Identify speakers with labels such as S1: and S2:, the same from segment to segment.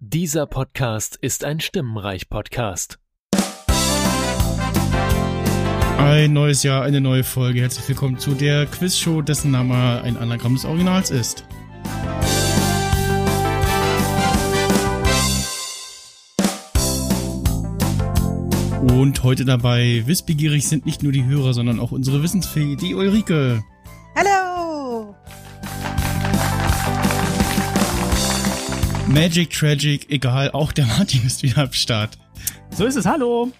S1: Dieser Podcast ist ein Stimmenreich-Podcast.
S2: Ein neues Jahr, eine neue Folge. Herzlich willkommen zu der Quizshow, dessen Name ein Anagramm des Originals ist. Und heute dabei wissbegierig sind nicht nur die Hörer, sondern auch unsere Wissensfee, die Ulrike.
S3: Hallo!
S2: Magic, Tragic, egal, auch der Martin ist wieder am Start.
S4: So ist es, hallo.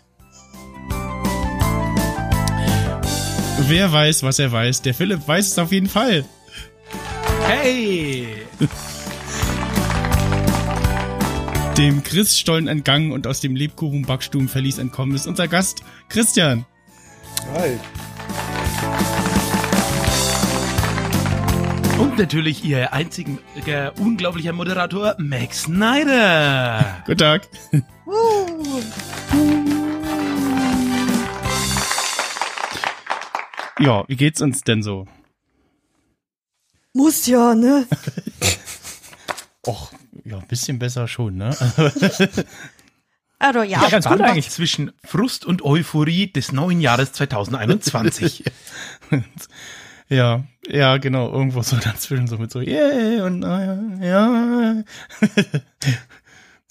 S2: Wer weiß, was er weiß, der Philipp weiß es auf jeden Fall.
S4: Hey!
S2: Dem Christstollen entgangen und aus dem Lebkuchen-Backstubenverlies entkommen ist unser Gast Christian.
S5: Hi.
S4: Und natürlich ihr einziger äh, unglaublicher Moderator Max Snyder.
S2: Guten Tag.
S3: Uh,
S2: Ja, wie geht's uns denn so?
S3: muss ja, ne?
S2: Och, ja, ein bisschen besser schon, ne?
S3: Also ja.
S4: ganz gut eigentlich. Zwischen Frust und Euphorie des neuen Jahres 2021.
S2: ja, ja, genau, irgendwo so dazwischen, so mit so, yeah, und, äh, ja,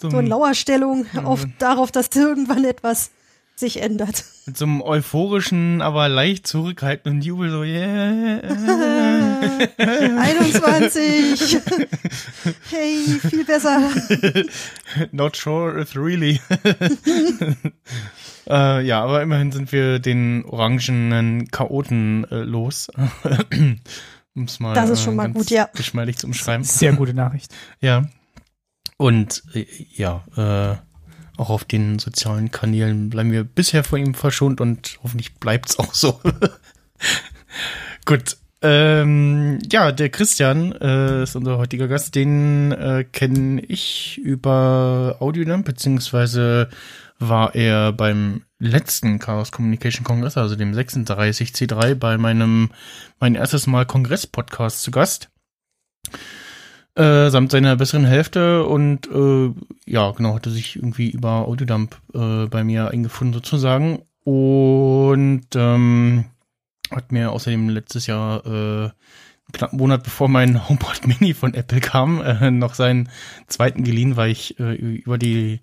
S3: So in Lauerstellung
S6: Mhm.
S3: auf, darauf, dass irgendwann etwas sich ändert.
S2: Mit so einem euphorischen, aber leicht zurückhaltenden Jubel, so yeah.
S3: Ah, 21! Hey, viel besser.
S2: Not sure if really. äh, ja, aber immerhin sind wir den orangenen Chaoten äh, los. um's mal, äh,
S3: Das ist schon mal
S2: ganz
S3: gut, ja.
S2: Geschmeidig zu umschreiben.
S6: Sehr gute Nachricht.
S2: Ja. Und äh, ja, äh, auch auf den sozialen Kanälen bleiben wir bisher von ihm verschont und hoffentlich bleibt's auch so. Gut. Ähm, ja, der Christian äh, ist unser heutiger Gast. Den äh, kenne ich über Audiodump, beziehungsweise war er beim letzten Chaos Communication Kongress, also dem 36C3, bei meinem mein erstes Mal Kongress-Podcast zu Gast äh, samt seiner besseren Hälfte und äh, ja, genau, hatte sich irgendwie über Autodump äh, bei mir eingefunden sozusagen und ähm, hat mir außerdem letztes Jahr äh, knapp einen Monat bevor mein HomePod Mini von Apple kam, äh, noch seinen zweiten geliehen, weil ich äh, über die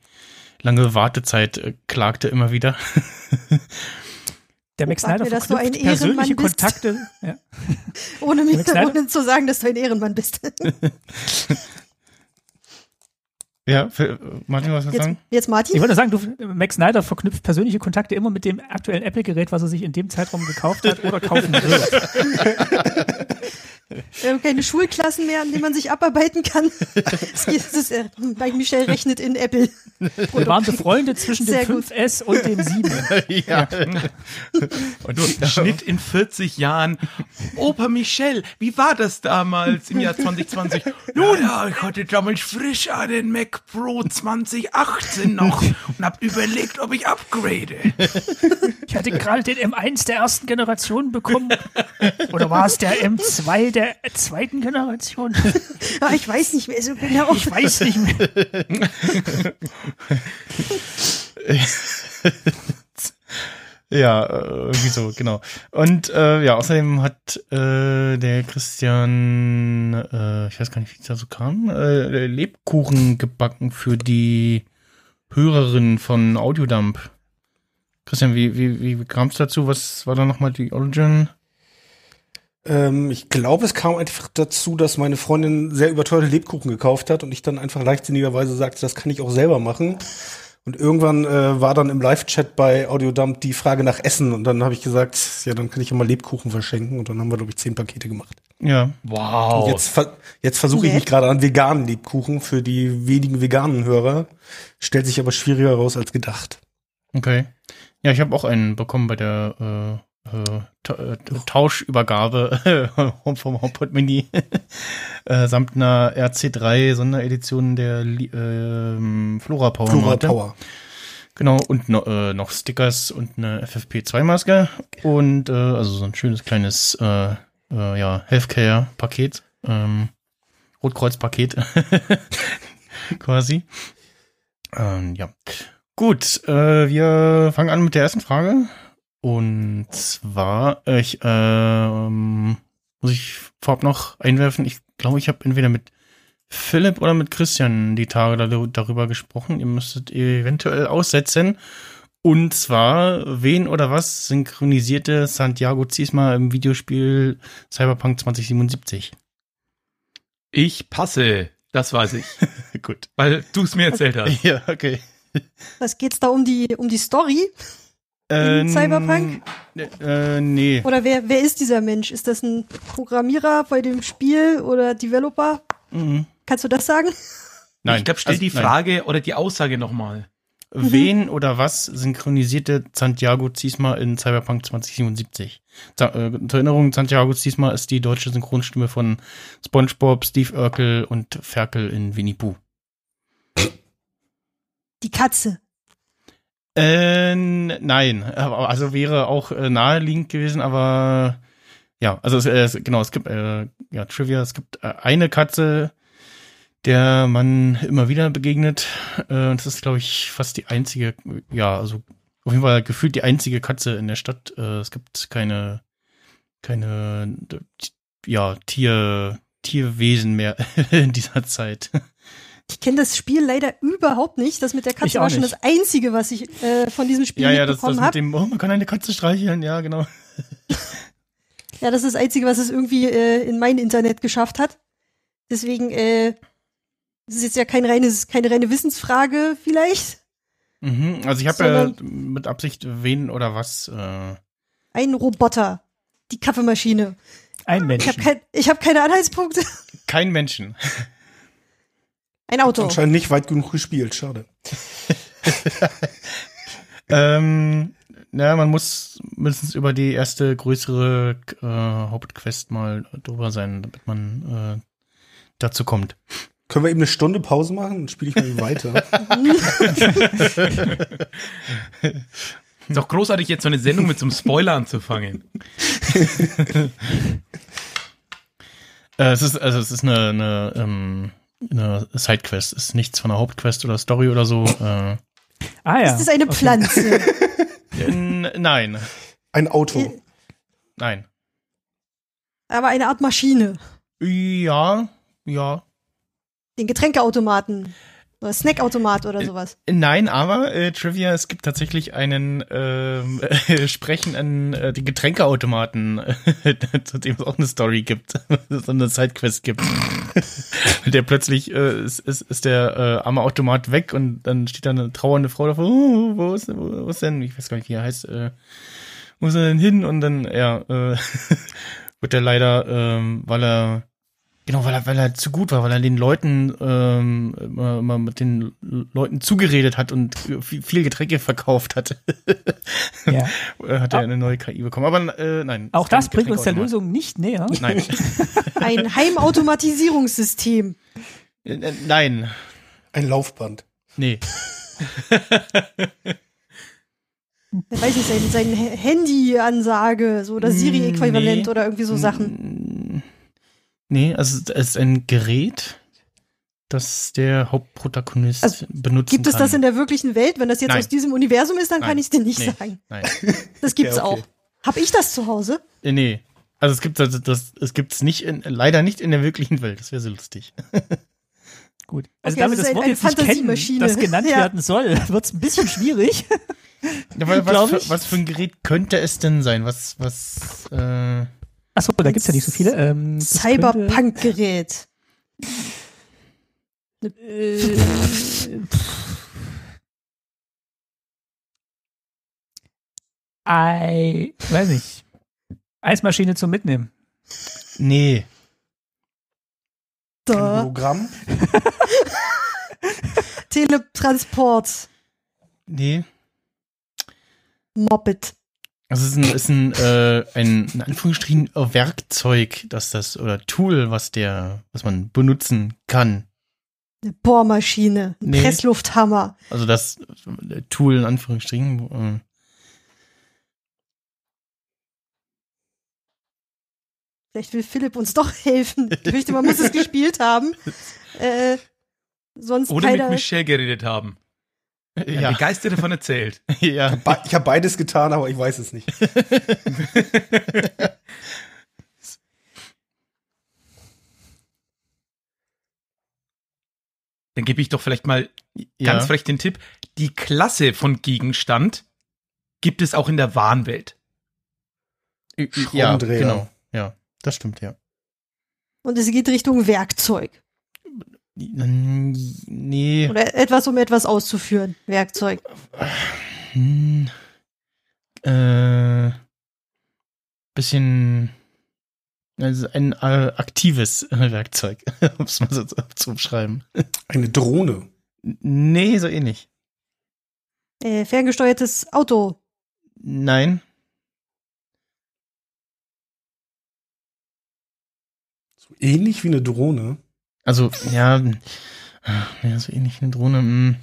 S2: lange Wartezeit äh, klagte immer wieder.
S6: Der Max
S3: Sag mir,
S6: Snyder
S3: dass du
S6: verknüpft
S3: ein Ehrenmann
S6: persönliche
S3: bist.
S6: Kontakte. Ja.
S3: Ohne, mir,
S6: Max Snyder?
S3: ohne zu sagen, dass du ein Ehrenmann bist.
S2: ja, Phil, äh, Martin, was soll ich
S3: Jetzt,
S2: sagen?
S3: jetzt
S6: Ich
S3: Martin.
S6: wollte sagen, du, Max Snyder verknüpft persönliche Kontakte immer mit dem aktuellen Apple-Gerät, was er sich in dem Zeitraum gekauft hat oder kaufen wird.
S3: Äh, keine Schulklassen mehr, an denen man sich abarbeiten kann. Es geht- es ist, äh, bei Michelle rechnet in Apple.
S6: Wir waren befreundet zwischen dem
S3: Sehr gut.
S6: 5S und dem 7.
S2: ja. und
S4: Schnitt in 40 Jahren. Opa Michel, wie war das damals im Jahr 2020? Nun, ja, ich hatte damals frisch den Mac Pro 2018 noch und habe überlegt, ob ich upgrade.
S6: Ich hatte gerade den M1 der ersten Generation bekommen. Oder war es der M2 der zweiten Generation?
S3: Ah, ich weiß nicht mehr so genau.
S6: Ich weiß nicht mehr.
S2: Ja, äh, irgendwie so, genau. Und äh, ja, außerdem hat äh, der Christian, äh, ich weiß gar nicht, wie es dazu kam, äh, Lebkuchen gebacken für die Hörerin von Audiodump. Christian, wie, wie, wie, wie kam es dazu? Was war da nochmal die Origin?
S5: Ähm, ich glaube, es kam einfach dazu, dass meine Freundin sehr überteuerte Lebkuchen gekauft hat und ich dann einfach leichtsinnigerweise sagte, das kann ich auch selber machen. Und irgendwann äh, war dann im Live-Chat bei Audiodump die Frage nach Essen und dann habe ich gesagt, ja, dann kann ich ja mal Lebkuchen verschenken und dann haben wir, glaube ich, zehn Pakete gemacht.
S2: Ja,
S4: Wow.
S5: Jetzt, ver jetzt versuche ich mich gerade an veganen Lebkuchen für die wenigen veganen Hörer. Stellt sich aber schwieriger raus als gedacht.
S2: okay. Ja, ich habe auch einen bekommen bei der äh, äh, Ta äh, Tauschübergabe vom HomePod Mini. äh, samt einer RC3 Sonderedition der Li- ähm, Flora Power.
S5: Flora
S2: Matte.
S5: Power.
S2: Genau, und no, äh, noch Stickers und eine FFP2-Maske. Und äh, also so ein schönes kleines äh, äh, ja, Healthcare-Paket. Ähm, Rotkreuz-Paket. Quasi. Ähm, ja. Gut, äh, wir fangen an mit der ersten Frage. Und zwar, äh, ich, ähm, muss ich vorab noch einwerfen, ich glaube, ich habe entweder mit Philipp oder mit Christian die Tage dar- darüber gesprochen. Ihr müsstet eventuell aussetzen. Und zwar, wen oder was synchronisierte Santiago Ziesma im Videospiel Cyberpunk 2077?
S4: Ich passe, das weiß ich,
S2: Gut.
S4: weil du es mir erzählt hast.
S2: Ja, okay.
S3: Was geht's da um die, um die Story? In Cyberpunk?
S2: Ähm, Äh, äh, nee.
S3: Oder wer, wer ist dieser Mensch? Ist das ein Programmierer bei dem Spiel oder Developer?
S2: Mhm.
S3: Kannst du das sagen?
S2: Nein.
S4: ich glaube, stell
S2: Also,
S4: die
S2: nein.
S4: Frage oder die Aussage nochmal.
S2: Wen oder was synchronisierte Santiago Ziesma in Cyberpunk 2077? Sa äh, zur Erinnerung, Santiago Ziesma ist die deutsche Synchronstimme von SpongeBob, Steve Urkel und Ferkel in Winnie Pooh.
S3: Die Katze.
S2: Äh, nein, aber- also wäre auch äh, naheliegend gewesen, aber ja, also es, äh, es, genau, es gibt äh, ja Trivia, es gibt äh, eine Katze, der man immer wieder begegnet. Äh, und das ist, glaube ich, fast die einzige, ja, also auf jeden Fall gefühlt die einzige Katze in der Stadt. Äh, es gibt keine, keine, d- ja, Tier, Tierwesen mehr in dieser Zeit.
S3: Ich kenne das Spiel leider überhaupt nicht. Das mit der Katze
S6: auch
S3: war schon
S6: nicht.
S3: das Einzige, was ich äh, von diesem Spiel
S2: Ja, ja, das, das
S3: mitbekommen
S2: mit
S3: habe.
S2: dem, oh, man kann eine Katze streicheln, ja, genau.
S3: Ja, das ist das Einzige, was es irgendwie äh, in mein Internet geschafft hat. Deswegen, äh, das ist jetzt ja kein reines, keine reine Wissensfrage vielleicht.
S2: Mhm, also ich habe ja mit Absicht wen oder was. Äh,
S3: Ein Roboter. Die Kaffeemaschine.
S6: Ein Mensch.
S3: Ich habe kein, ich hab keine Anhaltspunkte.
S2: kein Menschen.
S3: Ein Auto.
S5: Anscheinend nicht weit genug gespielt, schade.
S2: ähm, na, man muss mindestens über die erste größere äh, Hauptquest mal drüber sein, damit man äh, dazu kommt.
S5: Können wir eben eine Stunde Pause machen? Dann spiele ich mal weiter.
S4: Ist doch großartig, jetzt so eine Sendung mit so einem Spoiler anzufangen.
S2: Äh, es ist also es ist eine, eine, ähm, eine Sidequest, ist nichts von der Hauptquest oder Story oder so. Äh,
S6: Ah ja.
S3: Das ist eine Pflanze.
S2: n- nein,
S5: Ein Auto.
S2: nein.
S3: Aber eine Art Maschine.
S2: Ja, ja.
S3: Den Getränkeautomaten. Oder Snackautomat oder
S2: Äh.
S3: sowas.
S2: Nein, aber äh, Trivia, es gibt tatsächlich einen ähm, Sprechen an äh, den Getränkeautomaten, zu dem es auch eine Story gibt, so eine Sidequest gibt. der plötzlich äh, ist, ist, ist der äh, arme Automat weg und dann steht da eine trauernde Frau davor, oh, wo, ist, wo, wo ist denn, ich weiß gar nicht, wie er heißt, äh, wo ist er denn hin? Und dann, ja, äh, wird er leider, ähm, weil er Genau, weil er, weil er zu gut war, weil er den Leuten ähm, immer, immer mit den Leuten zugeredet hat und viel, viel Getränke verkauft hat,
S6: ja.
S2: hat er eine neue KI bekommen. Aber äh, nein.
S6: Auch
S2: es kann
S6: das bringt uns der
S2: Getränkeautomat.
S6: Lösung nicht näher.
S3: Ein Heimautomatisierungssystem.
S2: Nein. Äh, äh, nein.
S5: Ein Laufband.
S2: Nee.
S3: Ich weiß nicht, sein, sein Ha- Handy-Ansage, so oder Siri-Äquivalent
S2: Mm, nee. Mm,
S3: oder irgendwie so Sachen.
S2: Nee, also es ist ein Gerät, das der Hauptprotagonist
S3: Also,
S2: benutzt.
S3: Gibt es
S2: kann.
S3: das in der wirklichen Welt? Wenn das jetzt
S2: Nein.
S3: aus diesem Universum ist, dann kann
S2: Nein.
S3: ich es dir nicht
S2: Nee.
S3: sagen.
S2: Nein.
S3: Das gibt's
S5: Ja, okay.
S3: auch. Hab ich das zu Hause?
S2: Äh, Nee. Also es gibt das, das es gibt's nicht in, leider nicht in der wirklichen Welt. Das wäre so lustig.
S6: Gut. Also
S3: Okay,
S6: damit
S3: das ist
S6: das Wort
S3: eine
S6: jetzt nicht kennen,
S3: Fantasiemaschine.
S6: das genannt
S3: Ja.
S6: werden soll, wird es ein bisschen schwierig.
S2: Ja, weil was,
S6: Glaub
S2: für,
S6: ich.
S2: was für ein Gerät könnte es denn sein? Was, was, äh,
S6: Achso, da gibt es ja nicht so viele. Ähm, das könnte-
S3: Cyberpunk-Gerät.
S6: Äh, Ei, weiß nicht. Eismaschine zum Mitnehmen.
S2: nee.
S5: Ein
S3: Da.
S5: Hologramm.
S3: Teletransport.
S2: Nee.
S3: Moped.
S2: Also es ist ein, ist ein, äh, ein in Anführungsstrichen äh, Werkzeug, dass das oder Tool, was der, was man benutzen kann.
S3: Eine Bohrmaschine. Ein
S2: Nee.
S3: Presslufthammer.
S2: Also das äh, Tool in Anführungsstrichen.
S3: Vielleicht will Philipp uns doch helfen. Ich fürchte, man muss es gespielt haben. Äh, sonst
S4: Oder
S3: leider
S4: mit Michelle geredet haben. Ja. Begeistert davon erzählt.
S2: äh, ja.
S5: Be- Ich habe beides getan, aber ich weiß es nicht.
S4: Dann gebe ich doch vielleicht mal ganz
S2: ja.
S4: frech den Tipp. Die Klasse von Gegenstand gibt es auch in der Warenwelt.
S2: ja,
S5: Schraubendreher.
S2: genau. Ja, das stimmt, ja.
S3: Und es geht Richtung Werkzeug.
S2: N- Nee.
S3: Oder etwas, um etwas auszuführen. Werkzeug.
S2: Hm. Äh, bisschen. Also ein äh, aktives äh, Werkzeug, um es mal so zu- zu beschreiben.
S5: Eine Drohne.
S2: N- Nee, so eh ähnlich.
S3: Äh, ferngesteuertes Auto.
S2: Nein.
S5: So ähnlich wie eine Drohne.
S2: Also, ja. m- Ja, so ähnlich eine Drohne. hm.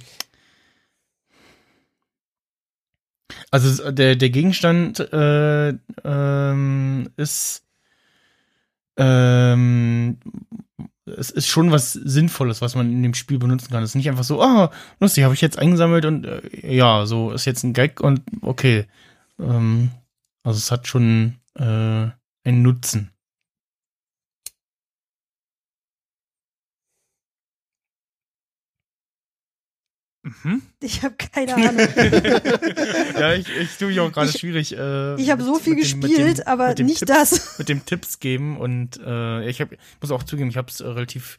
S2: Also es- der, der Gegenstand äh, ähm, ist ähm, es ist schon was Sinnvolles, was man in dem Spiel benutzen kann. Es ist nicht einfach so, ah, lustig, habe ich jetzt eingesammelt und äh, ja, so ist jetzt ein Gag und okay. Ähm, also es hat schon äh, einen Nutzen.
S4: Mhm.
S3: Ich habe keine Ahnung.
S2: ja, ich, ich tue mich auch gerade
S3: Ich-
S2: schwierig. Äh,
S3: Ich habe so
S2: mit-
S3: viel
S2: mit dem- mit dem-
S3: gespielt, aber
S2: mit dem
S3: nicht
S2: Tipp-
S3: das.
S2: Mit dem Tipps geben und äh, ich hab, muss auch zugeben, ich habe es äh, relativ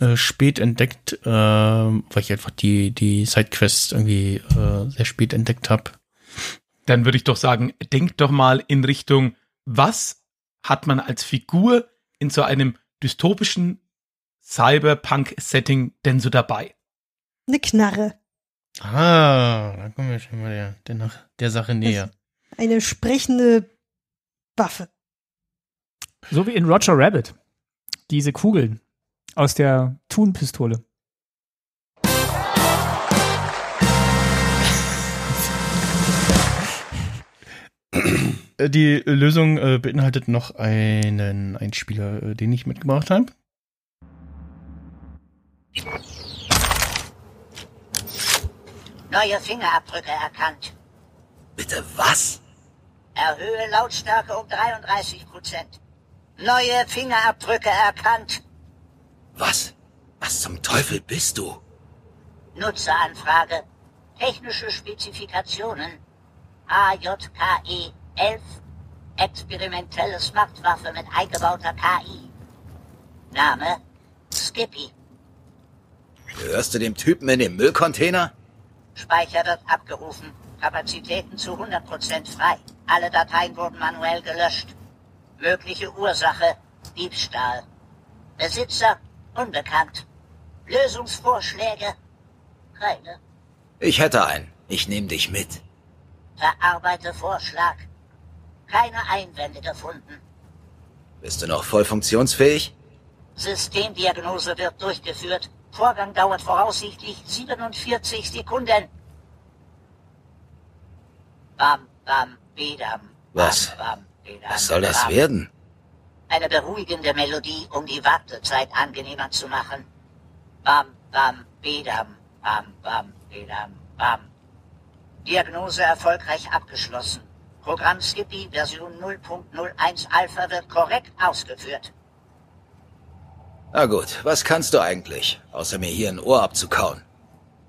S2: äh, spät entdeckt, äh, weil ich einfach die, die Sidequests irgendwie äh, sehr spät entdeckt habe.
S4: Dann würde ich doch sagen, denkt doch mal in Richtung, was hat man als Figur in so einem dystopischen Cyberpunk-Setting denn so dabei?
S3: Eine Knarre.
S2: Ah, da kommen wir schon mal der, der, nach, der Sache näher.
S3: Eine sprechende Waffe.
S6: So wie in Roger Rabbit. Diese Kugeln aus der Thunpistole.
S2: Äh, Die Lösung äh, beinhaltet noch einen Einspieler, äh, den ich mitgebracht habe.
S7: Neue Fingerabdrücke erkannt.
S8: Bitte was?
S7: Erhöhe Lautstärke um 33 Prozent. Neue Fingerabdrücke erkannt.
S8: Was? Was zum Teufel bist du?
S7: Nutzeranfrage. Technische Spezifikationen. AJKE 11. E Experimentelle Smartwaffe mit eingebauter KI. Name Skippy.
S8: Gehörst du dem Typen in dem Müllcontainer?
S7: Speicher wird abgerufen. Kapazitäten zu 100% frei. Alle Dateien wurden manuell gelöscht. Mögliche Ursache Diebstahl. Besitzer unbekannt. Lösungsvorschläge keine.
S8: Ich hätte einen. Ich nehme dich mit.
S7: Verarbeite Vorschlag. Keine Einwände gefunden.
S8: Bist du noch voll funktionsfähig?
S7: Systemdiagnose wird durchgeführt. Vorgang dauert voraussichtlich 47 Sekunden. Bam, bam, bedam.
S8: Was?
S7: Bam, bam, bedam,
S8: Was soll das
S7: bam.
S8: werden?
S7: Eine beruhigende Melodie, um die Wartezeit angenehmer zu machen. Bam, bam, bedam. Bam, bam, bedam, bam. Diagnose erfolgreich abgeschlossen. Programm Skippy Version 0.01 Alpha wird korrekt ausgeführt.
S8: Na gut, was kannst du eigentlich, außer mir hier ein Ohr abzukauen?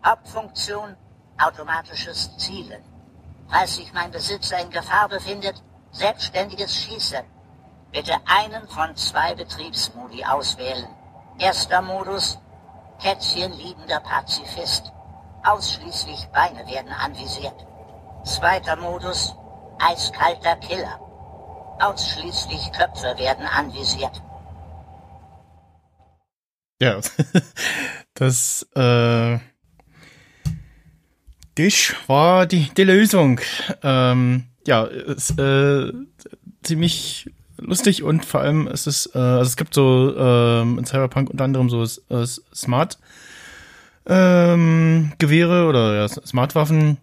S7: Hauptfunktion automatisches Zielen. Falls sich mein Besitzer in Gefahr befindet, selbstständiges Schießen. Bitte einen von zwei Betriebsmodi auswählen. Erster Modus, Kätzchen liebender Pazifist. Ausschließlich Beine werden anvisiert. Zweiter Modus, eiskalter Killer. Ausschließlich Köpfe werden anvisiert.
S2: Ja, das äh, das war die, die Lösung. Ähm, ja, ist äh, ziemlich lustig und vor allem ist es, äh, also es gibt so ähm, in Cyberpunk unter anderem so s- äh, s- Smart ähm, Gewehre oder ja, s- Smartwaffen,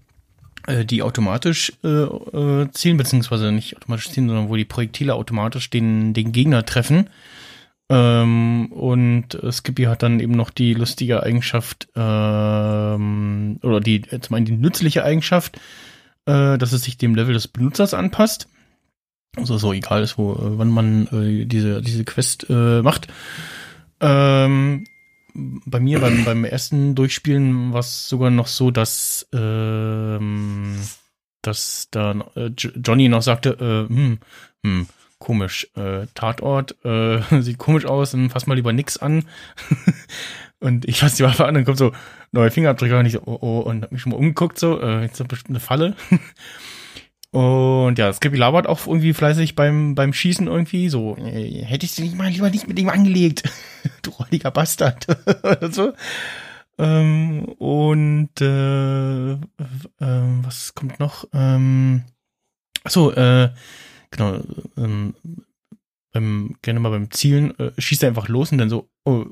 S2: äh, die automatisch äh, äh, zielen, beziehungsweise nicht automatisch zielen, sondern wo die Projektile automatisch den, den Gegner treffen. Ähm, und äh, Skippy hat dann eben noch die lustige Eigenschaft ähm, oder oder die, zum einen die nützliche Eigenschaft, äh, dass es sich dem Level des Benutzers anpasst. Also so egal ist, wo, äh, wann man äh, diese, diese Quest äh, macht. Ähm, bei mir beim, beim ersten Durchspielen war es sogar noch so, dass, ähm, dass dann äh, Jo- Johnny noch sagte, äh, hm, hm, komisch, äh, Tatort, äh, sieht komisch aus, hm, fass mal lieber nix an. und ich fass die Waffe an und kommt so, neue Fingerabdrücke und ich so, oh, oh, und hab mich schon mal umgeguckt, so, äh, jetzt ist das bestimmt eine Falle. Und ja, Skippy labert auch irgendwie fleißig beim, beim Schießen irgendwie. So, äh, hätte ich sie nicht mal lieber nicht mit ihm angelegt. du räudiger Bastard. Oder so. Ähm, und äh, w- ähm, was kommt noch? Ähm, achso, äh, genau, ähm, beim, gerne mal beim Zielen äh, schießt er einfach los und dann so oh,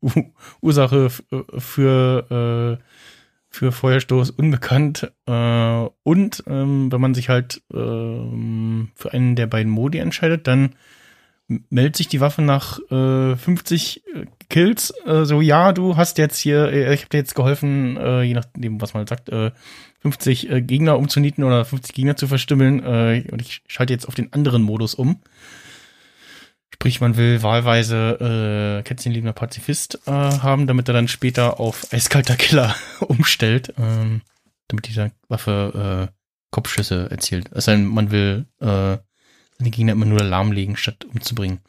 S2: Ursache f- äh, für äh, für Feuerstoß unbekannt. Äh, und ähm, wenn man sich halt ähm, für einen der beiden Modi entscheidet, dann m- meldet sich die Waffe nach äh, 50 Kills. Äh, so, ja, du hast jetzt hier, äh, ich habe dir jetzt geholfen, äh, je nachdem, was man halt sagt, äh, 50 äh, Gegner umzunieten oder 50 Gegner zu verstümmeln. Äh, und ich schalte jetzt auf den anderen Modus um. Sprich, man will wahlweise äh, Kätzchenliebender Pazifist äh, haben, damit er dann später auf eiskalter Killer umstellt, ähm, damit dieser Waffe äh, Kopfschüsse erzielt. Es sei denn, man will äh, die Gegner immer nur lahmlegen, statt umzubringen.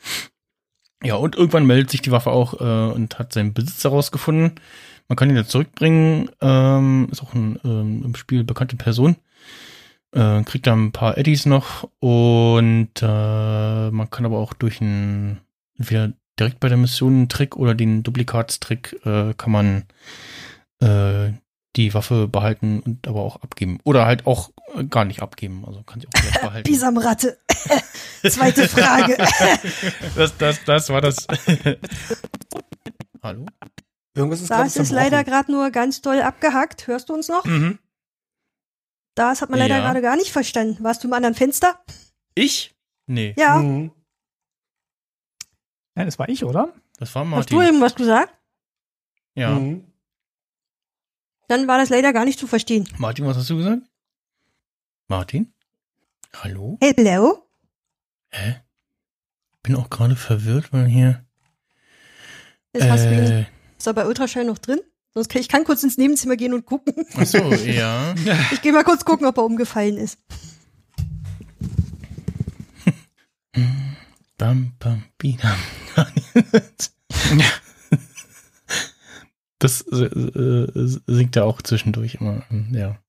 S2: Ja, und irgendwann meldet sich die Waffe auch äh, und hat seinen Besitzer rausgefunden. Man kann ihn dann zurückbringen. Ähm, ist auch ein ähm, im Spiel bekannte Person. Äh, kriegt da ein paar Eddies noch und äh, man kann aber auch durch einen, entweder direkt bei der Mission einen Trick oder den Duplikatstrick äh, kann man äh, die Waffe behalten und aber auch abgeben. Oder halt auch äh, gar nicht abgeben. Also kann sie auch gleich behalten.
S3: Pisamratte. Zweite Frage.
S2: Das, das, das war das. Hallo?
S5: Irgendwas ist
S3: da ist es leider
S5: verbrochen.
S3: gerade nur ganz doll abgehackt. Hörst du uns noch?
S4: Mhm.
S3: Das hat man leider
S2: Ja.
S3: gerade gar nicht verstanden. Warst du im anderen Fenster?
S2: Ich? Nee,
S3: Ja.
S5: Mhm.
S6: Nein, das war ich, oder?
S2: das war
S3: Hast du
S2: Martin.
S3: eben was gesagt?
S2: Ja.
S5: Mhm.
S3: Dann war das leider gar nicht zu verstehen.
S2: Martin, was hast du gesagt? Martin? Hallo?
S3: Hello?
S2: Hä? Bin auch gerade verwirrt, weil hier.
S3: Jetzt hast du ihn.
S2: äh,
S3: Ist er bei Ultraschall noch drin? Sonst kann ich kann kurz ins Nebenzimmer gehen und gucken.
S2: ach so, ja.
S3: Ich gehe mal kurz gucken, ob er umgefallen ist.
S2: Bam, bam, bidam. Das äh, äh, singt er auch zwischendurch immer. ähm, Ja.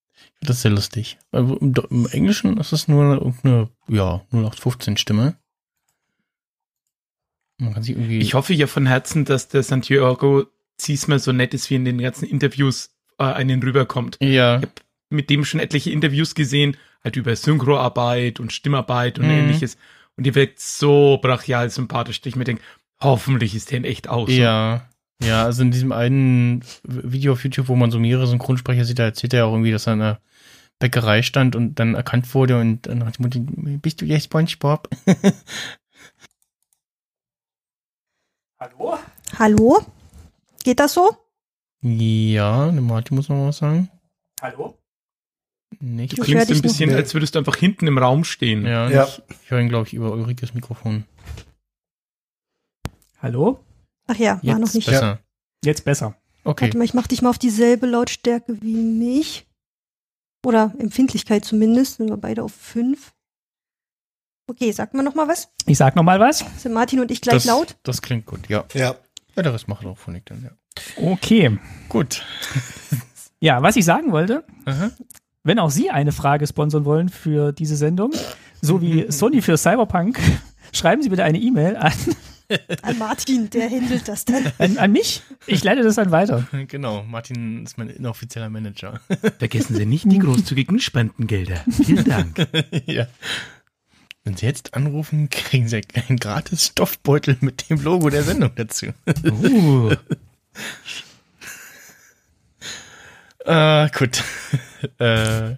S2: Das ist sehr lustig. Also Im Do- im Englischen ist es nur irgendeine, ja, 0815-Stimme. Man kann sich irgendwie.
S4: Ich hoffe ja von Herzen, dass der Santiago Ziesmer so nett ist, wie in den ganzen Interviews äh, einen rüberkommt.
S2: ja.
S4: Ich hab mit dem schon etliche Interviews gesehen, halt über Synchroarbeit und Stimmarbeit und
S2: Mhm.
S4: ähnliches. Und die wirkt so brachial sympathisch, dass ich mir denke, hoffentlich ist der in echt aus.
S2: Ja. Ja, also in diesem einen Video auf YouTube, wo man so mehrere Synchronsprecher sieht, da erzählt er ja auch irgendwie, dass er in einer Bäckerei stand und dann erkannt wurde und dann hat die Mutter, bist du der Spongebob?
S6: Hallo?
S3: Hallo? Geht das so?
S2: ja, der Martin muss noch was sagen.
S6: Hallo?
S2: Nicht?
S4: Du
S3: Ich hör
S4: klingst
S3: dich
S4: ein bisschen,
S5: noch.
S4: als würdest du einfach hinten im Raum stehen.
S2: Ja,
S5: Ja.
S2: Ich, ich höre ihn, glaube ich, über Ulrikes Mikrofon.
S6: Hallo?
S3: Ach ja, war noch
S2: Jetzt
S3: nicht.
S2: besser.
S6: Jetzt besser.
S2: Okay.
S3: Warte mal, ich mach dich mal auf dieselbe Lautstärke wie mich. Oder Empfindlichkeit zumindest. Sind wir beide auf fünf. Okay, sag mal noch mal was.
S6: Ich sag nochmal was.
S3: Sind Martin und ich gleich
S2: das,
S3: laut?
S2: Das klingt gut, ja.
S5: Ja.
S2: Ja, der Rest macht auch von ich dann, ja.
S6: Okay.
S2: Gut.
S6: Ja, was ich sagen wollte,
S2: Aha.
S6: wenn auch Sie eine Frage sponsern wollen für diese Sendung, so wie Sony für Cyberpunk, schreiben Sie bitte eine E-Mail an,
S3: An Ah, Martin, der händelt das dann.
S6: an, an mich. Ich leite das dann weiter.
S2: Genau, Martin ist mein inoffizieller Manager.
S4: Vergessen Sie nicht die großzügigen Spendengelder. Vielen Dank.
S2: ja. Wenn Sie jetzt anrufen, kriegen Sie einen gratis Stoffbeutel mit dem Logo der Sendung dazu.
S4: Uh,
S2: äh, gut. äh,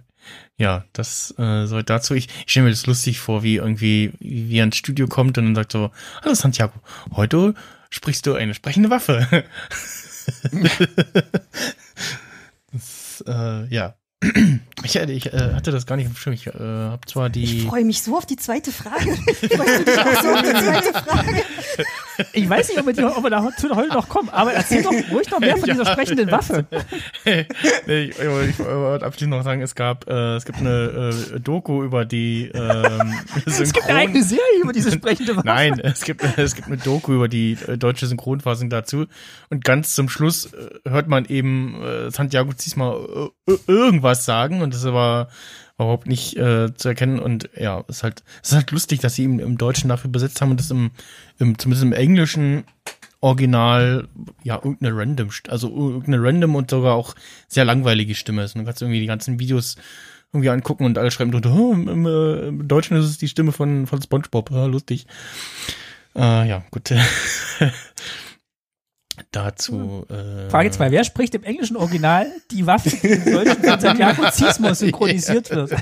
S2: ja, das äh, soll dazu. Ich, ich stelle mir das lustig vor, wie irgendwie, wie er ins Studio kommt und dann sagt so, hallo Santiago, heute sprichst du eine sprechende Waffe. das das, äh, ja. Ich, hätte- ich äh, hatte das gar nicht im Schirm. Ich äh, habe zwar
S3: Ich
S2: die.
S3: freue mich so auf die zweite Frage. Freust du dich auch so auf die zweite Frage?
S6: Ich weiß nicht, ob wir, die, ob wir dazu heute noch kommen, aber erzähl doch ruhig noch mehr von dieser sprechenden Waffe.
S2: nee, ich, ich wollte abschließend noch sagen, es gab, äh, es gibt eine äh, Doku über die ähm,
S6: Es gibt eine eigene
S2: Synchron.
S6: Serie über diese sprechende Waffe.
S2: Nein, es gibt, es gibt eine Doku über die äh, deutsche Synchronfassung dazu. Und ganz zum Schluss äh, hört man eben äh, Santiago diesmal äh, äh, irgendwas sagen und das war überhaupt nicht äh, zu erkennen. Und ja, es ist halt, es ist halt lustig, dass sie ihn im Deutschen dafür besetzt haben und das im, im zumindest im Englischen Original, ja, irgendeine random, St- also irgendeine random und sogar auch sehr langweilige Stimme ist. Und du kannst irgendwie die ganzen Videos irgendwie angucken und alle schreiben drunter, oh, im, im, äh, im Deutschen ist es die Stimme von, von Spongebob, ja, lustig. Äh, ja, gut. Dazu. Äh,
S6: Frage 2. Wer spricht im englischen Original die Waffe, die im deutschen von Santiago Zismo synchronisiert wird?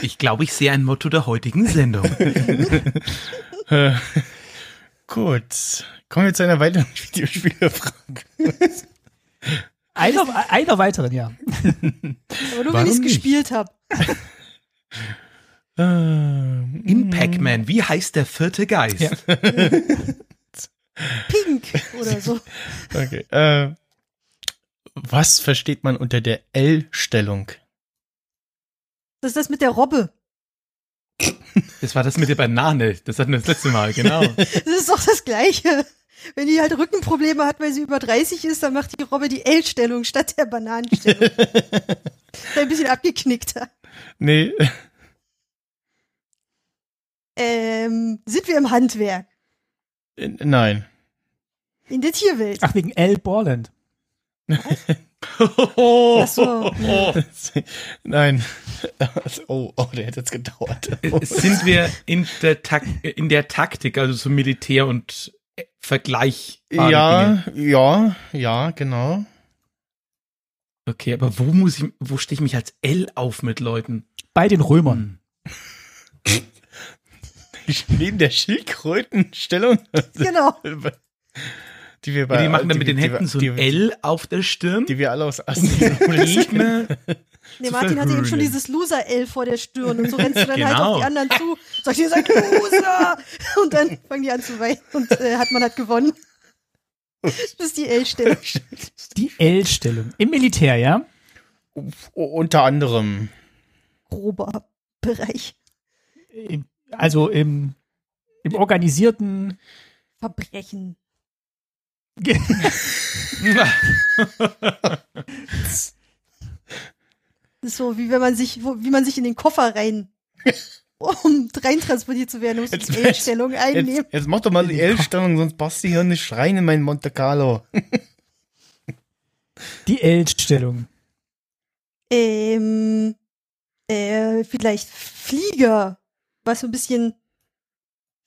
S4: Ich glaube, ich sehe ein Motto der heutigen Sendung.
S2: Gut. Kommen wir zu einer weiteren Videospielfrage.
S6: Einer, einer weiteren, ja.
S3: Aber
S2: Warum
S3: nur wenn ich es
S2: nicht?
S3: gespielt habe.
S2: Ähm,
S4: In Pac-Man, wie heißt der vierte Geist?
S6: Ja.
S3: Pink oder so.
S2: okay. Äh, was versteht man unter der L-Stellung?
S3: Das ist das mit der Robbe.
S4: Das war das mit der Banane. Das hatten wir das letzte Mal, genau.
S3: Das ist doch das Gleiche. Wenn die halt Rückenprobleme hat, weil sie über 30 ist, dann macht die Robbe die L-Stellung statt der Bananenstellung. ist ein bisschen abgeknickter.
S2: Nee.
S3: Ähm, sind wir im Handwerk?
S2: Äh, Nein.
S3: In der Tierwelt?
S6: Ach, wegen L. Borland.
S3: Ach so.
S2: Nein. Oh, oh, der hätte jetzt gedauert.
S4: Sind wir in der, Tak in der Taktik, also zum Militär und äh, vergleichbare Dinge?
S2: ja, ja, ja, genau.
S4: Okay, aber wo muss ich, wo stehe ich mich als L auf mit Leuten?
S6: Bei den Römern.
S2: Hm. Neben der Schildkrötenstellung,
S3: Genau.
S2: die wir
S4: Ja,
S2: bei
S4: die machen dann mit den
S2: die-
S4: Händen so ein
S2: die,
S4: L auf der Stirn.
S2: die wir alle aus Asien
S4: Gegner.
S3: Der Martin hatte eben schon
S4: verhöhnen.
S3: dieses Loser-L vor der Stirn und so rennst du dann halt
S4: Genau.
S3: auf die anderen zu. Sagst ihr seid Loser! Und dann fangen die an zu weinen und äh, hat man hat gewonnen. Das ist die L-Stellung.
S6: Die L-Stellung. Im Militär, ja?
S2: unter anderem.
S3: Grober Bereich.
S6: Im, also im, im organisierten.
S3: Verbrechen. Das ist so, wie wenn man sich, wo, wie man sich in den Koffer rein, um reintransportiert zu werden, muss man
S2: Jetzt
S3: die L-Stellung einnehmen.
S2: Jetzt, jetzt mach doch mal die L-Stellung, sonst passt die hier nicht rein in mein Monte Carlo.
S6: Die L-Stellung.
S3: Ähm, äh, vielleicht Flieger, was so ein bisschen,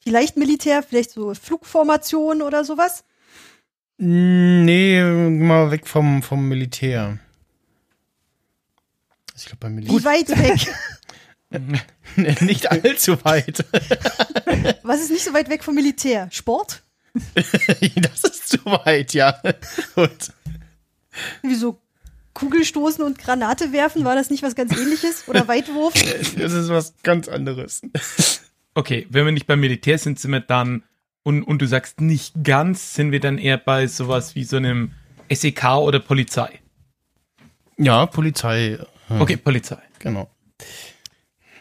S3: vielleicht Militär, vielleicht so Flugformation oder sowas.
S2: Mm, Nee, mal weg vom, vom Militär. Also Ich glaube, beim
S3: Wie
S2: Militär.
S3: weit weg?
S2: Nicht allzu weit.
S3: Was ist nicht so weit weg vom Militär? Sport?
S2: Das ist zu weit, ja. Gut.
S3: Wieso? Kugelstoßen und Granate werfen, war das nicht was ganz ähnliches? Oder Weitwurf?
S2: Das ist was ganz anderes.
S4: Okay, wenn wir nicht beim Militär sind, sind wir dann, und, und du sagst nicht ganz, sind wir dann eher bei sowas wie so einem SEK oder Polizei.
S2: Ja, Polizei. äh,
S4: Okay, Polizei.
S2: Genau.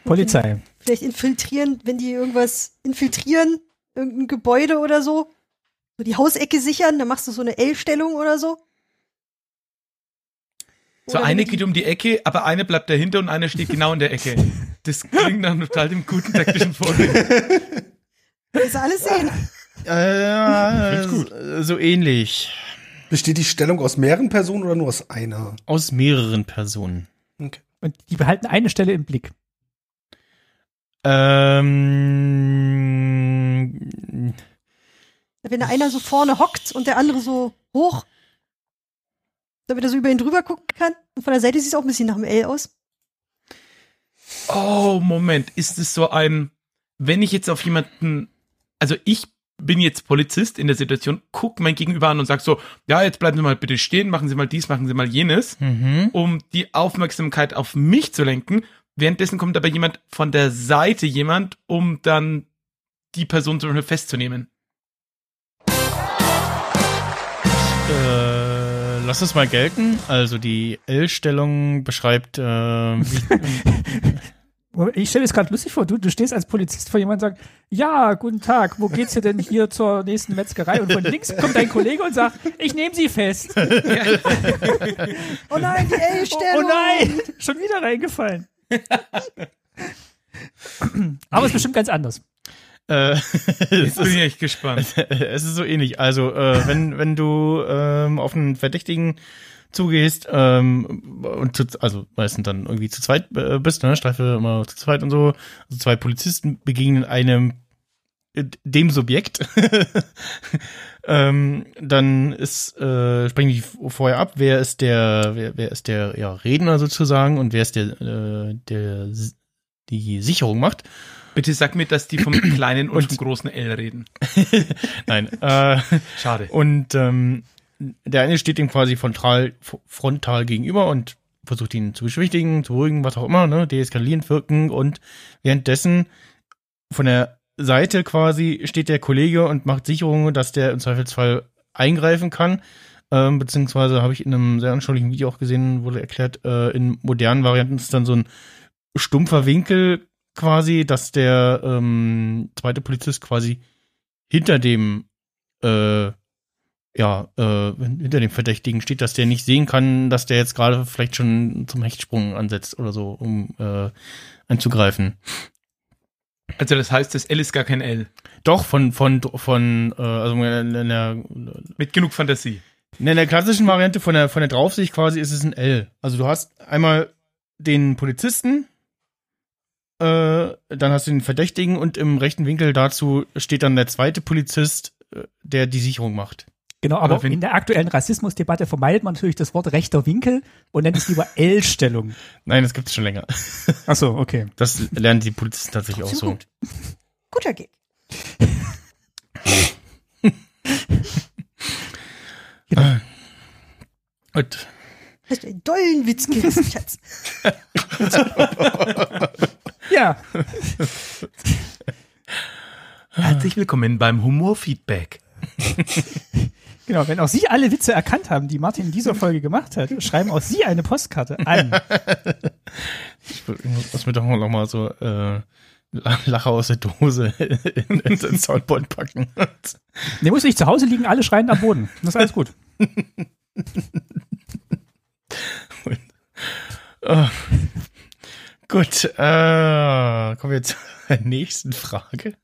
S6: Polizei.
S3: Vielleicht infiltrieren, wenn die irgendwas infiltrieren, irgendein Gebäude oder so. So die Hausecke sichern, dann machst du so eine L-Stellung oder so.
S4: So
S3: Oder wenn
S4: eine
S3: die-
S4: geht um die Ecke, aber eine bleibt dahinter und eine steht genau in der Ecke. Das klingt nach einem total dem guten taktischen Vorbild.
S3: Willst du alles sehen?
S2: Äh, so- so ähnlich.
S5: Besteht die Stellung aus mehreren Personen oder nur aus einer?
S2: Aus mehreren Personen.
S6: Und die behalten eine Stelle im Blick.
S2: Ähm.
S3: Wenn da einer so vorne hockt und der andere so hoch, damit er so über ihn drüber gucken kann. Und von der Seite sieht es auch ein bisschen nach dem L aus.
S4: Oh, Moment, ist es so ein, wenn ich jetzt auf jemanden, also ich bin jetzt Polizist in der Situation, guck mein Gegenüber an und sag so, ja, jetzt bleiben Sie mal bitte stehen, machen Sie mal dies, machen Sie mal jenes,
S2: mhm.
S4: um die Aufmerksamkeit auf mich zu lenken. Währenddessen kommt aber jemand von der Seite jemand, um dann die Person zum Beispiel festzunehmen.
S2: Äh, lass es mal gelten. Also die L-Stellung beschreibt, äh, wie,
S6: Ich stelle mir das gerade lustig vor, du, du stehst als Polizist vor jemandem und sagst, ja, guten Tag, wo geht's hier denn hier zur nächsten Metzgerei? Und von links kommt dein Kollege und sagt, ich nehme sie fest.
S3: Oh nein, die
S6: Oh,
S3: L-Stellung.
S6: oh nein, schon wieder reingefallen. Aber es ist bestimmt ganz anders.
S2: äh,
S4: Jetzt bin ich echt gespannt.
S2: es ist so ähnlich. Also äh, wenn wenn du ähm, auf einen Verdächtigen zugehst ähm, und zu, also meistens dann irgendwie zu zweit äh, bist, ne, Streife immer zu zweit und so, also zwei Polizisten begegnen einem äh, dem Subjekt, ähm, dann ist äh, sprechen die vorher ab, wer ist der wer, wer ist der ja, Redner sozusagen und wer ist der äh, der die Sicherung macht
S4: Bitte sag mir, dass die vom kleinen und,
S2: Und-
S4: vom großen L reden.
S2: Nein. Äh,
S4: Schade.
S2: Und ähm, der eine steht ihm quasi frontal, f- frontal gegenüber und versucht ihn zu beschwichtigen, zu beruhigen, was auch immer, ne, deeskalierend wirken. Und währenddessen von der Seite quasi steht der Kollege und macht Sicherungen, dass der im Zweifelsfall eingreifen kann. Ähm, beziehungsweise habe ich in einem sehr anschaulichen Video auch gesehen, wurde erklärt, äh, in modernen Varianten ist dann so ein stumpfer Winkel quasi, dass der ähm, zweite Polizist quasi hinter dem äh, ja, äh, hinter dem Verdächtigen steht, dass der nicht sehen kann, dass der jetzt gerade vielleicht schon zum Hechtsprung ansetzt oder so, um äh, anzugreifen.
S4: Also das heißt, das L ist gar kein L.
S2: Doch, von, von, von, äh, also in der,
S4: Mit genug Fantasie.
S2: in der klassischen Variante von der, von der Draufsicht quasi ist es ein L. Also du hast einmal den Polizisten, äh, dann hast du den Verdächtigen und im rechten Winkel dazu steht dann der zweite Polizist, äh, der die Sicherung macht.
S6: Genau,
S4: Aber
S6: aber
S4: wenn-
S6: in der aktuellen Rassismusdebatte vermeidet man natürlich das Wort rechter Winkel und nennt es lieber L-Stellung.
S2: Nein, das gibt's schon länger.
S6: Ach so, okay.
S2: Das lernen die Polizisten tatsächlich auch
S3: Trotzdem
S2: so.
S3: gut. Guter Gag.
S2: Und
S3: Hast du einen dollen Witz gerissen, Schatz?
S6: Ja,
S4: Herzlich willkommen beim Humorfeedback.
S6: genau. Wenn auch Sie alle Witze erkannt haben, die Martin in dieser Folge gemacht hat, schreiben auch Sie eine Postkarte an.
S2: Lass mir doch mal noch mal so äh, Lache aus der Dose in, in den Soundboard packen.
S6: Nee, muss nicht zu Hause liegen, alle schreien am Boden. Das ist alles gut.
S2: Gut, äh, kommen wir zur nächsten Frage.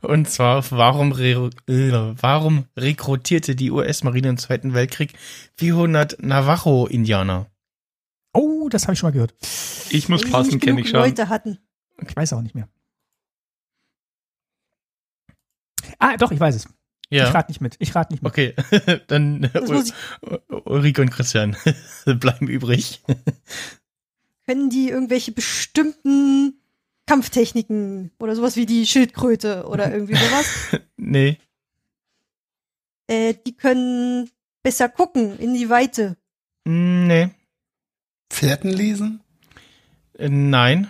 S2: Und zwar, warum, re äh, warum rekrutierte die US-Marine im Zweiten Weltkrieg 400 Navajo-Indianer?
S6: Oh, das habe ich schon mal gehört.
S4: Ich muss
S3: Weil die
S4: passen,
S3: nicht
S4: kenne
S3: genug
S4: ich schon.
S3: Leute hatten.
S6: Ich weiß auch nicht mehr. Ah, doch, ich weiß es. Ich rate nicht mit. Ich rate nicht mit.
S2: Okay, dann äh,
S3: Das muss ich,
S2: Ul- Ulrike und Christian bleiben übrig.
S3: können die irgendwelche bestimmten Kampftechniken oder sowas wie die Schildkröte oder irgendwie sowas?
S2: Nee.
S3: äh, die können besser gucken in die Weite.
S2: Mm, Nee.
S5: Fährten lesen?
S2: Äh, Nein.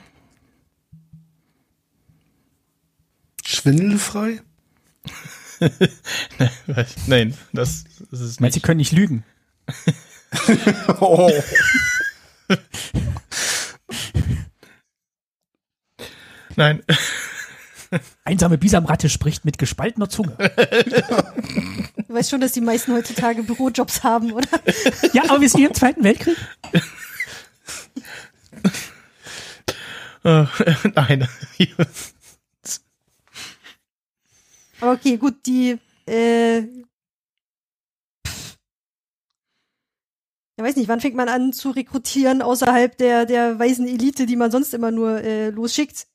S5: Schwindelfrei?
S2: Nein, das, das ist
S6: Ich meine, sie können nicht lügen.
S5: Oh.
S2: Nein.
S6: Einsame Bisamratte spricht mit gespaltener Zunge.
S3: Du weißt schon, dass die meisten heutzutage Bürojobs haben, oder?
S6: Ja, aber wir sind hier im Zweiten Weltkrieg.
S2: Äh, nein.
S3: Aber okay, gut, die, äh, pff. ich weiß nicht, wann fängt man an zu rekrutieren außerhalb der, der weißen Elite, die man sonst immer nur äh, losschickt?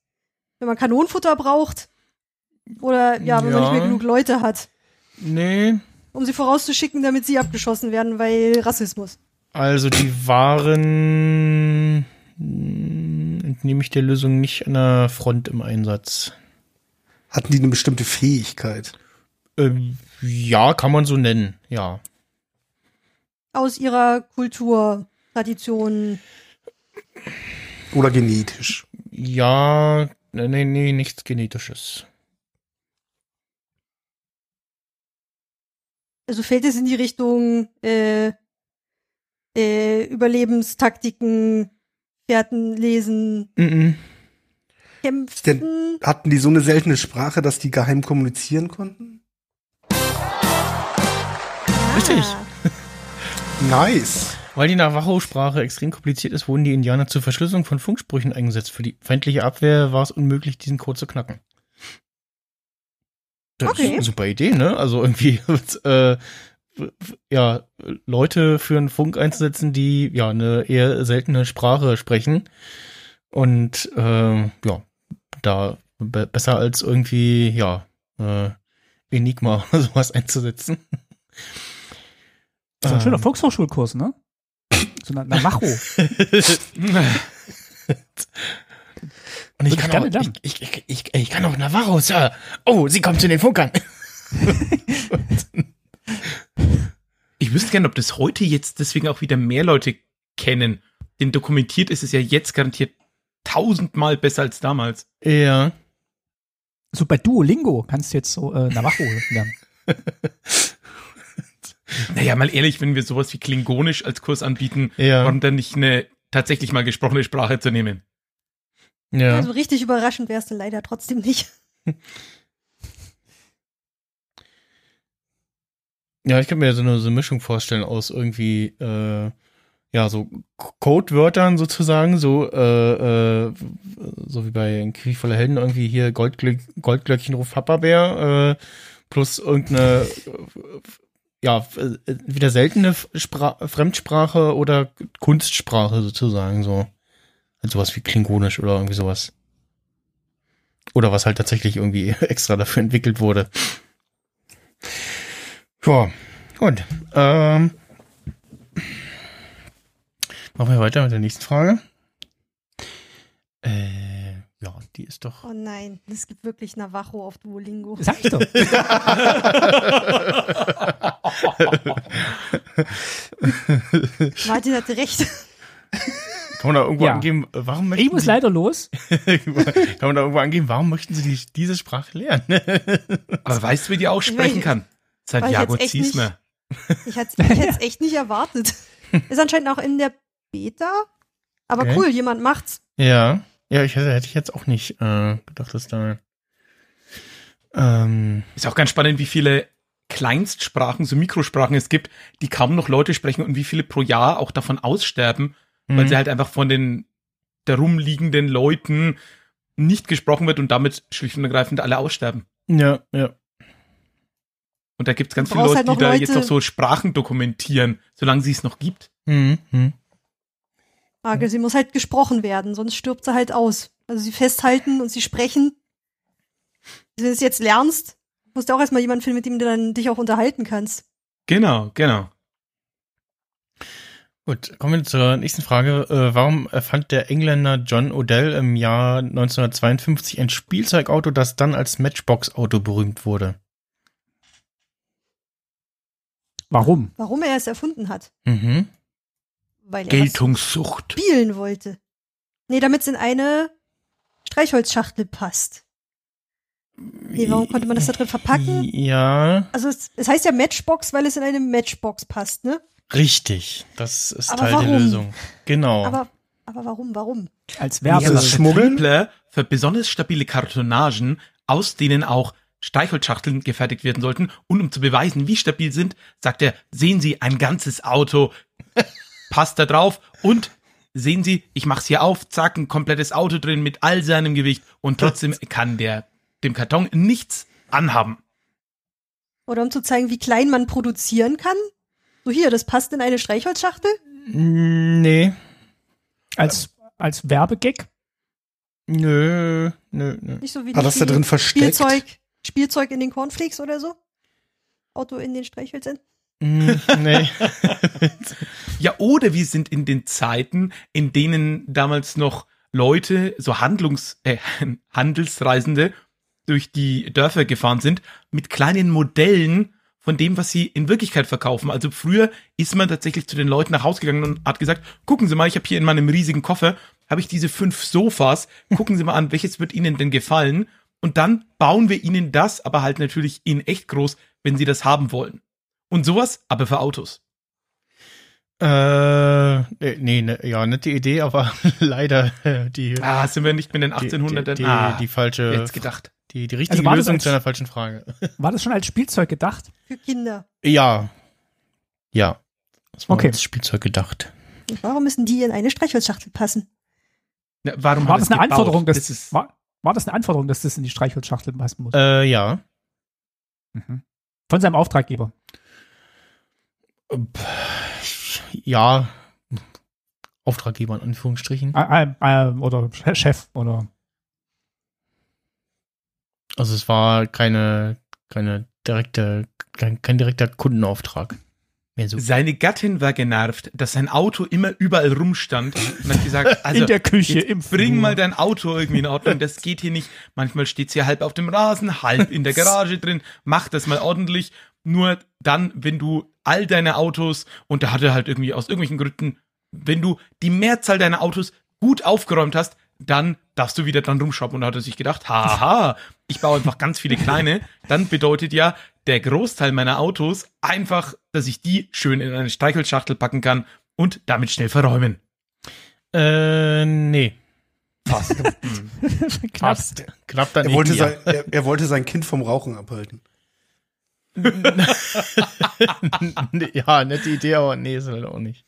S3: Wenn man Kanonenfutter braucht? Oder ja, wenn man
S2: Ja.
S3: nicht mehr genug Leute hat,
S2: nee.
S3: um sie vorauszuschicken, damit sie abgeschossen werden, weil Rassismus.
S2: Also die waren, mm, entnehme ich der Lösung, nicht an der Front im Einsatz.
S5: Hatten die eine bestimmte Fähigkeit?
S2: Ähm, ja, kann man so nennen, ja.
S3: Aus ihrer Kultur, Tradition.
S5: Oder genetisch.
S2: Ja, nee, nee, nee, nichts Genetisches.
S3: Also fällt es in die Richtung äh, äh, Überlebenstaktiken, Fährten lesen,
S2: Mhm.
S3: kämpfen.
S5: Hatten die so eine seltene Sprache, dass die geheim kommunizieren konnten?
S2: Richtig.
S3: Ah,
S5: Nice.
S2: Weil die Navajo-Sprache extrem kompliziert ist, wurden die Indianer zur Verschlüsselung von Funksprüchen eingesetzt. Für die feindliche Abwehr war es unmöglich, diesen Code zu knacken. Das ist
S3: Okay.
S2: eine super Idee, ne? Also irgendwie, äh, ja, Leute für einen Funk einzusetzen, die ja eine eher seltene Sprache sprechen. Und äh, ja, da be besser als irgendwie, ja, äh, Enigma oder sowas einzusetzen.
S6: Das ist ein schöner
S2: Ähm,
S6: Volkshochschulkurs, ne? So eine Navajo.
S2: Und ich
S6: Würde
S2: kann,
S6: ich gerne
S2: auch,
S6: lernen.
S2: ich, ich, ich, ich kann auch Navarro, Sir. Oh, sie kommt zu den Funkern.
S4: Ich wüsste gerne, ob das heute jetzt deswegen auch wieder mehr Leute kennen. Denn dokumentiert ist es ja jetzt garantiert tausendmal besser als damals.
S2: Ja.
S6: So bei Duolingo kannst du jetzt so äh, Navajo lernen.
S4: Naja, mal ehrlich, wenn wir sowas wie Klingonisch als Kurs anbieten,
S2: Ja.
S4: warum dann nicht eine tatsächlich mal gesprochene Sprache zu nehmen?
S2: Ja.
S3: Also richtig überraschend wär's dann leider trotzdem nicht.
S2: ja, ich kann mir so eine, so eine Mischung vorstellen aus irgendwie, äh, ja, so C- Codewörtern sozusagen, so, äh, äh, so wie bei Ein Krieg voller Helden irgendwie hier Goldglöck, Goldglöckchen ruft Papa Bär, äh, plus irgendeine, äh, ja, f- äh, wieder seltene F- Spra Fremdsprache oder Kunstsprache sozusagen, so. Also sowas wie Klingonisch oder irgendwie sowas. Oder was halt tatsächlich irgendwie extra dafür entwickelt wurde. Ja, gut. Ähm, machen wir weiter mit der nächsten Frage. Äh, ja, die ist doch.
S3: Oh nein, es gibt wirklich Navajo auf Duolingo.
S6: Sag ich doch.
S3: Martin hatte recht.
S2: Kann man da irgendwo
S6: Ja.
S2: angeben, äh, warum möchten
S6: Ich muss
S2: Sie-
S6: leider los.
S2: Kann man da irgendwo angeben, warum möchten Sie die, diese Sprache lernen?
S4: Aber weißt du, wie die auch sprechen
S3: ich-
S4: kann? Santiago
S3: jetzt echt nicht-
S4: Ziesmer.
S3: Ich hätte es echt nicht erwartet. Ist anscheinend auch in der Beta. Aber
S2: Okay.
S3: cool, jemand macht's.
S2: ja. Ja, ich hätte, hätte ich jetzt auch nicht äh, gedacht, dass da. Ähm,
S4: Ist auch ganz spannend, wie viele Kleinstsprachen, so Mikrosprachen es gibt, die kaum noch Leute sprechen und wie viele pro Jahr auch davon aussterben, weil
S2: mh.
S4: sie halt einfach von den darum liegenden Leuten nicht gesprochen wird und damit schlicht und ergreifend alle aussterben.
S2: ja, ja.
S4: Und da gibt es ganz
S3: Du
S4: viele
S3: brauchst
S4: Leute,
S3: halt
S4: die
S3: noch
S4: da
S3: Leute-
S4: jetzt noch so Sprachen dokumentieren, solange sie es noch gibt.
S2: Mhm, mhm.
S3: Frage, sie muss halt gesprochen werden, sonst stirbt sie halt aus. Also sie festhalten und sie sprechen. Also Wenn du es jetzt lernst, musst du auch erstmal jemanden finden, mit dem du dann dich auch unterhalten kannst.
S4: Genau, genau.
S2: Gut, kommen wir zur nächsten Frage. Äh, warum erfand der Engländer John Odell im Jahr 1952 ein Spielzeugauto, das dann als Matchbox-Auto berühmt wurde?
S6: Warum?
S3: Warum er es erfunden hat.
S2: Mhm.
S3: Weil er was
S4: Geltungssucht.
S3: spielen wollte. Nee, damit es in eine Streichholzschachtel passt. Nee, warum konnte man das da drin verpacken?
S2: Ja,
S3: Also es, es heißt ja Matchbox, weil es in eine Matchbox passt, ne?
S2: richtig. Das ist
S3: Aber
S2: Teil der
S3: warum?
S2: Lösung. Genau.
S3: Aber, aber warum, warum?
S6: Als
S5: Ist
S6: Werbe.
S5: es Schmuggeln?
S4: Vertriebler für besonders stabile Kartonagen, aus denen auch Streichholzschachteln gefertigt werden sollten. Und um zu beweisen, wie stabil sie sind, sagt er, sehen Sie ein ganzes Auto, passt da drauf und sehen Sie, ich mach's hier auf, zack, ein komplettes Auto drin mit all seinem Gewicht und trotzdem kann der dem Karton nichts anhaben.
S3: Oder um zu zeigen, wie klein man produzieren kann? So hier, das passt in eine Streichholzschachtel?
S2: nee.
S6: Als, als Werbegag.
S2: Nö, nö, nö.
S3: Nicht so wie
S5: Hat das da
S3: die-
S5: drin versteckt?
S3: Spielzeug, Spielzeug in den Cornflakes oder so? Auto in den Streichhölzern?
S2: Mm, nee.
S4: Ja, oder wir sind in den Zeiten, in denen damals noch Leute, so Handlungs, äh, Handelsreisende, durch die Dörfer gefahren sind, mit kleinen Modellen von dem, was sie in Wirklichkeit verkaufen. Also früher ist man tatsächlich zu den Leuten nach Hause gegangen und hat gesagt, gucken Sie mal, ich habe hier in meinem riesigen Koffer, habe ich diese fünf Sofas, gucken Sie mal an, welches wird Ihnen denn gefallen? Und dann bauen wir Ihnen das, aber halt natürlich in echt groß, wenn Sie das haben wollen. Und sowas, aber für Autos.
S2: Äh, nee, nee, ne, ja, nette Idee, aber leider äh, die,
S4: Ah, sind wir nicht mit den
S2: die,
S4: 1800ern?
S2: die, die,
S4: ah,
S2: die falsche,
S4: jetzt gedacht.
S2: die, die richtige
S6: war das
S2: Lösung
S6: als-
S2: zu einer falschen Frage.
S6: War das schon als Spielzeug gedacht?
S3: Für Kinder.
S2: Ja. Ja. Das
S6: Okay.
S2: als Spielzeug gedacht.
S3: Warum müssen die in eine Streichholzschachtel passen?
S4: Na, warum
S6: War
S4: haben
S6: das
S4: wir es
S6: eine
S4: gebaut?
S6: Anforderung, dass
S4: das ist
S6: war, war das eine Anforderung, dass das in die Streichholzschachtel passen muss?
S2: Äh, ja.
S6: Mhm. Von seinem Auftraggeber.
S2: Ja. Auftraggeber in Anführungsstrichen.
S6: Ä- ähm, ähm, oder Che- Chef oder
S2: Also es war keine, keine direkte, kein, kein direkter Kundenauftrag. Mehr so.
S4: Seine Gattin war genervt, dass sein Auto immer überall rumstand und hat gesagt, also
S6: in der Küche, im
S4: bring
S6: Flur.
S4: mal dein Auto irgendwie in Ordnung, das geht hier nicht. Manchmal steht hier halb auf dem Rasen, halb in der Garage drin, mach das mal ordentlich. Nur dann, wenn du all deine Autos, und da hat er halt irgendwie aus irgendwelchen Gründen, wenn du die Mehrzahl deiner Autos gut aufgeräumt hast, dann darfst du wieder dran rumschrauben. Und da hat er sich gedacht, haha, ich baue einfach ganz viele kleine. Dann bedeutet ja der Großteil meiner Autos einfach, dass ich die schön in eine Streichholzschachtel packen kann und damit schnell verräumen.
S2: Äh, nee.
S4: Passt.
S6: Knapp.
S2: Knapp dann
S5: Er wollte,
S2: eben, ja.
S5: sein, er, er wollte sein Kind vom Rauchen abhalten.
S2: ja, nette Idee, aber nee, ist halt auch nicht.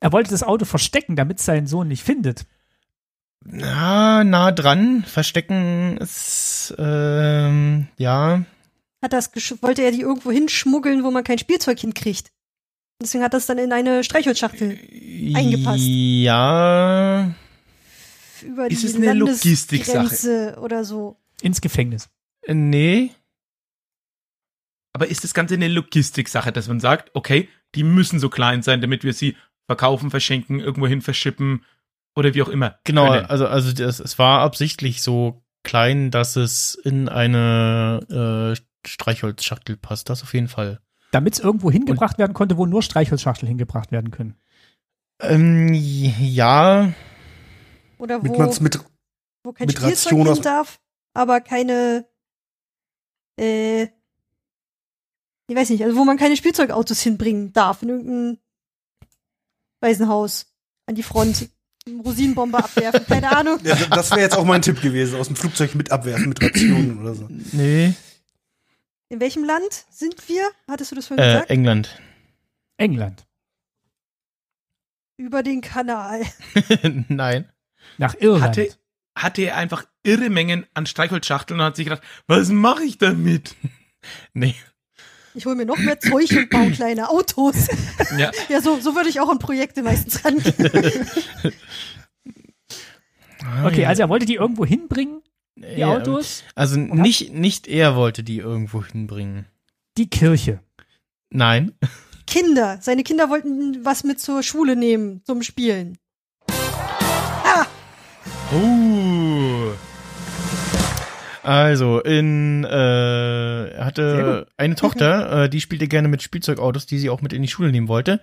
S6: Er wollte das Auto verstecken, damit sein Sohn nicht findet.
S2: Na, nah dran. Verstecken ist, ähm, ja.
S3: Hat das gesch- wollte er die irgendwo hinschmuggeln, wo man kein Spielzeug hinkriegt. Deswegen hat das dann in eine Streichholzschachtel Eingepasst.
S2: Ja.
S3: über
S4: Ist
S3: die
S4: es eine Logistiksache?
S3: Landesgrenze oder so.
S6: Ins Gefängnis.
S2: Nee.
S4: Aber ist das Ganze eine Logistiksache, dass man sagt, okay, die müssen so klein sein, damit wir sie verkaufen, verschenken, irgendwohin verschippen oder wie auch immer.
S2: Genau,
S4: können?
S2: also, also das, es war absichtlich so klein, dass es in eine äh, Streichholzschachtel passt. Das auf jeden Fall.
S6: Damit es irgendwo hingebracht werden konnte, wo nur Streichholzschachteln hingebracht werden können.
S2: Ähm, ja.
S3: Oder
S5: Mit
S3: wo,
S5: man's mit,
S3: wo kein
S5: mit
S3: Spielzeug
S5: Ration aus-
S3: hin darf, aber keine äh, ich weiß nicht, also wo man keine Spielzeugautos hinbringen darf, in irgendein Waisenhaus an die Front. Rosinenbombe abwerfen, keine Ahnung.
S5: ja, das wäre jetzt auch mein Tipp gewesen, aus dem Flugzeug mit abwerfen, mit Rationen oder so.
S2: Nee.
S3: In welchem Land sind wir? Hattest du das schon
S2: Äh,
S3: gesagt?
S2: England.
S6: England.
S3: Über den Kanal.
S2: Nein.
S6: Nach Irland.
S4: Hatte, hatte er einfach irre Mengen an Streichholzschachteln und hat sich gedacht, was mache ich damit?
S2: Nee.
S3: Ich hole mir noch mehr Zeug und baue kleine Autos.
S4: Ja,
S3: Ja, so, so würde ich auch an Projekte meistens rangehen.
S4: Ah,
S6: okay, also er wollte die irgendwo hinbringen, die
S2: Ja,
S6: Autos.
S2: Also
S6: hat-
S2: nicht, nicht er wollte die irgendwo hinbringen.
S6: Die Kirche.
S2: Nein.
S3: Kinder. Seine Kinder wollten was mit zur Schule nehmen, zum Spielen.
S6: Oh.
S4: uh,
S2: Also, in, äh, er
S6: Sehr
S2: hatte eine Tochter, äh, die spielte gerne mit Spielzeugautos, die sie auch mit in die Schule nehmen wollte.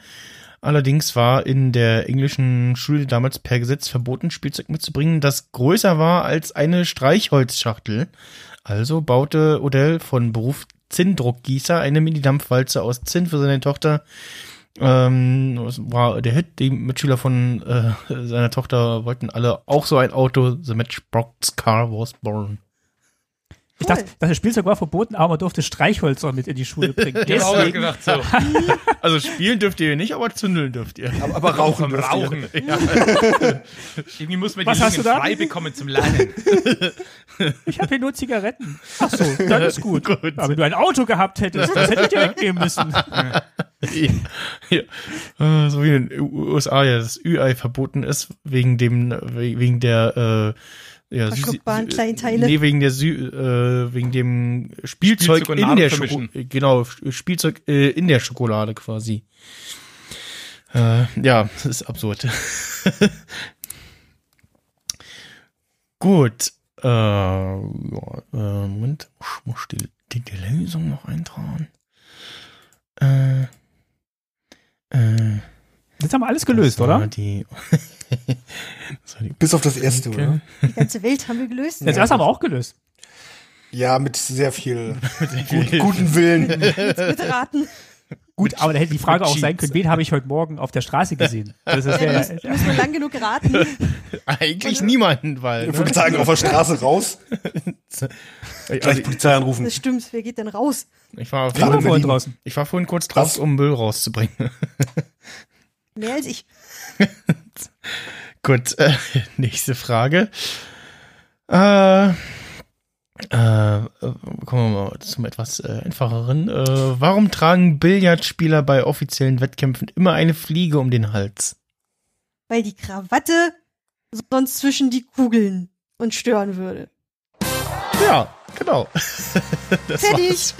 S2: Allerdings war in der englischen Schule damals per Gesetz verboten, Spielzeug mitzubringen, das größer war als eine Streichholzschachtel. Also baute Odell von Beruf Zinndruckgießer eine Mini-Dampfwalze aus Zinn für seine Tochter. Ähm, das war der Hit. Die Mitschüler von äh, seiner Tochter wollten alle auch so ein Auto. The Matchbox Car was born.
S6: Ich
S3: Cool.
S6: dachte, das Spielzeug war verboten, aber man durfte Streichhölzer mit in die Schule bringen.
S4: ich habe auch
S6: Deswegen,
S4: halt gedacht, so,
S2: Also spielen dürft ihr nicht, aber zündeln dürft ihr.
S5: Aber, aber rauchen.
S4: vom
S5: dürft ihr.
S4: Rauchen. Irgendwie muss man die
S6: Was hast
S4: Lungen
S6: du da?
S4: frei bekommen zum Lernen.
S6: ich habe hier nur Zigaretten. Ach so, dann ist gut.
S2: Gut.
S6: Aber wenn du ein Auto gehabt hättest, das hätte ich dir weggeben müssen.
S2: ja. Ja. Äh, So wie in den U- USA ja das Ü-Ei verboten ist, wegen dem, we- wegen der äh, ja, Süßi-
S3: Verschluckbaren
S2: Sü-
S3: kleinen Teile.
S2: Nee, wegen der Sü äh, wegen dem Spielzeug,
S4: Spielzeug und
S2: in
S4: Nahrung
S2: der
S4: vermischen.
S2: Schokolade. Genau, Sch- Spielzeug äh, in der Schokolade quasi. Äh, ja, das ist absurd. Gut. Äh, ja, äh, Moment, ich muss die, die, die Lösung noch eintragen. Äh, äh,
S6: Jetzt haben wir alles gelöst,
S2: das war
S6: oder?
S2: Die, das war die
S5: Bis auf das erste, oder?
S3: Die ganze Welt haben wir gelöst.
S6: Das erste haben wir auch gelöst.
S5: Ja, mit sehr viel gut, guten Willen.
S3: Jetzt bitte raten.
S6: Gut, aber da hätte die Frage
S2: mit
S6: auch sein
S2: Cheats.
S6: können, wen habe ich heute Morgen auf der Straße gesehen? Das ist
S3: Ja,
S6: ja,
S3: müssen, müssen wir lang genug raten.
S2: Eigentlich niemanden, weil. ne?
S5: Ich würde sagen, auf der Straße raus,
S2: Also,
S5: gleich Polizei anrufen.
S3: Das stimmt, wer geht denn raus?
S2: ich, war
S6: Waren wir
S2: vorhin,
S6: vorhin
S5: Berlin.
S6: draußen.
S2: ich war vorhin kurz drauf,
S5: Was?
S2: um Müll rauszubringen.
S3: Mehr als ich.
S2: Gut, äh, nächste Frage. Äh, äh, äh, kommen wir mal zum etwas äh, einfacheren. Äh, warum tragen Billardspieler bei offiziellen Wettkämpfen immer eine Fliege um den Hals?
S3: Weil die Krawatte sonst zwischen die Kugeln und stören würde.
S2: Ja, genau.
S3: Fertig.
S6: Jetzt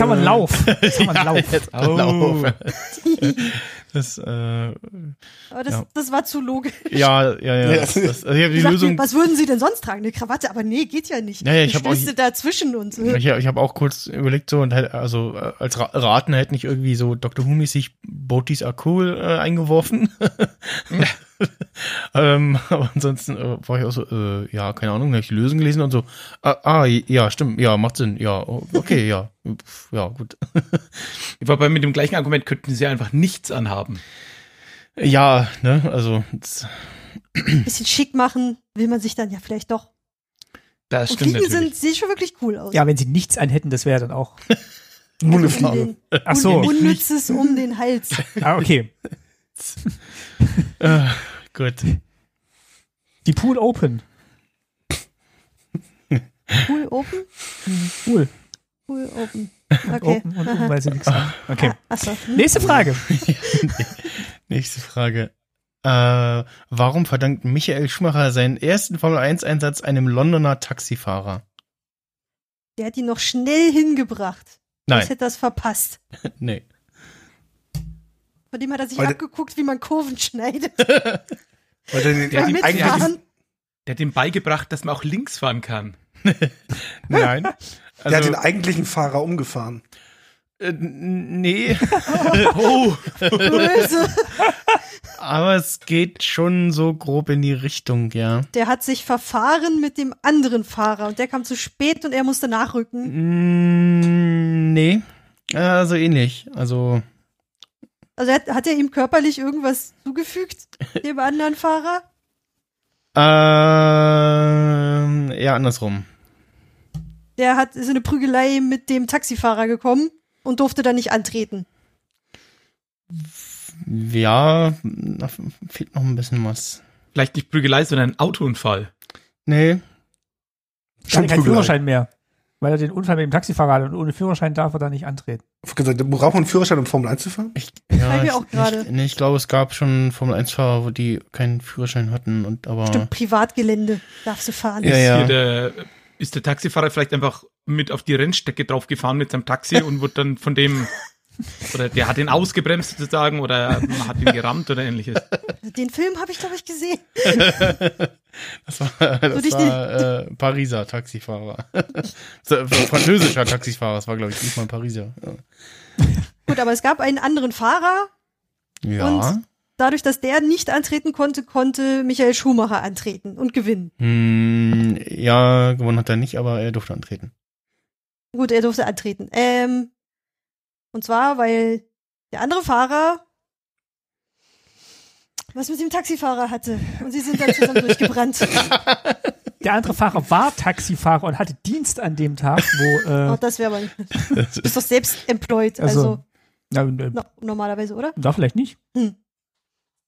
S6: haben wir einen Lauf. Jetzt haben wir einen Lauf.
S2: Jetzt oh. Das, äh,
S3: Aber das,
S2: Ja.
S3: das war zu logisch.
S2: ja, ja, ja.
S5: Ja.
S2: Das, das, also ich habe die
S3: Ich dachte,
S2: Lösung.
S3: was würden sie denn sonst tragen? Eine Krawatte? Aber nee, geht ja nicht.
S2: Naja, ich
S3: Du
S2: hab auch-
S3: stehst da zwischen uns.
S2: Ich, ich habe auch kurz überlegt so und halt, also äh, als Ra Raten hätte nicht irgendwie so Dr. Who-mäßig Botis are cool äh, eingeworfen. ähm, aber ansonsten äh, war ich auch so, äh, ja, keine Ahnung, habe ich die Lösung gelesen und so, ah, ah, ja, stimmt, ja, macht Sinn, ja, o- okay, ja, pf, ja, gut.
S4: Ich war bei mit dem gleichen Argument, könnten sie einfach nichts anhaben.
S2: ja, ne, also, das-
S3: Ein bisschen schick machen will man sich dann ja vielleicht doch.
S4: Das
S3: Und
S4: stimmt
S3: Fliegen
S4: natürlich.
S3: sind, sehen schon wirklich cool aus.
S6: Oh. Ja, wenn sie nichts anhätten, das wäre dann auch.
S5: Nur eine
S3: um
S5: Fliege.
S3: den,
S6: Ach so.
S3: un Unnützes um den Hals.
S6: Ah, okay.
S2: äh, gut.
S6: Die Pool Open.
S3: Cool open?
S6: Pool
S3: Cool open. Okay. Ah,
S6: Open und oben, weil sie nichts haben. Okay.
S3: Achso.
S6: Nächste Frage.
S2: Nächste Frage. Äh, warum verdankt Michael Schumacher seinen ersten Formel-1-Einsatz einem Londoner Taxifahrer?
S3: Der hat ihn noch schnell hingebracht. Das
S2: Nein,
S3: hätte das verpasst.
S2: nee.
S3: Von dem hat er sich
S5: Weil-
S3: abgeguckt, wie man Kurven schneidet.
S5: Weil der den,
S4: Ja,
S3: beim
S4: die-
S3: Mitfahren.
S4: Der hat ihm beigebracht, dass man auch links fahren kann.
S2: Nein.
S5: der hat den eigentlichen Fahrer umgefahren.
S2: äh, n- nee,
S4: Oh,
S3: Böse.
S2: aber es geht schon so grob in die Richtung, ja.
S3: Der hat sich verfahren mit dem anderen Fahrer und der kam zu spät und er musste nachrücken.
S2: Mhm. Mm, nee, also ähnlich. Also,
S3: Also hat, hat er ihm körperlich irgendwas zugefügt, dem anderen Fahrer?
S2: ähm, eher andersrum.
S3: Der hat ist in eine Prügelei mit dem Taxifahrer gekommen und durfte dann nicht antreten.
S2: Mhm. Ja, da f- fehlt noch ein bisschen was.
S4: vielleicht nicht Prügelei, sondern ein Autounfall.
S2: Nee,
S6: Der hat keinen
S5: Prügelei.
S6: Führerschein mehr. Weil er den Unfall mit dem Taxifahrer hatte und ohne Führerschein darf er da nicht antreten.
S5: Ich hab gesagt, braucht man einen Führerschein, um Formel 1 zu fahren?
S2: ich, ja,
S3: Bei mir
S2: ich,
S3: auch gerade.
S2: ich- Nee, ich glaube, es gab schon Formel-1-Fahrer, wo die keinen Führerschein hatten und aber.
S3: Stimmt, Privatgelände darfst du fahren.
S2: Ja,
S4: Ist,
S2: ja.
S4: hier der, ist der Taxifahrer vielleicht einfach mit auf die Rennstrecke draufgefahren mit seinem Taxi und wurde dann von dem. Oder der hat ihn ausgebremst sozusagen oder man hat ihn gerammt oder ähnliches.
S3: Den Film habe ich, glaube ich, gesehen.
S2: Das war, das
S3: dich
S2: war äh, Pariser Taxifahrer. So, äh, Französischer Taxifahrer, das war, glaube ich, nicht mal ein Pariser.
S3: Gut, aber es gab einen anderen Fahrer.
S2: Ja. ja.
S3: Und- Dadurch, dass der nicht antreten konnte, konnte Michael Schumacher antreten und gewinnen.
S2: Hm, ja, gewonnen hat er nicht, aber er durfte antreten.
S3: Gut, er durfte antreten. Ähm, und zwar, weil der andere Fahrer was mit dem Taxifahrer hatte. Und sie sind dann zusammen durchgebrannt.
S6: Der andere Fahrer war Taxifahrer und hatte Dienst an dem Tag, wo.
S3: Oh,
S6: Äh,
S3: das wäre aber nicht. Du bist doch selbst employed, also
S6: also, na, äh,
S3: no, normalerweise, oder?
S6: da vielleicht nicht.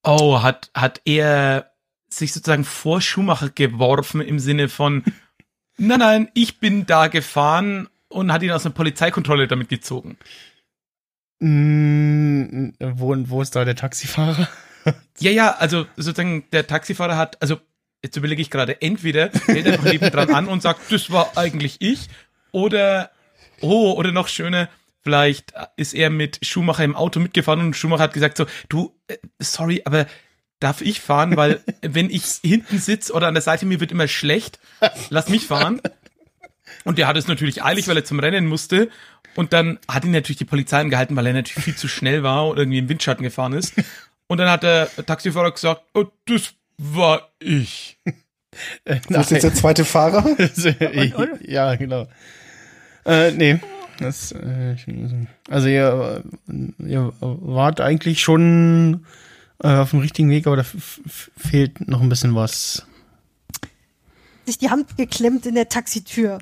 S4: Oh, hat, hat er sich sozusagen vor Schumacher geworfen im Sinne von, nein, nein, ich bin da gefahren und hat ihn aus einer Polizeikontrolle damit gezogen.
S2: Hm, wo, wo ist da der Taxifahrer?
S4: Ja, ja, also sozusagen der Taxifahrer hat, also jetzt überlege ich gerade, entweder hält er noch nebendran an und sagt, das war eigentlich ich, oder, oh, oder noch schöner, vielleicht ist er mit Schumacher im Auto mitgefahren und Schumacher hat gesagt so, du, äh, sorry, aber darf ich fahren, weil wenn ich hinten sitze oder an der Seite, mir wird immer schlecht. Lass mich fahren. Und der hat es natürlich eilig, weil er zum Rennen musste. Und dann hat ihn natürlich die Polizei angehalten, weil er natürlich viel zu schnell war und irgendwie im Windschatten gefahren ist. Und dann hat der Taxifahrer gesagt, oh, das war ich.
S5: Wo ist jetzt der zweite Fahrer?
S2: Also, ja, genau. Äh, nee. Das, äh, ich- also ihr, äh, ihr wart eigentlich schon äh, auf dem richtigen Weg, aber da f- f- fehlt noch ein bisschen was.
S3: Sich die Hand geklemmt in der Taxitür.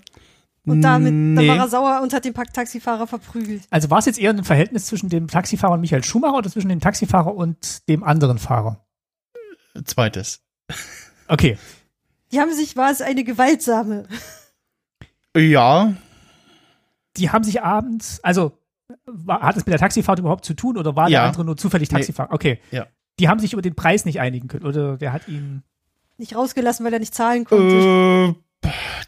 S3: Und damit dann
S2: Nee.
S3: war er sauer und hat den Pack Taxifahrer verprügelt.
S6: Also war es jetzt eher ein Verhältnis zwischen dem Taxifahrer und Michael Schumacher oder zwischen dem Taxifahrer und dem anderen Fahrer?
S2: Zweites.
S6: Okay.
S3: Die haben sich, war es eine gewaltsame.
S2: Ja,
S6: Die haben sich abends, also war, hat es mit der Taxifahrt überhaupt zu tun oder war
S2: Ja.
S6: der andere nur zufällig
S2: Nee.
S6: Taxifahrer? Okay.
S2: Ja.
S6: Die haben sich über den Preis nicht einigen können oder der hat ihn.
S3: Nicht rausgelassen, weil er nicht zahlen konnte.
S2: äh,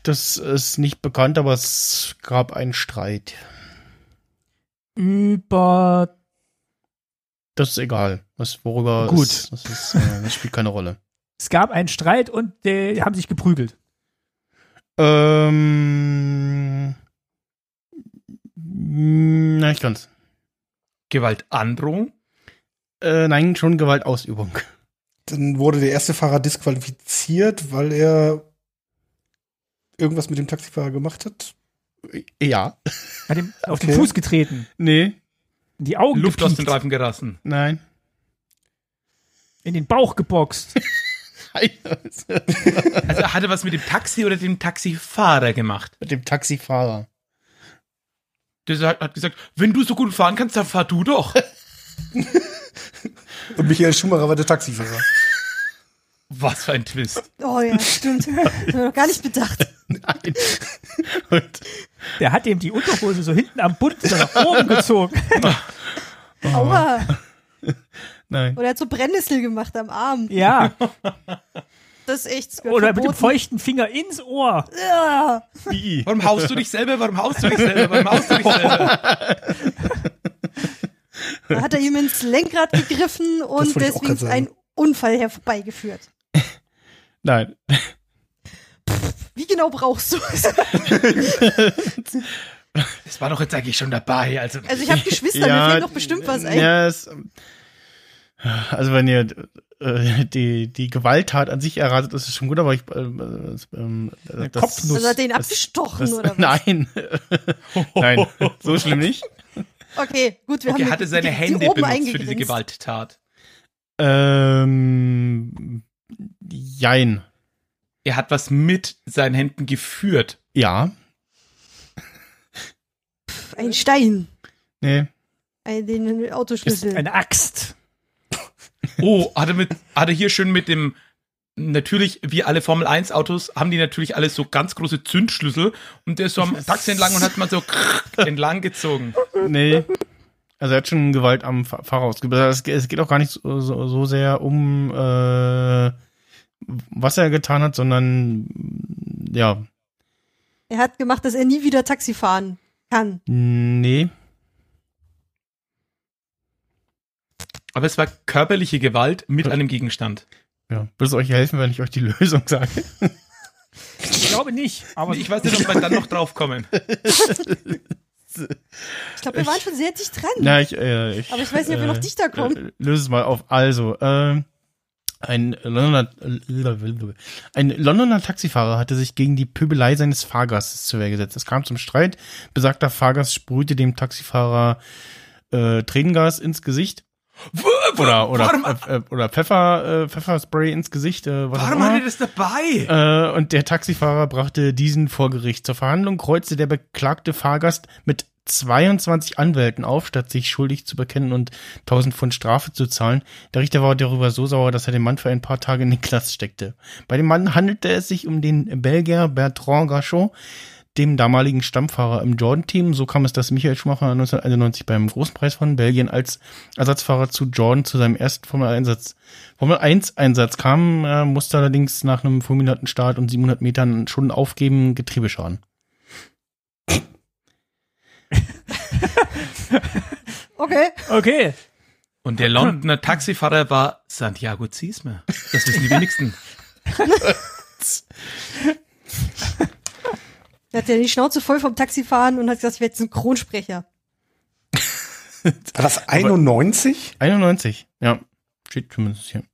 S2: das ist nicht bekannt, aber es gab einen Streit.
S6: über.
S2: Das ist egal. Was, worüber
S6: Gut.
S2: Ist, das, ist, äh, das spielt keine Rolle.
S6: Es gab einen Streit und die haben sich geprügelt.
S2: Ähm. mh, Nein, nicht ganz.
S4: Gewaltandrohung.
S2: Äh, nein, schon Gewaltausübung.
S5: Dann wurde der erste Fahrer disqualifiziert, weil er irgendwas mit dem Taxifahrer gemacht hat.
S2: Ja.
S6: Hat ihm auf den
S5: Okay.
S6: Fuß getreten,
S2: Nee,
S6: in die Augen
S4: Luft aus
S6: gepiekt,
S4: den Reifen gelassen.
S2: nein.
S6: in den Bauch geboxt.
S4: Also hat er was mit dem Taxi oder dem Taxifahrer gemacht?
S2: Mit dem Taxifahrer.
S4: Der hat hat gesagt, wenn du so gut fahren kannst, dann fahr du doch.
S5: Und Michael Schumacher war der Taxifahrer.
S4: Was für ein Twist.
S3: Oh ja, stimmt. Das haben wir noch gar nicht bedacht.
S2: Nein. Und,
S6: Der hat ihm die Unterhose so hinten am Bund so nach oben gezogen.
S3: Aua.
S2: nein.
S3: Oder er hat so Brennnessel gemacht am Arm.
S6: ja.
S3: Das ist echt. Das gehört
S6: Oder mit dem
S3: verboten.
S6: feuchten Finger ins Ohr.
S3: Ja.
S2: Wie?
S4: Warum haust du dich selber? Warum haust du dich selber? Warum haust du dich selber?
S3: Da hat er ihm ins Lenkrad gegriffen und
S5: wollte ich auch grad
S3: deswegen
S5: sagen.
S3: einen Unfall herbeigeführt.
S2: Nein.
S3: Wie genau brauchst du es?
S4: Das war doch jetzt eigentlich schon dabei. Also,
S3: Also ich habe Geschwister, mir fällt doch bestimmt was ein.
S2: Ja, es, ähm, also wenn ihr äh, die, die Gewalttat an sich erratet, ist es schon gut, aber ich ähm, äh, ähm, äh, das,
S6: Kopfnuss.
S3: Also hat er ihn
S2: das-
S3: abgestochen
S2: das,
S3: oder was?
S2: Nein. nein, so schlimm nicht.
S3: Okay, gut, wir
S4: okay,
S3: haben
S4: hatte
S3: die-
S4: seine
S3: die,
S4: Hände
S3: die oben
S4: benutzt für diese
S3: eingegrenzt.
S4: Gewalttat.
S2: Ähm, jein.
S4: Er hat was mit seinen Händen geführt.
S2: Ja.
S3: Ein Stein,
S2: Nee.
S3: ein, den
S6: Ist
S3: Autoschlüssel.
S6: eine Axt.
S4: Oh, hat er, mit, hat er hier schön mit dem. Natürlich, wie alle Formel 1 Autos, haben die natürlich alle so ganz große Zündschlüssel und der ist so am Taxi entlang und hat man so entlang gezogen.
S2: Nee. Also er hat schon Gewalt am Fa- Fahrer ausgeübt. Also Es, ge- es geht auch gar nicht so, so, so sehr um, äh, was er getan hat, sondern mm, ja,
S3: er hat gemacht, dass er nie wieder Taxi fahren kann.
S2: nee.
S4: Aber es war körperliche Gewalt mit einem Gegenstand.
S2: Ja. Würde es euch helfen, wenn ich euch die Lösung sage?
S6: Ich glaube nicht, aber
S4: Ich weiß nicht, ob wir dann noch drauf kommen.
S3: Ich glaube, wir waren schon sehr dicht dran.
S2: Na, ich, äh, ich,
S3: Aber ich weiß nicht, ob wir noch dichter kommen.
S2: Äh, löse es mal auf. Also, ähm, ein Londoner, ein Londoner Taxifahrer hatte sich gegen die Pöbelei seines Fahrgastes zur Wehr gesetzt. Es kam zum Streit. Besagter Fahrgast sprühte dem Taxifahrer äh, Tränengas ins Gesicht. Oder, oder,
S4: warum,
S2: äh, oder Pfeffer, äh, Pfefferspray ins Gesicht. Äh, was auch
S4: warum
S2: immer.
S4: hat er das dabei?
S2: Äh, und der Taxifahrer brachte diesen vor Gericht. Zur Verhandlung kreuzte der beklagte Fahrgast mit 22 Anwälten auf, statt sich schuldig zu bekennen und 1000 Pfund Strafe zu zahlen. Der Richter war darüber so sauer, dass er den Mann für ein paar Tage in den Knast steckte. Bei dem Mann handelte es sich um den Belgier Bertrand Gachot, dem damaligen Stammfahrer im Jordan-Team. So kam es, dass Michael Schumacher 1991 beim Großen Preis von Belgien als Ersatzfahrer zu Jordan zu seinem ersten Formel-1-Einsatz Formel 1-Einsatz kam, äh, musste allerdings nach einem fulminanten Start und 700 Metern schon aufgeben, Getriebeschaden.
S3: Okay,
S6: okay.
S4: Und der Londoner Taxifahrer war Santiago Ziesmer. Das wissen die wenigsten.
S3: Der hat ja die Schnauze voll vom Taxifahren und hat gesagt, ich werde Synchronsprecher.
S5: War das 91?
S2: 91, ja. Steht zumindest hier.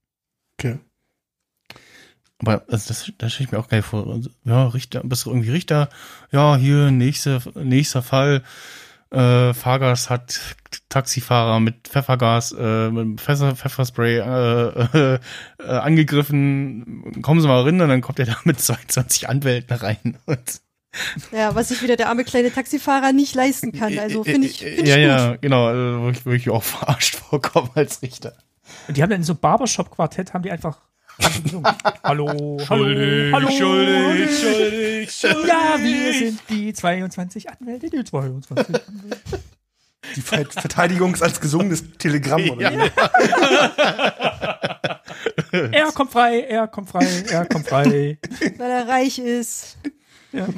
S5: Okay.
S2: Aber also das, das stelle ich mir auch geil vor. Also, Ja, Richter, bist du irgendwie Richter? Ja, hier, nächste, nächster Fall. Äh, Fahrgast hat Taxifahrer mit Pfeffergas, äh, mit Pfeffer, Pfefferspray äh, äh, äh, angegriffen. Kommen Sie mal rein und dann kommt er da mit 22 Anwälten rein. Und
S3: Ja, was sich wieder der arme kleine Taxifahrer nicht leisten
S5: Äh,
S3: kann. Also finde ich, find ich
S2: ja,
S3: gut.
S2: ja, genau. Also, wo ich, wo ich auch verarscht vorkomme als Richter.
S6: Und die haben dann in so Barbershop-Quartett, haben die einfach. hallo, hallo, hallo,
S4: schuldig, schuldig.
S6: Ja, wir sind die 22 Anwälte, die 22 Anwälte.
S5: Die Ver Verteidigungs als gesungenes Telegramm oder wie?
S6: Er kommt frei, er kommt frei, er kommt frei.
S3: weil er reich ist.
S6: Ja.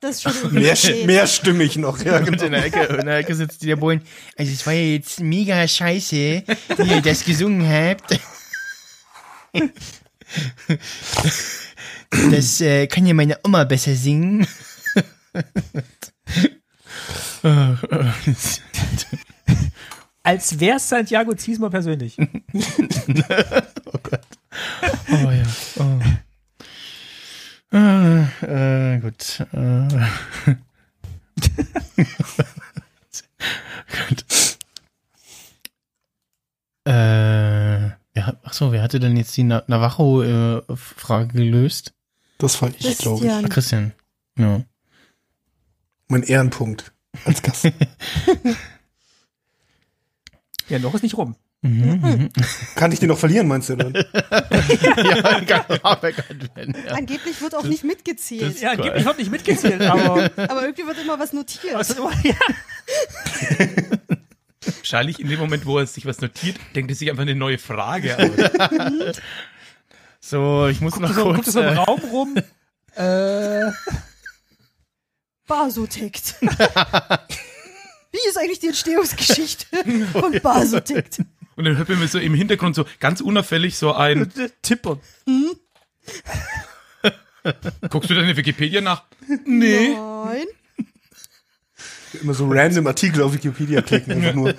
S3: Das ist schon irgendwie
S5: Mehr,
S3: okay.
S5: mehrstimmig noch, ja, genau.
S2: Und in der Ecke, in der Ecke sitzt der Bullen. Also es war ja jetzt mega scheiße, wie ihr das gesungen habt. Das äh, kann ja meine Oma besser singen.
S6: Als wär's Santiago Ziesmer persönlich.
S2: Oh ja. Oh. Äh, äh, gut. Äh. gut. Äh, wer, ach so, wer hatte denn jetzt die Na Navajo-Frage gelöst?
S5: Das war ich, glaube ich.
S2: Ah, Christian.
S3: Christian.
S2: Ja.
S5: Mein Ehrenpunkt als Gast.
S6: Ja, noch ist nicht rum.
S5: Kann ich den noch verlieren, meinst du dann?
S2: ja, kann
S6: Ah,
S2: aberkannt werden. Ja.
S3: Angeblich wird auch nicht mitgezählt.
S6: Ja, angeblich hab nicht mitgezählt, aber.
S3: Aber irgendwie wird immer was notiert.
S6: Was ist immer, ja.
S4: Wahrscheinlich in dem Moment, wo er sich was notiert, denkt er sich einfach eine neue Frage aus.
S2: So, ich muss
S6: Guckt
S2: noch
S6: so, guckt
S2: kurz.
S6: so im
S2: äh,
S6: Raum rum. Äh,
S3: Basotekt. Wie ist eigentlich die Entstehungsgeschichte von Basotekt?
S4: Und dann hört man mir so im Hintergrund so ganz unauffällig so ein,
S6: Tippern.
S4: guckst du deine Wikipedia nach? Nee.
S3: Nein.
S5: Immer so random Artikel auf Wikipedia klicken. Einfach nur.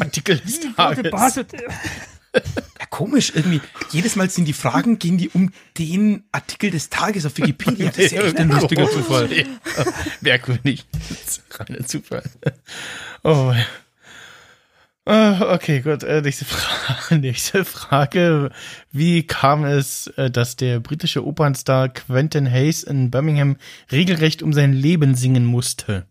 S2: Artikel des
S4: Ah,
S6: Warte,
S2: Tages.
S6: Basel.
S4: Ja, komisch irgendwie. Jedes Mal sind die Fragen, gehen die um den Artikel des Tages auf Wikipedia. Das ist ja echt ein lustiger Zufall.
S2: Ja, merkwürdig. Das ist Reiner Zufall. Oh. Äh, Okay, gut. äh, Nächste Frage. Nächste Frage. Wie kam es, äh, dass der britische Opernstar Quentin Hayes in Birmingham regelrecht um sein Leben singen musste?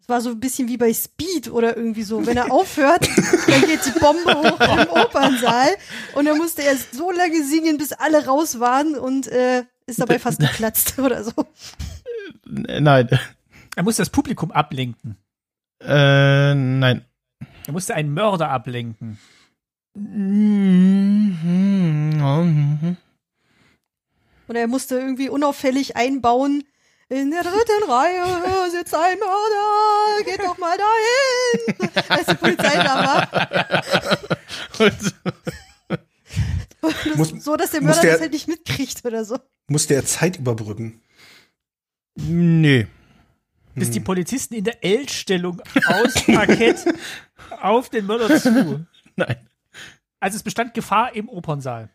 S3: Es war so ein bisschen wie bei Speed oder irgendwie so. Wenn er aufhört, dann geht die Bombe hoch im Opernsaal und dann musste er so lange singen, bis alle raus waren und äh, ist dabei fast geplatzt oder so.
S2: N- Nein.
S6: Er musste das Publikum ablenken.
S2: Äh, nein.
S6: Er musste einen Mörder ablenken.
S3: Oder er musste irgendwie unauffällig einbauen. In der dritten Reihe sitzt ein Mörder, geht doch mal dahin. Als die Polizei da war. Das,
S5: Muss-
S3: so, dass der
S5: muss
S3: Mörder
S5: der-
S3: das halt nicht mitkriegt oder so.
S5: Musste er Zeit überbrücken?
S2: Nee.
S6: Bis die Polizisten in der L-Stellung aus Parkett auf den Mörder zu.
S2: Nein.
S6: Also es bestand Gefahr im Opernsaal.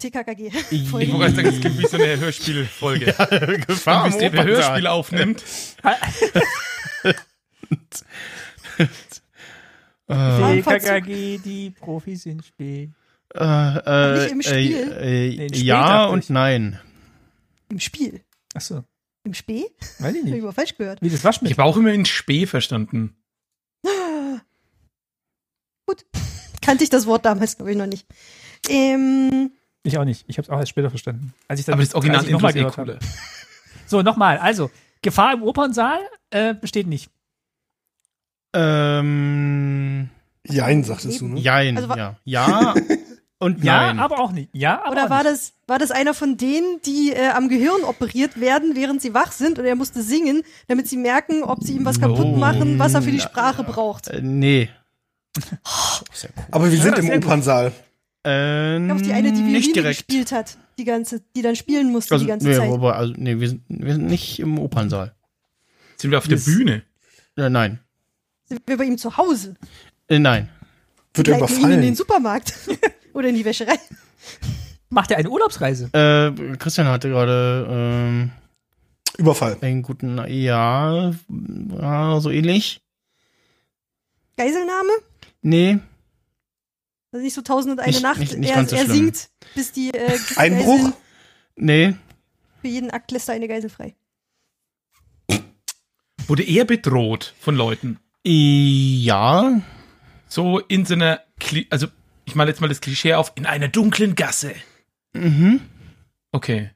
S3: TKKG.
S4: Ich wollte gerade sagen, das klingt wie so eine Hörspielfolge. Ja,
S2: Gefahr
S4: Bis der Hörspiel aufnimmt.
S6: TKKG, die Profis sind spät.
S2: Äh, äh,
S3: Nicht im Spiel?
S2: Äh,
S6: Nee,
S2: äh,
S6: in Spiel
S2: ja
S6: dachte ich.
S2: und nein.
S3: Im Spiel.
S6: Achso,
S3: Im Spee?
S6: weiß ich
S3: Hab ich
S6: nicht.
S3: mal falsch gehört.
S6: Wie das
S4: Ich
S6: Waschmittel.
S4: habe auch immer in Spee verstanden.
S3: Kannte ich das Wort damals, glaube ich, noch nicht. Ähm,
S6: Ich auch nicht. Ich habe es auch erst später verstanden. Als ich dann
S4: Aber das
S6: als ich noch
S4: Original-Intro
S6: mal
S4: ist eh
S6: gehört
S4: cooler.
S6: habe. So, nochmal. Also, Gefahr im Opernsaal äh, besteht nicht.
S2: Ähm,
S5: Jein, sagtest du, ne?
S2: jein,
S3: Also wa-
S2: ja. Ja und
S6: Ja,
S2: nein.
S6: aber auch nicht. Ja, aber
S3: oder
S6: auch
S3: war
S6: nicht.
S3: das, war das einer von denen, die äh, am Gehirn operiert werden, während sie wach sind und er musste singen, damit sie merken, ob sie ihm was kaputt machen, was er für die Sprache braucht?
S2: Äh, nee.
S5: Aber wir sind im
S6: sehr gut.
S5: Opernsaal.
S2: Ähm,
S3: Ich glaube, die eine, die
S2: nicht
S3: Violine
S2: direkt.
S3: gespielt hat, die ganze, die dann spielen musste
S2: Also,
S3: die ganze
S2: nee,
S3: Zeit.
S2: wobei, also, nee, wir sind, wir sind nicht im Opernsaal.
S4: Sind wir auf der Bühne?
S2: Äh, nein.
S3: Sind wir bei ihm zu Hause?
S2: Äh, nein.
S5: Wird er
S3: Leiten ihn in den
S5: überfallen.
S3: Supermarkt oder in die Wäscherei.
S6: Macht er eine Urlaubsreise?
S2: Äh, Christian hatte gerade ähm,
S5: Überfall.
S2: einen guten, ja, ja, so ähnlich.
S3: Geiselnahme?
S2: Nee,
S3: Also nicht so tausend und eine
S2: Nicht-
S3: Nacht.
S2: nicht- nicht
S3: er
S2: ganz so
S3: er
S2: schlimm.
S3: singt, bis die äh, bis die
S5: Einbruch?
S3: Geiseln-
S2: nee,
S3: Für jeden Akt lässt er eine Geisel frei.
S4: Wurde er bedroht von Leuten?
S2: I- ja,
S4: So in so einer, Kli also ich male jetzt mal das Klischee auf, in einer dunklen Gasse.
S2: mhm.
S4: Okay.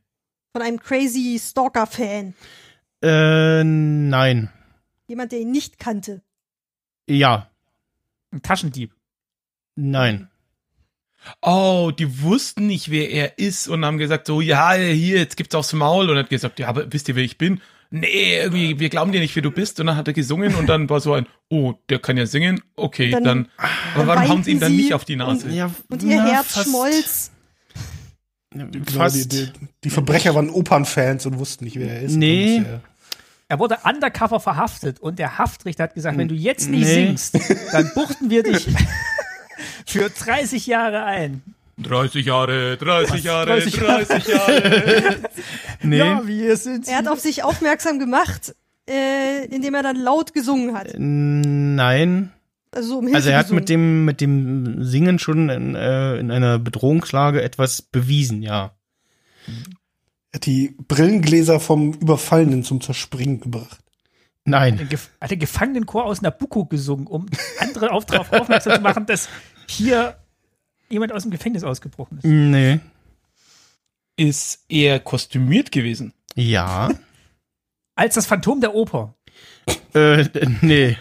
S3: Von einem crazy Stalker-Fan.
S2: Äh, nein.
S3: Jemand, der ihn nicht kannte.
S2: Ja,
S6: Ein Taschendieb.
S2: nein.
S4: Oh, die wussten nicht, wer er ist und haben gesagt, so, ja, hier, jetzt gibt's aufs Maul. Und hat gesagt, ja, aber wisst ihr, wer ich bin? Nee, irgendwie, wir glauben dir nicht, wer du bist. Und dann hat er gesungen und dann war so ein, oh, der kann ja singen. Okay,
S3: Dann-
S4: dann. aber warum
S3: weinten
S4: hauen sie ihm dann
S3: sie
S4: nicht auf die Nase?
S2: Ja,
S3: Und ihr
S2: na,
S3: Herz
S2: fast.
S3: schmolz.
S5: Genau, die,
S2: Fast.
S5: die, die Verbrecher waren Opernfans und wussten nicht, wer er ist.
S2: Nee.
S5: Und, äh,
S6: Er wurde undercover verhaftet und der Haftrichter hat gesagt, wenn du jetzt nicht
S2: Nee.
S6: singst, dann buchten wir dich für 30 Jahre ein.
S4: 30 Jahre, 30 Jahre,
S6: 30 Jahre.
S4: 30 Jahre.
S2: Nee,
S6: Ja, wir sind.
S3: Er hat auf sich aufmerksam gemacht, äh, indem er dann laut gesungen hat.
S2: nein.
S3: Also so um Hilfe
S2: Äh, Also er hat
S3: gesungen.
S2: mit dem, mit dem Singen schon in, äh, in einer Bedrohungslage etwas bewiesen, ja.
S5: hat die Brillengläser vom Überfallenen zum Zerspringen gebracht.
S2: Nein.
S6: Den Gef hat den Gefangenenchor aus Nabucco gesungen, um andere auf- darauf aufmerksam zu machen, dass hier jemand aus dem Gefängnis ausgebrochen ist.
S2: Nee.
S4: Ist er kostümiert gewesen?
S2: Ja.
S6: Als das Phantom der Oper.
S2: äh, nee.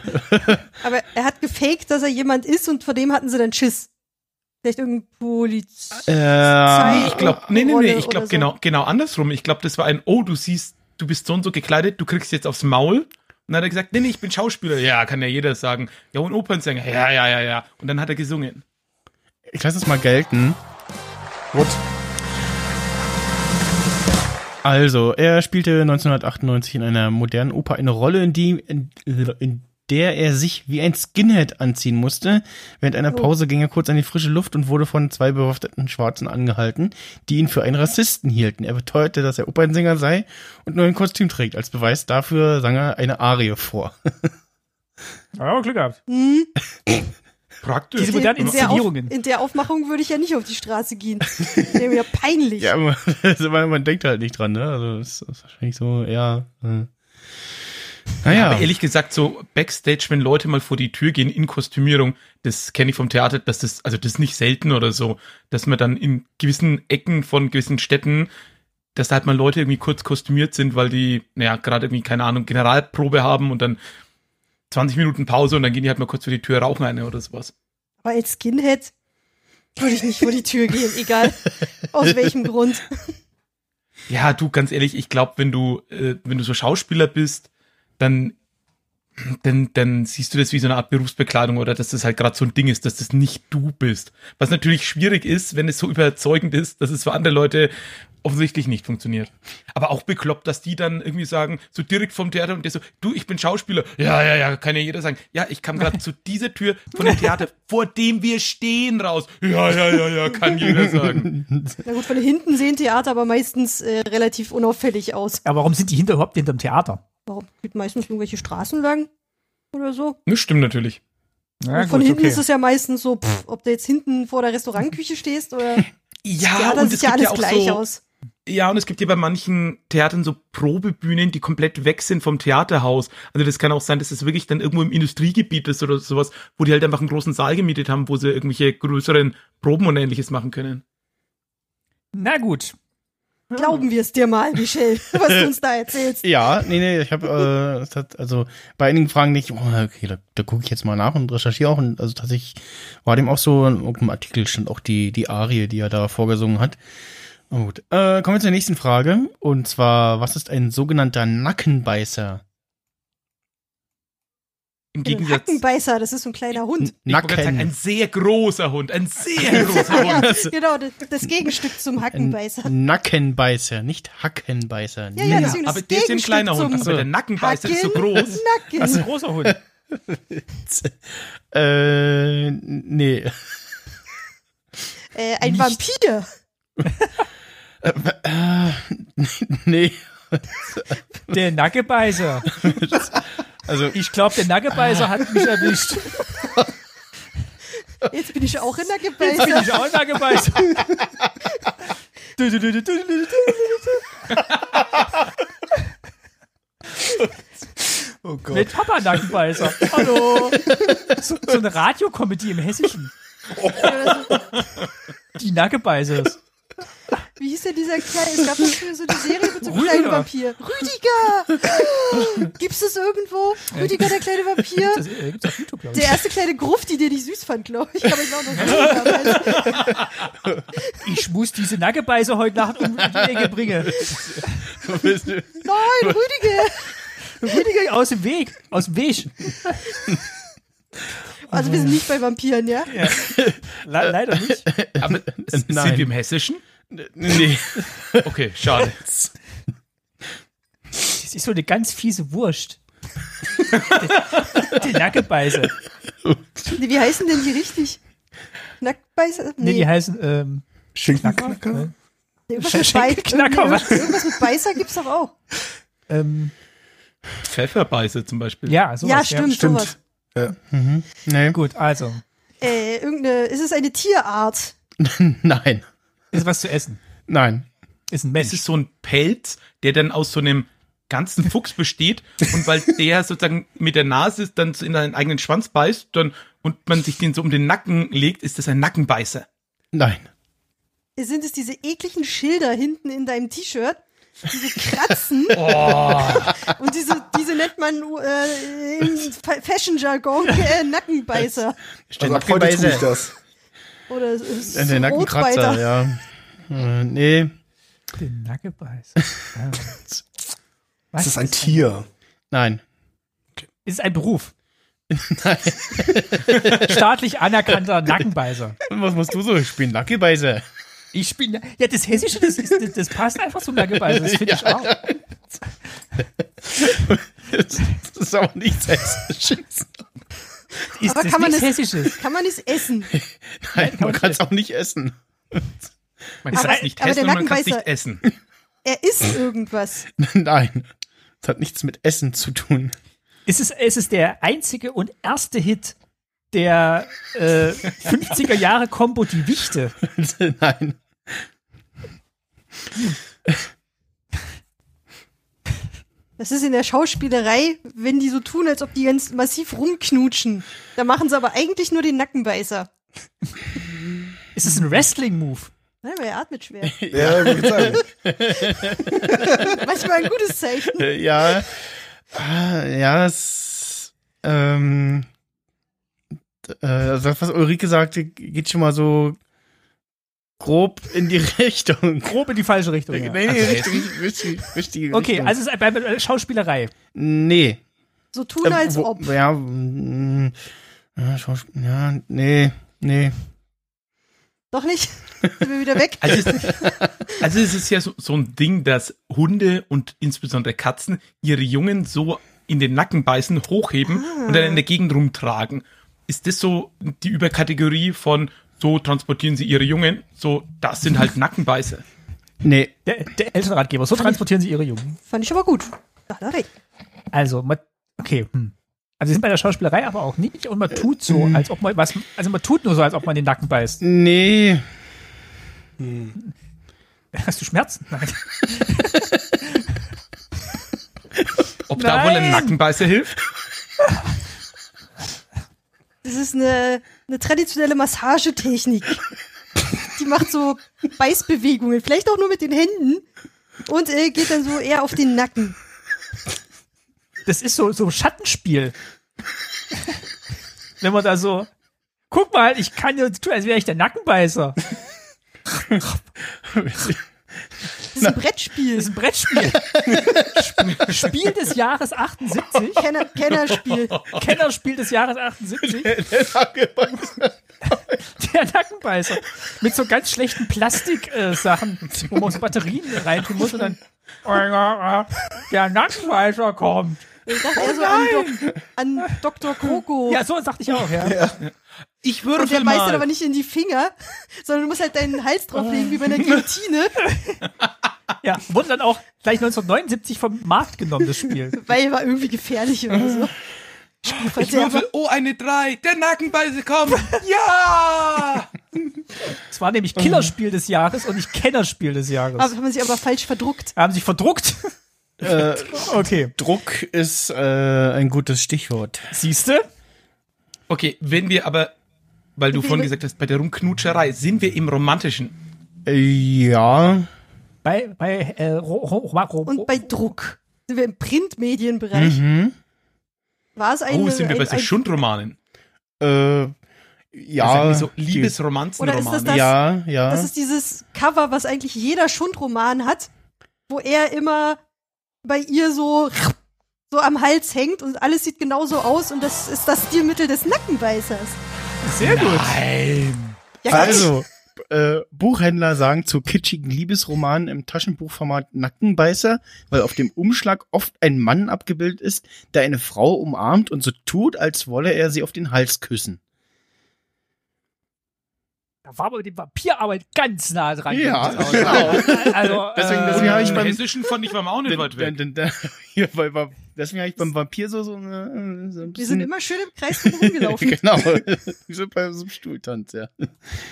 S3: Aber er hat gefaked, dass er jemand ist und vor dem hatten sie dann Schiss. Vielleicht irgendein Polizei.
S2: Äh,
S4: Ich glaube, nee, nee,
S3: Rolle
S4: nee, ich
S3: oder
S4: glaube
S3: so.
S4: genau, genau andersrum. Ich glaube, das war ein, oh, du siehst, du bist so und so gekleidet, du kriegst jetzt aufs Maul. Und dann hat er gesagt, nee, nee, ich bin Schauspieler. Ja, kann ja jeder sagen. Ja, und Opernsänger. Ja, ja, ja, ja. Und dann hat er gesungen.
S2: ich lasse es mal gelten.
S5: What?
S2: Also, er spielte 1998 in einer modernen Oper eine Rolle, in, die, in, in der er sich wie ein Skinhead anziehen musste. Während einer
S3: Oh.
S2: Pause ging er kurz an die frische Luft und wurde von zwei bewaffneten Schwarzen angehalten, die ihn für einen Rassisten hielten. Er beteuerte, dass er Opernsänger sei und nur ein Kostüm trägt. Als Beweis dafür sang er eine Arie vor.
S6: Ja, Glück gehabt.
S3: Hm?
S4: Praktisch.
S2: Äh,
S6: Diese modernen
S3: in, der auf,
S6: Inszenierungen.
S3: in der Aufmachung würde ich ja nicht auf die Straße gehen. Wäre mir peinlich.
S2: Ja, man, also man, man denkt halt nicht dran, ne? Also, es ist wahrscheinlich so, eher. Äh. Naja.
S4: Aber ehrlich gesagt, so Backstage, wenn Leute mal vor die Tür gehen in Kostümierung, das kenne ich vom Theater, dass das, also das ist nicht selten oder so, dass man dann in gewissen Ecken von gewissen Städten, dass da halt mal Leute irgendwie kurz kostümiert sind, weil die, naja, gerade irgendwie, keine Ahnung, Generalprobe haben und dann 20 Minuten Pause und dann gehen die halt mal kurz vor die Tür rauchen eine oder sowas.
S3: Aber als Skinhead würde ich nicht vor die Tür gehen, egal aus welchem Grund.
S4: Ja, du, ganz ehrlich, ich glaube, wenn du, äh, wenn du so Schauspieler bist, dann, dann, dann siehst du das wie so eine Art Berufsbekleidung oder dass das halt gerade so ein Ding ist, dass das nicht du bist. Was natürlich schwierig ist, wenn es so überzeugend ist, dass es für andere Leute offensichtlich nicht funktioniert. Aber auch bekloppt, dass die dann irgendwie sagen, so direkt vom Theater und der so, du, ich bin Schauspieler. Ja, ja, ja, kann ja jeder sagen. Ja, ich kam gerade zu dieser Tür von dem Theater, vor dem wir stehen, raus. Ja, ja, ja, ja, kann jeder sagen.
S3: Na gut, von hinten sehen Theater aber meistens äh, relativ unauffällig aus.
S6: Aber warum sind die hinter überhaupt hinterm Theater?
S3: Warum geht meistens irgendwelche Straßen lang oder so?
S4: Das stimmt natürlich.
S6: Na
S3: Und von
S6: gut,
S3: hinten
S6: okay.
S3: ist es ja meistens so, pff, ob du jetzt hinten vor der Restaurantküche stehst oder
S4: Ja,
S3: Theater
S4: und
S3: sieht
S4: es
S3: ja
S4: gibt
S3: alles
S4: ja auch
S3: gleich
S4: so,
S3: aus.
S4: Ja, und es gibt ja bei manchen Theatern so Probebühnen, die komplett weg sind vom Theaterhaus. Also das kann auch sein, dass es wirklich dann irgendwo im Industriegebiet ist oder sowas, wo die halt einfach einen großen Saal gemietet haben, wo sie irgendwelche größeren Proben und ähnliches machen können.
S6: Na gut.
S3: Glauben wir es dir mal, Michelle, was du uns da erzählst.
S2: Ja, nee, nee, ich habe, äh, es hat- also bei einigen Fragen nicht, oh, okay, da, da gucke ich jetzt mal nach und recherchiere auch. Und also tatsächlich war dem auch so, in irgendeinem Artikel stand auch die, die Arie, die er da vorgesungen hat. Na gut, äh, kommen wir zur nächsten Frage. Und zwar, was ist ein sogenannter Nackenbeißer?
S4: Im
S3: Ein
S4: Gegensatz.
S3: Hackenbeißer, das ist so ein kleiner Hund.
S4: Ich wollte gerade sagen, ein sehr großer Hund. Ein sehr großer Hund.
S3: Genau, das, das Gegenstück zum Hackenbeißer.
S2: Nackenbeißer, nicht Hackenbeißer.
S3: Ja, ja, deswegen
S4: Aber
S3: das
S4: der ist ja ein
S3: Gegenstück
S4: kleiner Hund.
S3: zum
S4: Also der Nackenbeißer ist so groß. Also,
S3: Nacken.
S6: Das ist ein großer Hund.
S2: Äh, nee.
S3: Äh, ein
S2: Nicht-
S3: Vampir.
S2: Nee.
S6: Der Nacgebeißer.
S2: Also,
S6: Ich glaube, der Nacgebeißer hat mich erwischt.
S3: Jetzt bin ich auch ein
S6: Jetzt bin ich
S3: Nackenbeißer.
S6: auch Nacgebeißer.
S5: Oh Gott.
S6: Mit Papa Nackenbeißer. Hallo. So, so eine Radiokomödie im Hessischen. Die Nackenbeißers.
S3: Wie hieß denn dieser Kerl? Es gab nicht so eine Serie mit so einem
S6: Rüdiger.
S3: kleinen Vampir. Rüdiger! Gibt's das irgendwo? Rüdiger, der kleine Vampir?
S6: Das äh, gibt's auf YouTube, glaube
S3: Der
S6: ich.
S3: erste kleine Grufti, den ich süß fand, glaube ich. Aber ich glaube, das war so
S6: Ich muss diese Nackenbeißer heute Nacht um die Ecke bringen.
S3: Nein, Rüdiger!
S6: Rüdiger aus dem Weg. Aus dem Weg.
S3: Also wir sind nicht bei Vampiren, ja?
S6: Le leider nicht.
S4: Aber sind
S2: Nein.
S4: wir im Hessischen?
S2: nee.
S4: Okay, schade.
S6: Das ist so eine ganz fiese Wurst. die Nackenbeißer.
S3: Nee, wie heißen denn die richtig? Nacktbeißer?
S6: Nee, die heißen ähm,
S5: Schinkenknacker?
S3: irgendwas, mit Bei-
S6: Schenkelknacker,
S3: irgendwie-
S6: was?
S3: irgendwas mit Beißer gibt's doch auch.
S6: ähm,
S4: Pfefferbeißer zum Beispiel.
S6: ja, sowas.
S3: ja, stimmt,
S5: stimmt.
S3: sowas.
S2: Nee.
S6: Gut, also,
S3: Äh, irgendeine, ist es eine Tierart?
S2: Nein.
S6: ist was zu essen.
S2: Nein.
S6: Ist ein
S4: Es
S6: Mensch.
S4: ist so ein Pelz, der dann aus so einem ganzen Fuchs besteht und weil der sozusagen mit der Nase dann so in seinen eigenen Schwanz beißt dann, und man sich den so um den Nacken legt, ist das ein Nackenbeißer.
S2: Nein.
S3: Sind es diese ekligen Schilder hinten in deinem T-Shirt? Diese Kratzen. Und diese, diese nennt man äh, im Fa- Fashion-Jargon äh, Nackenbeißer.
S5: Also ab heute tue ich das.
S3: Oder es ist
S2: Der Äh, Nackenkratzer,
S3: Rotbeißer.
S2: ja. Äh, Nee.
S6: Der Nackenbeißer. Ja. Was
S5: Das ist ein Tier.
S2: Nein.
S6: Ist es ein Beruf? Nein. Staatlich anerkannter Nackenbeißer.
S2: Was musst du so spielen? Nackebeißer.
S6: Ich bin. Ja, das Hessische, das, ist, das, das passt einfach zum Nackenbeißer. Das finde ich auch.
S2: Das ist auch nichts Hessisches.
S6: Ist
S3: Aber
S6: das
S3: kann man
S6: nichts
S3: das-
S6: Hessisches?
S3: Kann man es essen?
S2: Nein, man kann es auch nicht essen.
S4: Man kann
S3: Aber-
S4: es nicht
S3: aber
S4: essen
S3: der
S4: und man kann es
S3: Nackenbeißer-
S4: nicht essen.
S3: Er isst irgendwas.
S2: Nein. Das hat nichts mit Essen zu tun.
S6: Es ist, es ist der einzige und erste Hit der äh, 50er Jahre Combo Die Wichte.
S2: Nein.
S3: Das ist in der Schauspielerei, wenn die so tun, als ob die ganz massiv rumknutschen. Da machen sie aber eigentlich nur den Nackenbeißer.
S6: Es ist ein Wrestling-Move.
S3: Nein, weil er atmet schwer.
S5: Ja, ja ich sagen.
S3: Manchmal ein gutes Zeichen.
S2: Äh, Ja. Ah, Ja, es. Ähm. d- Äh, also das, was Ulrike sagte, geht schon mal so grob in die Richtung.
S6: Grob in die falsche Richtung.
S2: Nee,
S6: Ja.
S2: nee, richtig, richtig, richtig.
S6: Also Okay,
S2: Richtung.
S6: also es ist bei bei Schauspielerei.
S2: Nee.
S3: So tun, als
S2: Äh, wo-
S3: ob.
S2: Ja, mm, ja, Schaus- ja, nee, nee.
S3: Doch nicht? Sind wir wieder weg?
S4: Also es, also es ist ja so, so ein Ding, dass Hunde und insbesondere Katzen ihre Jungen so in den Nacken beißen, hochheben und dann in der Gegend rumtragen. Ist das so die Überkategorie von so transportieren sie ihre Jungen, so das sind halt Nackenbeißer.
S2: Nee.
S6: Der, der Elternratgeber. So transportieren sie ihre Jungen.
S3: Fand ich aber gut. Da hat er recht.
S6: Also, man, okay. Hm. Also sie sind bei der Schauspielerei aber auch nicht und man tut so, als ob man was. Also man tut nur so, als ob man den Nacken beißt.
S2: Nee.
S6: Hast du Schmerzen? Nein.
S4: Ob da wohl ein
S6: Nein.
S4: Nackenbeißer hilft?
S3: Das ist eine, eine traditionelle Massagetechnik. Die macht so Beißbewegungen, vielleicht auch nur mit den Händen und äh, geht dann so eher auf den Nacken.
S6: Das ist so, so Schattenspiel. Wenn man da so. Guck mal, ich kann ja tun, als wäre ich der Nackenbeißer.
S3: Das ist ein Brettspiel.
S6: Das ist ein Brettspiel. Sp- Spiel des Jahres 78.
S3: Kenner, Kennerspiel.
S4: Oh,
S6: Kennerspiel des Jahres 78.
S2: Nackenbeißer.
S6: Der Nackenbeißer. Mit so ganz schlechten Plastiksachen, äh, wo man so Batterien reintun muss und dann. oh, Der Nackenbeißer kommt.
S3: Ich dachte eher so an, Dok an Dr. Kroko.
S6: Ja, so sagte ich auch, ja.
S4: Ich
S3: Und der
S4: würfel
S3: beißt dann
S4: mal.
S3: aber nicht in die Finger, sondern du musst halt deinen Hals drauflegen, wie bei einer Guillotine,
S6: ja. Wurde dann auch gleich 1979 vom Markt genommen, das Spiel.
S3: weil er war irgendwie gefährlich oder so.
S4: Ich würfel, oh, eine drei. Der Nackenbeißer kommt. Ja!
S6: Es war nämlich Killerspiel des Jahres und nicht Kennerspiel des Jahres.
S3: Aber haben sie aber falsch verdruckt.
S6: haben sich verdruckt.
S2: äh,
S6: Okay.
S2: Druck ist äh, ein gutes Stichwort.
S6: Siehste?
S4: Okay, wenn wir aber, weil du vorhin gesagt hast, bei der Rumknutscherei, sind wir im Romantischen.
S2: Äh, ja.
S6: Bei, bei, äh, ro, ro, ro, ro,
S4: Oh.
S3: Und bei Druck sind wir im Printmedienbereich.
S2: mhm.
S3: War es ein,
S4: Mhm. Oh, sind wir
S3: ein,
S4: bei so
S3: ein
S4: Schundromanen?
S2: Äh,
S4: Das sind
S2: ja. die-
S3: Oder
S4: irgendwie so
S3: ist das
S4: Liebesromanzenromane.
S3: das-
S2: ja, ja.
S3: Das ist dieses Cover, was eigentlich jeder Schundroman hat, wo er immer bei ihr so, so am Hals hängt und alles sieht genauso aus und das ist das Stilmittel des Nackenbeißers.
S6: Sehr gut.
S3: Ja,
S2: also, äh, Buchhändler sagen zu kitschigen Liebesromanen im Taschenbuchformat Nackenbeißer, weil auf dem Umschlag oft ein Mann abgebildet ist, der eine Frau umarmt und so tut, als wolle er sie auf den Hals küssen.
S6: Da war aber mit dem Papierarbeit ganz nah dran.
S2: Ja,
S6: Das Auto. Also,
S2: Deswegen-
S6: äh,
S2: deswegen habe ich
S4: Im
S2: beim-
S4: Hessischen fand ich beim auch nicht weit weg.
S2: Denn- denn- denn- ja, weil, weil, deswegen habe ich beim Vampir so, so, eine, äh, so ein
S3: Wir
S2: bisschen.
S3: sind immer schön im Kreis drum rumgelaufen.
S2: Genau, wir sind bei so einem Stuhltanz, ja.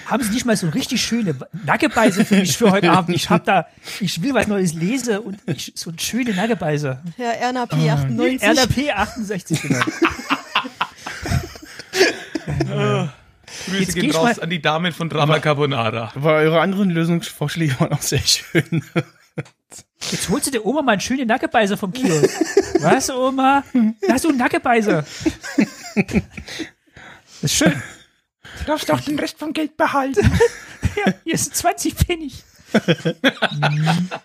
S6: haben Sie nicht mal so richtig schöne Nackebeise für mich für heute Abend? Ich hab da, ich will was Neues lese und ich, so eine schöne Nackebeise.
S3: Herr RNAP 98.
S6: RDP 68 genau.
S4: Grüße
S6: Jetzt
S4: gehen
S6: geh ich
S4: raus
S6: mal-
S4: an die Damen von Drama Carbonara.
S2: Aber eure anderen Lösungsvorschläge waren auch sehr schön.
S6: Jetzt holst du der Oma mal eine schöne Nackebeise vom Kiosk. Was, Oma? Da hast du eine Nackebeise. Das ist schön.
S4: Du darfst doch den Rest vom Geld behalten.
S6: Ja, hier sind 20 Pfennig.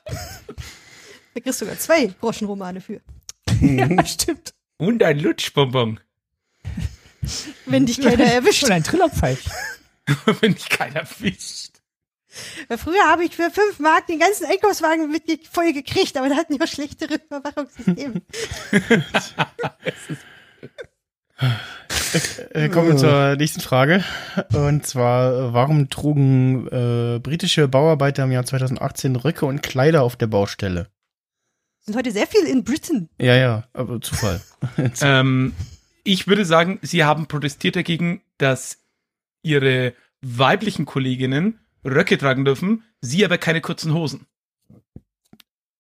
S3: Da kriegst du sogar zwei Groschenromane für.
S6: Ja, stimmt.
S4: Und ein Lutschbonbon,
S3: Wenn dich keiner erwischt.
S6: Und ein Trillerpfeif.
S4: wenn dich keiner fischt.
S3: Weil Früher habe ich für fünf Mark den ganzen Einkaufswagen mit ge- voll gekriegt, aber da hatten wir schlechtere Überwachungssysteme.
S2: Äh, kommen wir zur nächsten Frage. Und zwar, äh, warum trugen äh, britische Bauarbeiter im Jahr 2018 Röcke und Kleider auf der Baustelle?
S3: sind heute sehr viel in Britain.
S2: Ja, ja, aber Zufall.
S4: Ähm, ich würde sagen, sie haben protestiert dagegen, dass ihre weiblichen Kolleginnen Röcke tragen dürfen, sie aber keine kurzen Hosen.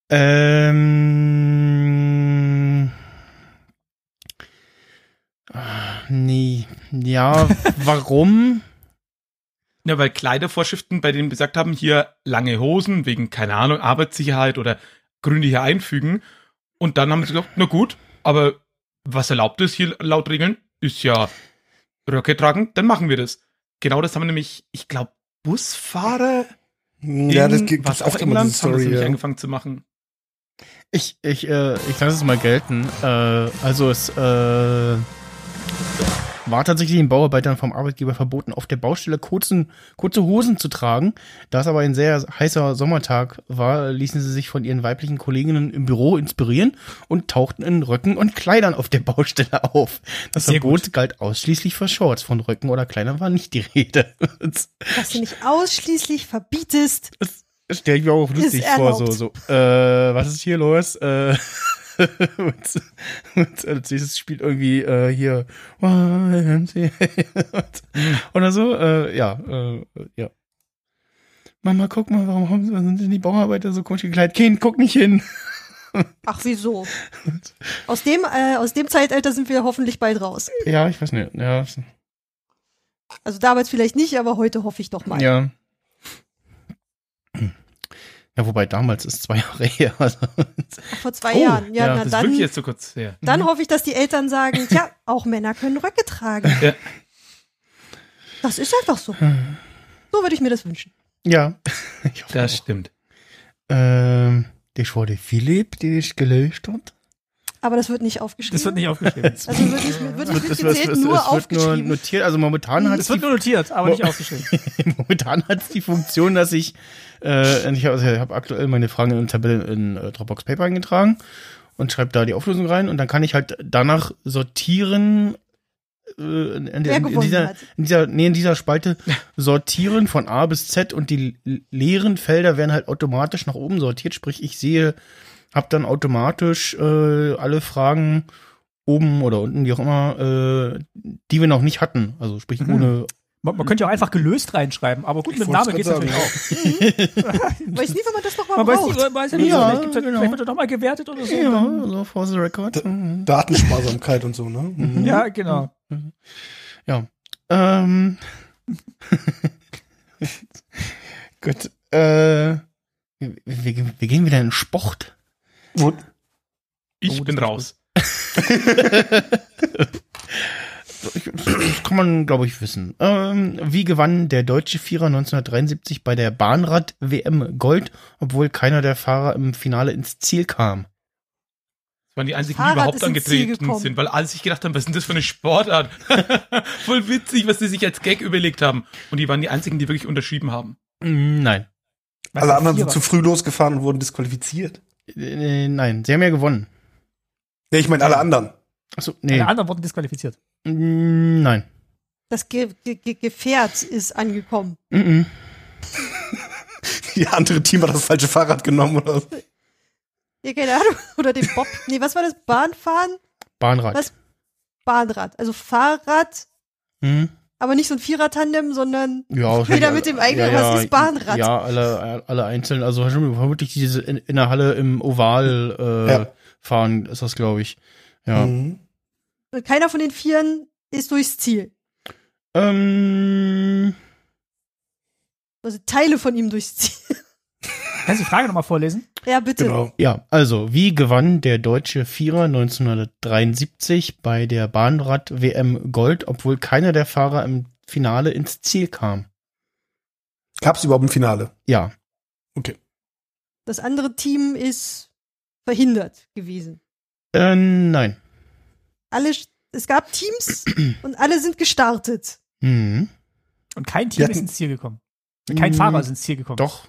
S2: ähm. ah, Nee. Ja, warum?
S4: Ja, weil Kleidervorschriften bei denen gesagt haben, hier lange Hosen wegen, keine Ahnung, Arbeitssicherheit oder Gründe hier einfügen. Und dann haben sie gesagt, na gut, aber was erlaubt ist hier laut Regeln, ist ja Röcke tragen, dann machen wir das. Genau das haben nämlich, ich glaube, Busfahrer
S5: Hm. Ja, das
S4: in-
S5: gibt
S4: was
S5: es
S4: auch
S5: oft immer
S4: England
S5: diese
S4: haben das
S5: Story.
S4: nämlich
S5: Ja.
S4: angefangen zu machen.
S2: Ich, ich, äh, ich lasse es mal gelten. Äh, also es äh, war tatsächlich den Bauarbeitern vom Arbeitgeber verboten, auf der Baustelle kurzen, kurze Hosen zu tragen. Da es aber ein sehr heißer Sommertag war, ließen sie sich von ihren weiblichen Kolleginnen im Büro inspirieren und tauchten in Röcken und Kleidern auf der Baustelle auf. Das
S4: Sehr
S2: Verbot galt ausschließlich für Shorts. Von Röcken oder Kleidern war nicht die Rede. Das
S3: Was du nicht ausschließlich verbietest.
S2: stelle ich mir auch lustig vor. So,
S3: erlaubt.
S2: so, äh, was ist hier los? Äh, und, und als nächstes spielt irgendwie äh, hier YMCA oder so. Äh, ja, äh, ja. Mama, guck mal, warum haben, warum sind denn die Bauarbeiter so komisch gekleidet? Kind, guck nicht hin.
S3: Ach, wieso? Aus dem, äh, aus dem Zeitalter sind wir hoffentlich bald raus.
S2: Ja, ich weiß nicht. Ja,
S3: Also damals vielleicht nicht, aber heute hoffe ich doch mal.
S2: ja. Ja, wobei damals ist zwei Jahre her. Also,
S3: Ach, vor zwei
S2: Oh,
S3: Jahren. Ja,
S2: ja,
S3: na
S4: Das ist wirklich
S3: dann,
S4: jetzt so kurz her.
S3: dann hoffe ich, dass die Eltern sagen, tja, auch Männer können Röcke tragen.
S4: Ja.
S3: Das ist einfach so. So würde ich mir das wünschen.
S2: ja. Ich hoffe
S4: Das
S2: auch.
S4: stimmt.
S2: Ähm, das war der Philipp, den ich gelöscht hat.
S3: Aber das wird nicht aufgeschrieben.
S6: Das wird nicht aufgeschrieben.
S3: also wird nicht, wird nicht
S2: Es
S3: gezählt, nur
S2: wird nur
S3: aufgeschrieben. Mhm.
S2: notiert. Also momentan hat
S6: Es wird nur notiert, aber nicht aufgeschrieben.
S2: momentan hat's die Funktion, dass ich, äh, ich habe also ich hab aktuell meine Fragen in Tabellen in äh, Dropbox Paper eingetragen und schreibe da die Auflösung rein und dann kann ich halt danach sortieren. äh, In, in,
S3: Wer
S2: in, in,
S3: gewonnen
S2: dieser,
S3: hat.
S2: in, dieser, nee, in dieser Spalte sortieren von A bis Z und die l- leeren Felder werden halt automatisch nach oben sortiert. Sprich, ich sehe, habe dann automatisch äh, alle Fragen oben oder unten, wie auch immer, äh, die wir noch nicht hatten. Also sprich,
S3: Mhm.
S2: ohne
S6: Man, man könnte ja auch einfach gelöst reinschreiben, aber gut, mit dem Namen
S5: wollte
S6: geht es
S5: es grad
S6: natürlich auch.
S3: Weiß nie, wenn man das nochmal
S6: Man weiß,
S3: braucht.
S6: nicht, weiß ja nicht,
S2: Ja,
S6: vielleicht, gibt's halt,
S2: genau.
S6: vielleicht wird er nochmal gewertet oder so.
S2: Ja, so for the record. Mhm.
S5: Datensparsamkeit und so, ne? Mhm.
S6: ja genau.
S2: Ähm. Gut. Äh. Wir, wir, wir gehen wieder in Sport.
S3: Oh,
S4: Ich bin raus.
S2: Das kann man, glaube ich, wissen. Ähm, wie gewann der deutsche Vierer 1973 bei der Bahnrad-WM Gold, obwohl keiner der Fahrer im Finale ins Ziel kam?
S4: Das waren die einzigen, die
S3: Fahrrad
S4: überhaupt
S3: ist ins Ziel
S4: angetreten
S3: gekommen.
S4: sind, weil alle sich gedacht haben, was ist denn das für eine Sportart? Voll witzig, was die sich als Gag überlegt haben. Und die waren die einzigen, die wirklich unterschrieben haben.
S2: Mm, Nein.
S6: Was
S5: Alle
S6: ein
S5: anderen sind
S6: Vierer.
S5: zu früh losgefahren und wurden disqualifiziert.
S2: Äh, nein, sie haben ja gewonnen.
S5: Nee, ich meine alle anderen.
S2: Achso,
S6: Alle
S2: nee.
S6: anderen wurden disqualifiziert.
S2: Mm, Nein.
S3: Das Ge Ge Ge Gefährt ist angekommen.
S2: Mm -mm.
S5: Die andere Team hat das falsche Fahrrad genommen oder so.
S3: Ja, keine Ahnung. Oder den Bob. Nee, was war das? Bahnfahren?
S2: Bahnrad.
S3: Was? Bahnrad. Also Fahrrad,
S2: Hm?
S3: aber nicht so ein Vierer-Tandem, sondern
S2: Ja,
S3: Jeder mit dem eigenen, was ist Bahnrad?
S2: Ja, alle, alle einzeln. Also vermutlich diese in, in der Halle im Oval äh,
S5: Ja.
S2: fahren ist das, glaube ich. Ja.
S5: Mhm.
S3: keiner von den Vieren ist durchs Ziel.
S2: Ähm,
S3: Also Teile von ihm durchs Ziel.
S6: Kannst du die Frage nochmal vorlesen?
S3: Ja, bitte.
S5: Genau.
S2: ja, also wie gewann der deutsche Vierer 1973 bei der Bahnrad-WM Gold, obwohl keiner der Fahrer im Finale ins Ziel kam?
S5: Gab's überhaupt ein Finale?
S2: Ja,
S3: Das andere Team ist verhindert gewesen.
S2: äh, nein.
S3: Alle, sch- es gab Teams und alle sind gestartet.
S2: Hm.
S6: Und kein
S5: Wir
S6: Team
S5: hatten-
S6: ist ins Ziel gekommen. Kein Fahrer ist ins Ziel gekommen.
S2: Mm, Mhm. Doch.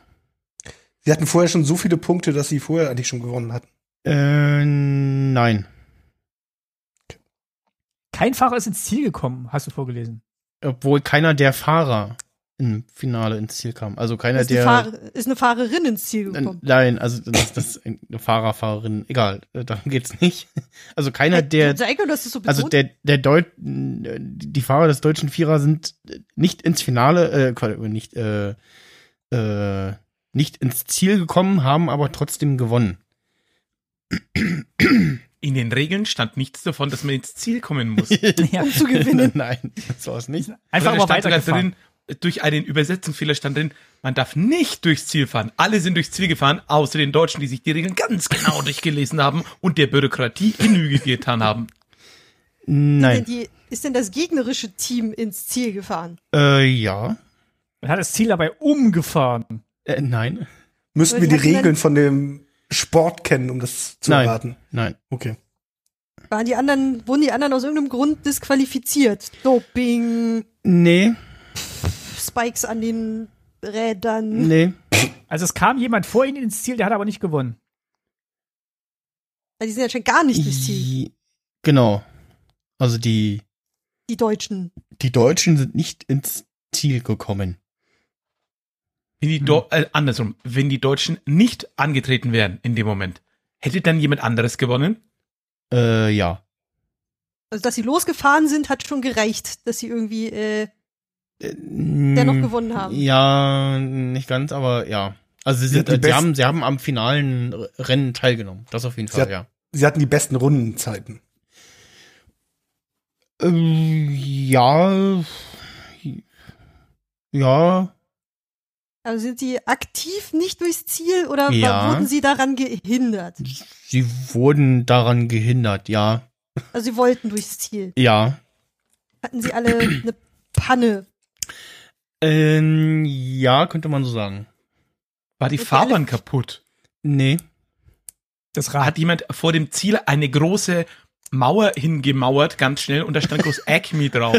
S5: Sie hatten vorher schon so viele Punkte, dass sie vorher eigentlich schon gewonnen hatten.
S2: Äh, nein.
S6: Kein Fahrer ist ins Ziel gekommen, hast du vorgelesen.
S2: Obwohl keiner der Fahrer im Finale ins Ziel kam. Also keiner
S3: ist,
S2: der.
S3: eine Fahrer, ist eine Fahrerin ins Ziel
S2: N-
S3: gekommen.
S2: Nein, also das, das ist eine Fahrer, Fahrerin, egal, äh, darum geht's nicht. Also keiner
S3: Äh,
S2: der,
S3: Sei du hast es so betont.
S2: also der, der Deut, die Fahrer des deutschen Vierer sind nicht ins Finale, äh, Quatsch, nicht, äh, äh, nicht ins Ziel gekommen, haben aber trotzdem gewonnen.
S4: In den Regeln stand nichts davon, dass man ins Ziel kommen muss.
S6: Ja.
S3: um zu gewinnen.
S2: Nein, das war es nicht.
S6: Einfach
S4: Oder
S6: aber
S4: stand sogar
S6: weitergefahren.
S4: drin, durch einen Übersetzungsfehler stand drin, man darf nicht durchs Ziel fahren. Alle sind durchs Ziel gefahren, außer den Deutschen, die sich die Regeln ganz genau durchgelesen haben und der Bürokratie Genüge getan haben.
S3: Denn
S2: Nein,
S3: die, ist denn das gegnerische Team ins Ziel gefahren?
S2: äh, ja,
S6: Man hat das Ziel dabei umgefahren.
S2: äh, nein,
S5: Müssten
S3: Aber
S5: wir
S3: die
S5: die
S3: hatten dann-
S5: Regeln von dem Sport kennen, um das zu
S2: Nein.
S5: erraten?
S2: nein,
S5: Okay.
S3: Waren die anderen, wurden die anderen aus irgendeinem Grund disqualifiziert? Doping,
S2: nee,
S3: Spikes an den Rädern.
S2: nee,
S6: Also es kam jemand vor ihnen ins Ziel, der hat aber nicht gewonnen.
S3: Weil Die sind ja schon gar nicht das Ziel.
S2: I- genau. Also die,
S3: Die Deutschen.
S2: die Deutschen sind nicht ins Ziel gekommen.
S4: Wenn
S6: Hm.
S4: die Do äh, andersrum, wenn die Deutschen nicht angetreten wären in dem Moment, hätte dann jemand anderes gewonnen?
S2: Äh, ja.
S3: Also, dass sie losgefahren sind, hat schon gereicht, dass sie irgendwie äh, dennoch
S2: dennoch
S3: gewonnen haben.
S2: Hm. mm, Ja, nicht ganz, aber ja. Also sie,
S5: Sie
S2: sind,
S5: hat die
S2: äh, sie,
S5: besten-
S2: haben, sie haben am finalen R- Rennen teilgenommen. Das auf jeden
S5: Sie
S2: Fall,
S5: hat-
S2: ja.
S5: Sie hatten die besten Rundenzeiten.
S2: Ähm, ja. Ja.
S3: Also sind die aktiv nicht durchs Ziel oder
S2: Ja.
S3: wurden sie daran gehindert?
S2: Sie wurden daran gehindert, ja.
S3: Also sie wollten durchs Ziel.
S2: Ja.
S3: Hatten sie alle eine Panne?
S2: Ähm, ja, könnte man so sagen.
S4: War die
S3: Okay,
S4: Fahrbahn kaputt?
S2: Nee.
S6: Das
S4: hat
S6: Rad.
S4: jemand vor dem Ziel eine große Mauer hingemauert, ganz schnell, und da stand groß Acme drauf.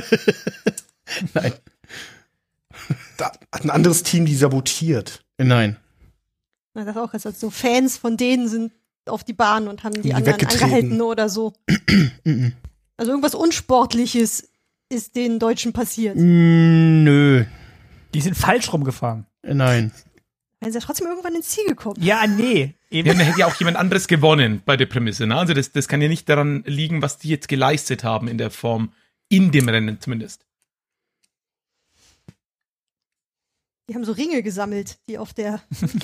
S2: Nein.
S5: Da hat ein anderes Team die sabotiert.
S2: Nein.
S3: Na, das auch gesagt. So Fans von denen sind auf die Bahn und haben die,
S5: Die
S3: anderen
S5: weggetreten.
S3: angehalten oder so.
S2: Mhm.
S3: Also irgendwas Unsportliches ist den Deutschen passiert.
S2: Mm, Nö.
S6: Die sind falsch rumgefahren.
S2: Nein.
S3: Dann sind sie trotzdem irgendwann ins Ziel gekommen.
S6: Ja, nee.
S4: Ja,
S6: Eben.
S4: und dann hätte ja auch jemand anderes gewonnen bei der Prämisse. Ne? Also das, das kann ja nicht daran liegen, was die jetzt geleistet haben in der Form, in dem Rennen zumindest.
S3: Die haben so Ringe gesammelt, die auf der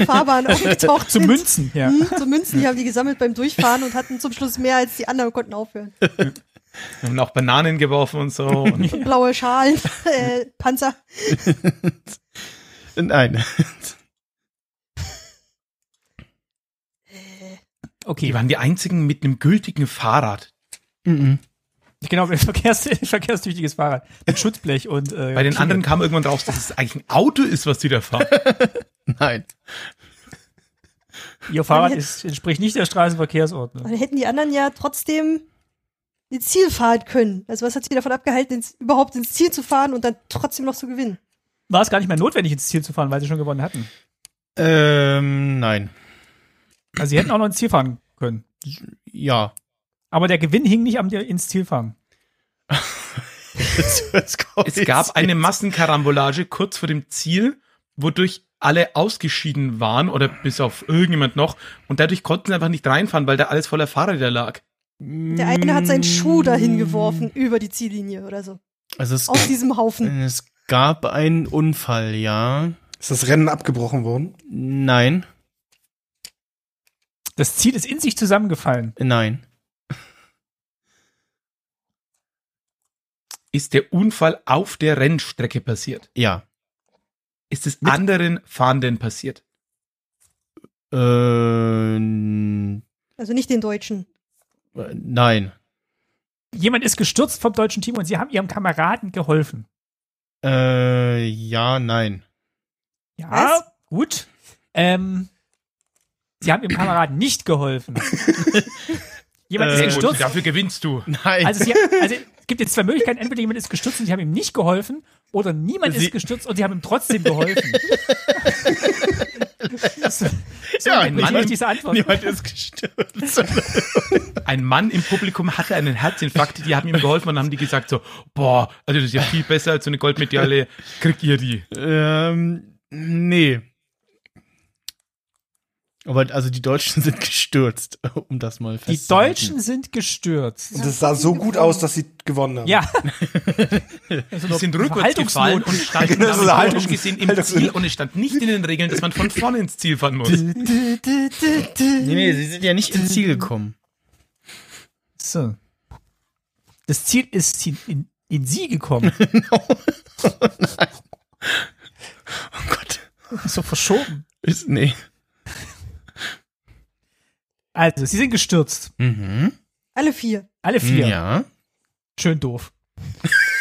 S3: Fahrbahn aufgetaucht
S6: Zu
S3: sind.
S6: Münzen, ja.
S3: Hm, so Münzen, die haben die gesammelt beim Durchfahren und hatten zum Schluss mehr als die anderen und konnten aufhören.
S4: Wir haben auch Bananen geworfen und so. Und
S3: Und blaue Schalen, äh, Panzer.
S2: Nein.
S4: die
S6: Okay,
S4: waren die einzigen mit einem gültigen Fahrrad.
S2: Mhm.
S6: genau, Verkehrs verkehrstüchtiges Fahrrad. Mit Schutzblech und äh,
S4: Bei den
S6: Klingel.
S4: anderen kam irgendwann raus, dass es eigentlich ein Auto ist, was die da fahren.
S2: Nein.
S6: Ihr Fahrrad ist, entspricht nicht der Straßenverkehrsordnung.
S3: Dann hätten die anderen ja trotzdem die Zielfahrt können. Also was hat sie davon abgehalten, ins, überhaupt ins Ziel zu fahren und dann trotzdem noch zu gewinnen?
S6: War es gar nicht mehr notwendig, ins Ziel zu fahren, weil sie schon gewonnen hatten.
S2: Ähm, nein.
S6: Also sie hätten auch noch ins Ziel fahren können.
S2: Ja.
S6: Aber der Gewinn hing nicht am dir- ins Ziel fahren.
S2: es
S4: Es gab eine Massenkarambolage kurz vor dem Ziel, wodurch alle ausgeschieden waren oder bis auf irgendjemand noch und dadurch konnten sie einfach nicht reinfahren, weil da alles voller Fahrräder lag.
S3: Der eine hat seinen Schuh dahin geworfen, über die Ziellinie oder so.
S2: Also es,
S3: Aus diesem Haufen.
S2: es gab einen Unfall, ja.
S5: Ist das Rennen abgebrochen worden?
S2: Nein.
S6: Das Ziel ist in sich zusammengefallen.
S2: Nein.
S4: Ist der Unfall auf der Rennstrecke passiert?
S2: Ja.
S4: Ist es anderen Fahrenden passiert?
S2: Äh, n-
S3: Also nicht den Deutschen.
S2: äh, nein.
S6: Jemand ist gestürzt vom deutschen Team und sie haben ihrem Kameraden geholfen.
S2: Äh, ja, nein.
S6: Ja,
S3: Was?
S6: gut. Ähm, sie haben ihrem Kameraden nicht geholfen. Jemand ist
S2: Äh,
S6: gestürzt.
S4: dafür gewinnst du.
S2: Nein.
S6: Also, sie, also es gibt jetzt zwei Möglichkeiten. Entweder jemand ist gestürzt und sie haben ihm nicht geholfen oder niemand
S2: Sie-
S6: ist gestürzt und sie haben ihm trotzdem geholfen. so, so
S2: Ja,
S6: ja, ich
S4: Mann-
S6: nicht diese Antwort.
S2: Niemand ist gestürzt.
S4: Ein Mann im Publikum hatte einen Herzinfarkt, die haben ihm geholfen und haben die gesagt so, boah, also das ist ja viel besser als so eine Goldmedaille, kriegt ihr die.
S2: ähm, nee. Aber also die Deutschen sind gestürzt, um das mal
S6: Die
S2: festzuhalten.
S6: Deutschen sind gestürzt.
S5: Und das sah so gut aus, dass sie gewonnen haben.
S6: Ja.
S4: Die sind rückwärts
S6: Haltungsnot.
S4: gefallen und standen
S5: Genau, so
S4: damit
S5: Haltung-
S4: logisch gesehen im
S5: Haltungsnot.
S4: Ziel und es stand nicht in den Regeln, dass man von vorne ins Ziel fahren muss.
S2: Nee, nee, sie sind ja nicht ins Ziel gekommen.
S6: So. Das Ziel ist in, in, in sie gekommen.
S2: Oh Gott.
S6: so verschoben.
S2: Ist, nee.
S6: Also, sie sind gestürzt.
S2: Mhm.
S3: Alle vier.
S6: Alle vier.
S2: Ja.
S6: Schön doof.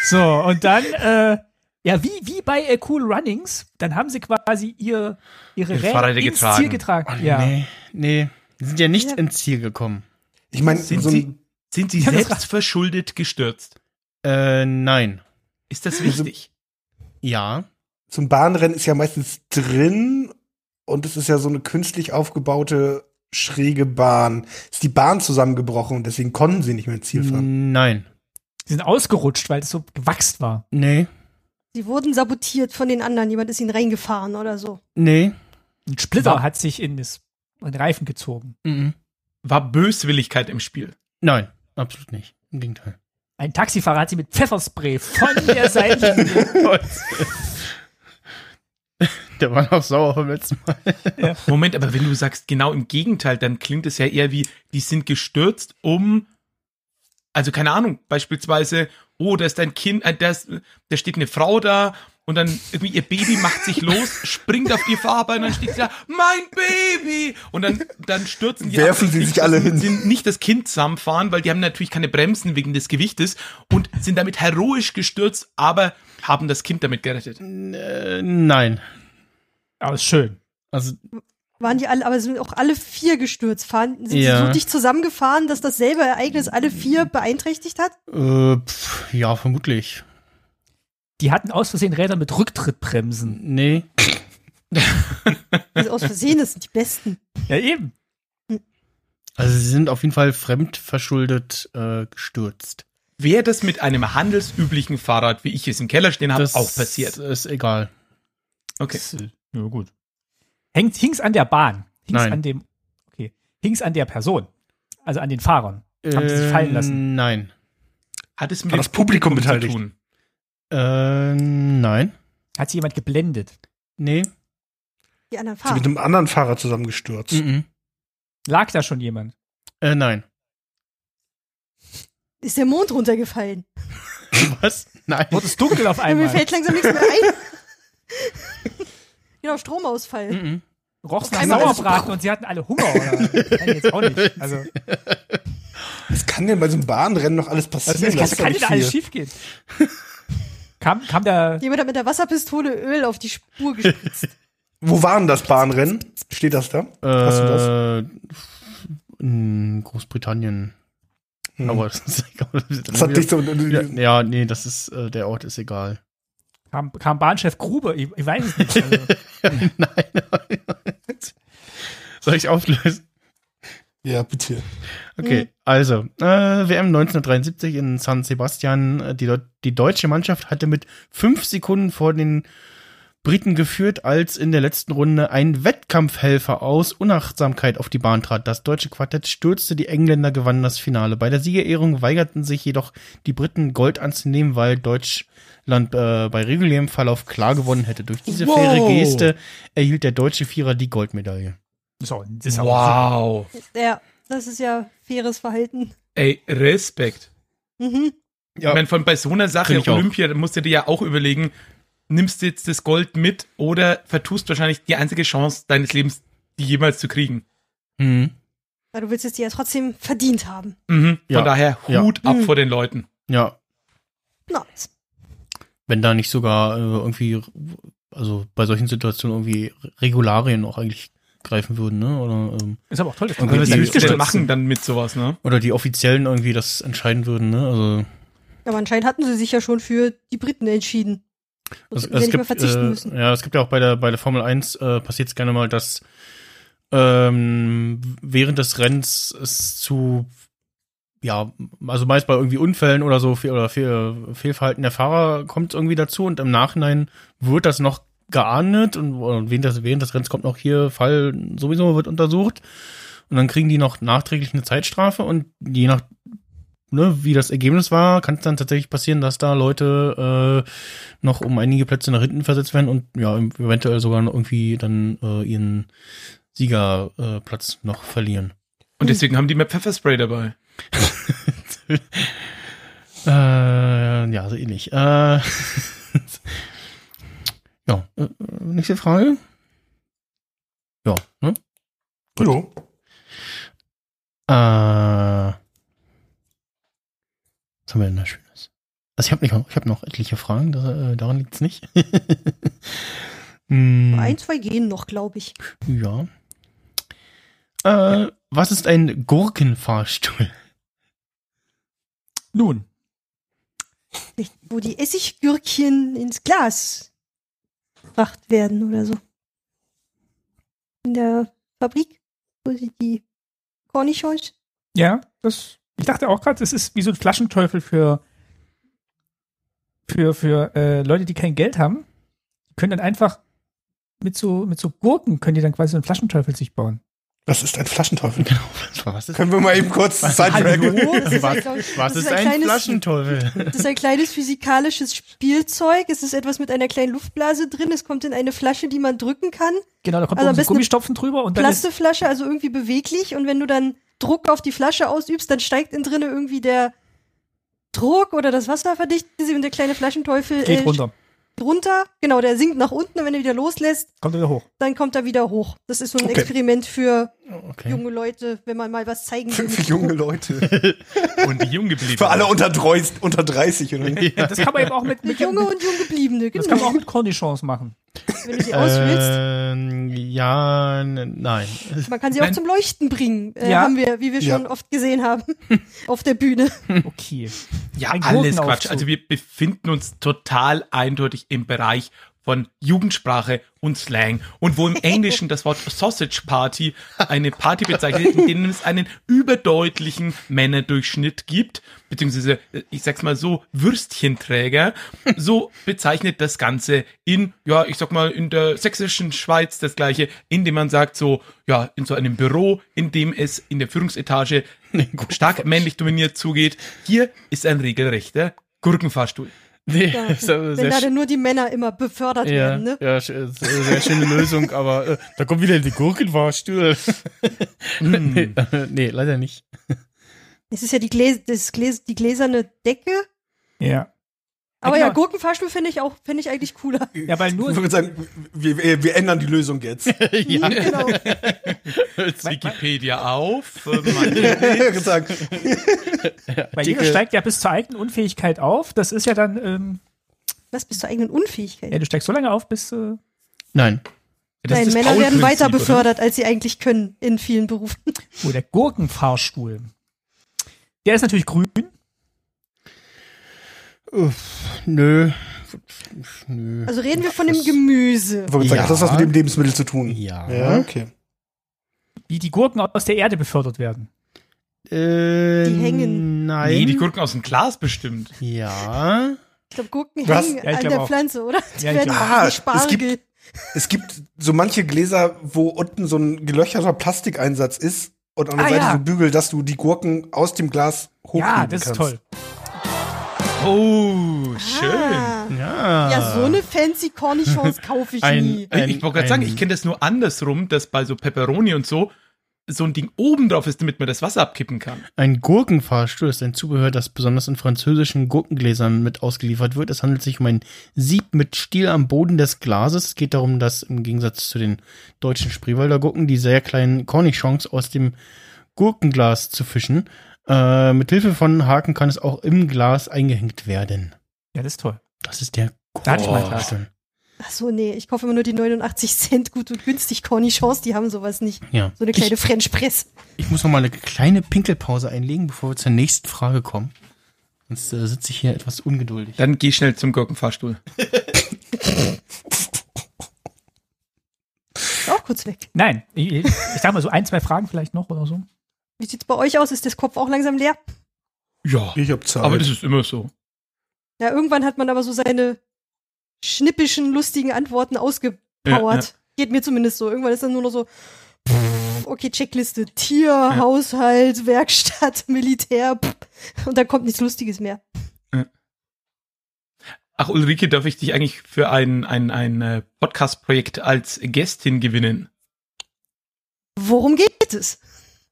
S6: so, und dann, äh, ja, wie, wie bei äh, Cool Runnings, dann haben sie quasi ihr, ihre
S4: Ihre
S6: Räder
S4: Fahrräder
S6: ins
S4: getragen. Oh,
S6: Ziel getragen. ja.
S2: Nee, nee. Sie sind ja nicht
S3: Ja.
S2: ins Ziel gekommen.
S5: Ich meine,
S4: Sind
S5: so
S4: sie-
S5: ein,
S4: Sind sie
S6: Ja, das
S4: selbst verschuldet gestürzt?
S2: Äh, nein.
S4: Ist das wichtig?
S2: Ja.
S5: so ein Bahnrennen ist ja meistens drin und es ist ja so eine künstlich aufgebaute schräge Bahn. Ist die Bahn zusammengebrochen und deswegen konnten sie nicht mehr ins Ziel
S2: Hm.
S5: fahren.
S2: Nein.
S6: Die sind ausgerutscht, weil es so gewachst war.
S2: Nee.
S3: Die wurden sabotiert von den anderen. Jemand ist ihnen reingefahren oder so.
S2: Nee.
S6: Ein Splitter
S4: War-
S6: hat sich in das in den Reifen gezogen.
S2: Mhm.
S4: War Böswilligkeit im Spiel?
S2: Nein, absolut nicht. Im Gegenteil.
S6: Ein Taxifahrer hat sie mit Pfefferspray von der Seite.
S2: Der war noch sauer vom letzten Mal.
S4: Moment, aber wenn du sagst genau im Gegenteil, dann klingt es ja eher wie, die sind gestürzt um, also keine Ahnung, beispielsweise, oh, da ist ein Kind, äh, da, ist, da steht eine Frau da und dann irgendwie ihr Baby macht sich los, springt auf die Fahrbahn, dann steht sie da, mein Baby! Und dann, dann stürzen die
S5: Werfen sie
S4: absichtlich
S5: sich alle
S4: das-
S5: hin.
S4: Sind nicht das Kind zusammenfahren, weil die haben natürlich keine Bremsen wegen des Gewichtes und sind damit heroisch gestürzt, aber haben das Kind damit gerettet.
S2: Äh, nein.
S6: Aber ist schön.
S2: Also,
S3: waren die alle, aber sind auch alle vier gestürzt. Fahren, sind
S2: Ja.
S3: sie so dicht zusammengefahren, dass dasselbe Ereignis alle vier beeinträchtigt hat?
S2: Äh, pf, ja, vermutlich.
S6: Die hatten aus Versehen Räder mit Rücktrittbremsen.
S2: Nee.
S3: Also aus Versehen, das sind die besten.
S6: Ja, eben.
S2: Also sie sind auf jeden Fall fremdverschuldet äh, gestürzt.
S4: Wäre das mit einem handelsüblichen Fahrrad, wie ich es im Keller stehen habe, auch passiert?
S2: Ist egal.
S4: Okay.
S6: Ja, gut. Hängt, hing's an der Bahn? Hing's
S2: Nein.
S6: an dem. Okay. Hing's an der Person? Also an den Fahrern. Haben sie sich
S2: Äh,
S6: fallen lassen?
S2: Nein.
S4: Hat es mit
S5: War
S4: dem
S5: das Publikum beteiligt?
S4: zu tun?
S2: Äh, nein.
S6: Hat sie jemand geblendet?
S2: Nee.
S3: Die anderen
S5: Sie
S3: fahren.
S5: mit einem anderen Fahrer zusammengestürzt.
S2: Mhm.
S6: Lag da schon jemand?
S2: Äh, nein.
S3: Ist der Mond runtergefallen?
S2: Was? Nein.
S6: Wurde es dunkel auf
S3: Ja, mir
S6: einmal?
S3: fällt langsam nichts mehr ein. genau, Stromausfall.
S2: Mhm.
S6: Roch's nach
S3: Einmal alles-
S6: Sauerbraten und sie hatten alle Hunger. Oder? Nein, jetzt auch nicht. Also,
S5: Was kann denn bei so einem Bahnrennen noch alles passieren?
S6: also
S5: Das
S6: es
S5: ist
S6: kann
S5: doch
S6: denn alles
S5: viel.
S6: schief gehen. Kam, kam der
S3: Jemand hat mit der Wasserpistole Öl auf die Spur gespritzt.
S5: Wo waren das Bahnrennen? Steht das da? Hast du das?
S2: Äh, in Großbritannien.
S5: Hm.
S2: Aber das ist egal.
S5: Das hat dich so.
S2: ja, ja, nee, das ist, äh, der Ort ist egal.
S6: Kam, kam Bahnchef Gruber, ich, ich weiß es nicht. Also,
S2: nein. Soll ich auflösen?
S5: Ja, bitte.
S2: Okay, also, äh, WM 1973 in San Sebastian. Äh, Die, Deu- die deutsche Mannschaft hatte mit fünf Sekunden vor den Briten geführt, als in der letzten Runde ein Wettkampfhelfer aus Unachtsamkeit auf die Bahn trat. Das deutsche Quartett stürzte, die Engländer gewannen das Finale. Bei der Siegerehrung weigerten sich jedoch die Briten Gold anzunehmen, weil Deutschland äh, bei regulärem Verlauf klar gewonnen hätte. Durch diese faire
S4: Wow.
S2: Geste erhielt der deutsche Vierer die Goldmedaille.
S6: so, das ist auch
S4: Wow.
S3: ja, das ist ja faires Verhalten.
S4: Ey, Respekt.
S3: Mhm.
S2: Ja.
S4: Ich meine, von bei so einer Sache
S2: Find ich auch.
S4: Olympia da musst du dir ja auch überlegen, nimmst du jetzt das Gold mit oder vertust wahrscheinlich die einzige Chance deines Lebens, die jemals zu kriegen.
S2: Mhm.
S3: Weil du willst es dir ja trotzdem verdient haben.
S4: Mhm.
S2: Ja.
S4: Von daher
S2: Ja.
S4: Hut ab
S3: Mhm.
S4: vor den Leuten.
S2: Ja,
S3: Nice.
S2: wenn da nicht sogar äh, irgendwie, also bei solchen Situationen irgendwie Regularien auch eigentlich greifen würden, ne? Oder, ähm,
S6: ist aber auch toll.
S2: Und
S4: Aber was
S2: die-
S4: willst du
S2: die-
S4: denn machen dann mit sowas, ne?
S2: oder die Offiziellen irgendwie das entscheiden würden, ne? Also
S3: Aber anscheinend hatten sie sich ja schon für die Briten entschieden. Und
S2: es,
S3: hätten ja
S2: es
S3: nicht mehr
S2: gibt,
S3: verzichten
S2: äh,
S3: müssen.
S2: ja, es gibt ja auch bei der bei der Formel 1 äh, passiert es gerne mal, dass ähm, während des Rennens es zu ja, also meist bei irgendwie Unfällen oder so Fe- oder Fe Fehlverhalten der Fahrer kommt irgendwie dazu und im Nachhinein wird das noch geahndet und, und während, des, während des Rennens kommt noch hier Fall sowieso wird untersucht und dann kriegen die noch nachträglich eine Zeitstrafe und je nach ne, wie das Ergebnis war, kann es dann tatsächlich passieren, dass da Leute äh, noch um einige Plätze nach hinten versetzt werden und ja eventuell sogar noch irgendwie dann äh, ihren Siegerplatz äh, Platz noch verlieren.
S4: Und deswegen haben die mehr Pfefferspray dabei.
S2: Äh, ja, so ähnlich. Äh, ja, äh, nächste Frage. Ja, ne?
S5: Jo.
S2: Äh, was haben wir denn da Schönes? Also ich habe noch, ich hab noch etliche Fragen, da, äh, daran liegt's nicht. hm,
S3: Ein, zwei gehen noch, glaube ich.
S2: ja. Äh, was ist ein Gurkenfahrstuhl?
S6: Nun,
S3: Nicht, Wo die Essiggürkchen ins Glas gebracht werden oder so. In der Fabrik, wo sie die Cornichons
S6: ja, das, ich dachte auch gerade, das ist wie so ein Flaschenteufel für, für, für äh, Leute, die kein Geld haben. Die können dann einfach mit so, mit so Gurken, können die dann quasi so einen Flaschenteufel sich bauen.
S5: Das ist ein Flaschenteufel.
S2: Genau, was ist,
S5: Können wir mal eben kurz Sidetrack.
S3: Hallo? Oh, Das ist ein, glaub ich,
S2: was
S3: das
S2: ist ein,
S3: kleines-
S2: Flaschenteufel?
S3: Das ist ein kleines physikalisches Spielzeug. Es ist etwas mit einer kleinen Luftblase drin. Es kommt in eine Flasche, die man drücken kann.
S6: Genau, da
S3: Also
S6: kommt also
S3: am
S6: so ein
S3: besten
S6: Gummistopfen drüber und dann ist,
S3: Plasteflasche, also irgendwie beweglich. Und wenn du dann Druck auf die Flasche ausübst, dann steigt in drinne irgendwie der Druck oder das Wasser verdichtet sich und der kleine Flaschenteufel äh,
S6: geht runter.
S3: steigt runter. Genau, der sinkt nach unten und wenn er wieder loslässt,
S6: Kommt wieder hoch.
S3: dann kommt er wieder hoch. Das ist so ein
S5: Okay.
S3: Experiment für
S2: Okay.
S3: junge Leute, wenn man mal was zeigen will.
S5: Für junge Leute.
S4: Und die jung geblieben.
S5: Für alle unter, 30 unter 30. Oder?
S6: Das kann man eben auch mit,
S3: Mit
S6: mit,
S3: junge und junggebliebene,
S6: das kann man
S3: genau.
S6: auch mit Cornichons machen.
S3: Wenn du
S6: Äh,
S3: sie auswählst.
S2: Ähm, ja, n- nein.
S3: Man kann sie auch zum Leuchten bringen, äh,
S6: Ja.
S3: haben wir, wie wir schon
S5: Ja.
S3: oft gesehen haben, auf der Bühne.
S6: Okay.
S4: Ja,
S6: Ein
S4: alles
S6: Gurkenaufzug.
S4: Quatsch. Also wir befinden uns total eindeutig im Bereich von Jugendsprache und Slang. Und wo im Englischen das Wort Sausage Party eine Party bezeichnet, in denen es einen überdeutlichen Männerdurchschnitt gibt, beziehungsweise, äh, ich sag's mal so, Würstchenträger, so bezeichnet das Ganze in, ja, ich sag mal, in der sächsischen Schweiz das Gleiche, indem man sagt so, ja, in so einem Büro, in dem es in der Führungsetage stark männlich dominiert zugeht. Hier ist ein regelrechter Gurkenfahrstuhl.
S2: Nee,
S3: Ja.
S2: ist aber
S3: Wenn
S2: sehr
S3: da
S2: sch-
S3: denn nur die Männer immer befördert
S2: ja,
S3: werden, ne?
S2: ja, sch- ist eine sehr schöne Lösung, aber äh, da kommt wieder die Gurkenfahrstuhl.
S3: Hm.
S2: nee, äh, nee, leider nicht.
S3: Es ist ja die, Gläs das Gläs die gläserne Decke.
S6: Ja.
S3: Aber
S6: genau.
S3: ja, Gurkenfahrstuhl finde ich auch, finde ich eigentlich cooler.
S6: Ja, weil nur-
S5: Ich würde sagen, wir, wir, wir ändern die Lösung jetzt.
S2: ja,
S3: Genau.
S4: Wikipedia auf. äh, Mann.
S5: Ich würd sagen,
S6: Weil jeder
S2: Dicke-
S6: steigt ja bis zur eigenen Unfähigkeit auf. Das ist ja dann, ähm,
S3: Was bis zur eigenen Unfähigkeit?
S6: ja, du steigst so lange auf, bis äh,
S2: Nein.
S4: Das
S3: Nein,
S4: ist
S3: Männer werden
S4: Paul-Prinzip,
S3: weiter
S4: oder?
S3: befördert, als sie eigentlich können in vielen Berufen.
S6: oh, der Gurkenfahrstuhl. Der ist natürlich grün.
S2: Uff, nö. Nö.
S3: Also reden wir von dem Gemüse.
S5: ich würd sagen,
S2: Ja.
S5: hat das was mit dem Lebensmittel zu tun?
S2: Ja.
S5: Ja, okay.
S6: wie die Gurken aus der Erde befördert werden.
S2: Äh,
S3: Die hängen.
S2: Nein.
S4: Nee, die Gurken aus dem Glas bestimmt.
S2: ja.
S3: Ich glaube, Gurken
S5: Was?
S3: hängen
S6: Ja, ich
S3: an
S6: glaub
S3: der
S6: auch.
S3: Pflanze, oder? Die
S6: Ja, ich
S3: werden
S6: glaub.
S5: Ah,
S3: ah,
S5: es gibt-
S3: Spargel.
S5: Es gibt so manche Gläser, wo unten so ein gelöcherter Plastikeinsatz ist und an der
S6: Ah,
S5: Seite
S6: ja.
S5: so ein Bügel, dass du die Gurken aus dem Glas hochheben
S6: Ja, das ist
S5: kannst.
S6: toll.
S4: Oh, schön.
S3: Ah.
S2: Ja.
S3: Ja, so eine fancy Cornichons kaufe ich nie.
S4: Äh, Ich- ich wollte gerade sagen, ich kenne das nur andersrum, dass bei so Pepperoni und so so ein Ding oben drauf ist, damit man das Wasser abkippen kann.
S2: Ein Gurkenfahrstuhl ist ein Zubehör, das besonders in französischen Gurkengläsern mit ausgeliefert wird. Es handelt sich um ein Sieb mit Stiel am Boden des Glases. Es geht darum, dass im Gegensatz zu den deutschen Spreewälder Gurken die sehr kleinen Cornichons aus dem Gurkenglas zu fischen. Äh, mit Hilfe von Haken kann es auch im Glas eingehängt werden.
S6: Ja, das ist toll.
S2: Das ist der
S6: Da hatte ich mal ein Glas.
S2: Gurkenfahrstuhl.
S3: Ach so, nee, ich kaufe immer nur die 89 Cent gut und günstig Cornichons, die haben sowas nicht.
S2: Ja.
S3: So eine kleine French Press.
S2: Ich muss noch mal eine kleine Pinkelpause einlegen, bevor wir zur nächsten Frage kommen. Sonst äh, sitze ich hier etwas ungeduldig.
S4: Dann geh schnell zum Gurkenfahrstuhl.
S3: Ist auch kurz weg.
S6: Nein, ich, ich sag mal so ein, zwei Fragen vielleicht noch oder so.
S3: Wie sieht's bei euch aus? Ist das Kopf auch langsam leer?
S4: Ja,
S5: Ich hab Zeit.
S4: aber das ist immer so.
S3: Ja, irgendwann hat man aber so seine schnippischen, lustigen Antworten ausgepowert. Geht mir zumindest so. Irgendwann ist dann nur noch so, pff, okay, Checkliste. Tier, Haushalt, Werkstatt, Militär. Pff, und dann kommt nichts Lustiges mehr.
S4: Ach, Ulrike, darf ich dich eigentlich für ein, ein, ein äh, Podcast-Projekt als Gästin gewinnen?
S3: Worum geht es?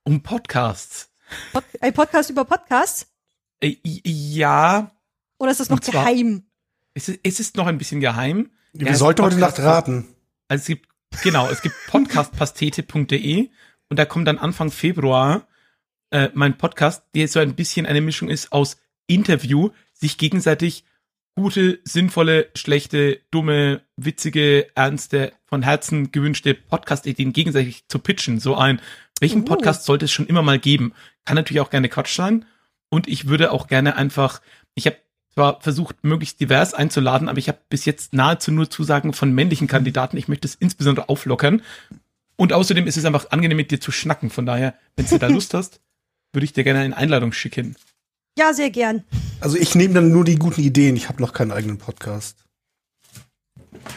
S4: Um Podcasts.
S3: Pod ein Podcast über Podcasts?
S4: Äh, i- ja,
S3: Oder ist das noch
S4: Und zwar-
S3: geheim?
S4: es ist, es ist noch ein bisschen geheim.
S5: Wir
S4: Ja,
S5: sollten heute Nacht
S4: Podcast-
S5: raten.
S4: Also es gibt, genau, es gibt podcastpastete.de und da kommt dann Anfang Februar äh, mein Podcast, der so ein bisschen eine Mischung ist aus Interview, sich gegenseitig gute, sinnvolle, schlechte, dumme, witzige, ernste, von Herzen gewünschte Podcast-Ideen gegenseitig zu pitchen. So ein, welchen
S3: Uh.
S4: Podcast sollte es schon immer mal geben? Kann natürlich auch gerne Quatsch sein. Und ich würde auch gerne einfach, ich habe zwar versucht, möglichst divers einzuladen, aber ich habe bis jetzt nahezu nur Zusagen von männlichen Kandidaten. Ich möchte es insbesondere auflockern. Und außerdem ist es einfach angenehm, mit dir zu schnacken. Von daher, wenn du da Lust hast, würde ich dir gerne eine Einladung schicken.
S3: Ja, sehr gern.
S5: Also ich nehme dann nur die guten Ideen. Ich habe noch keinen eigenen Podcast.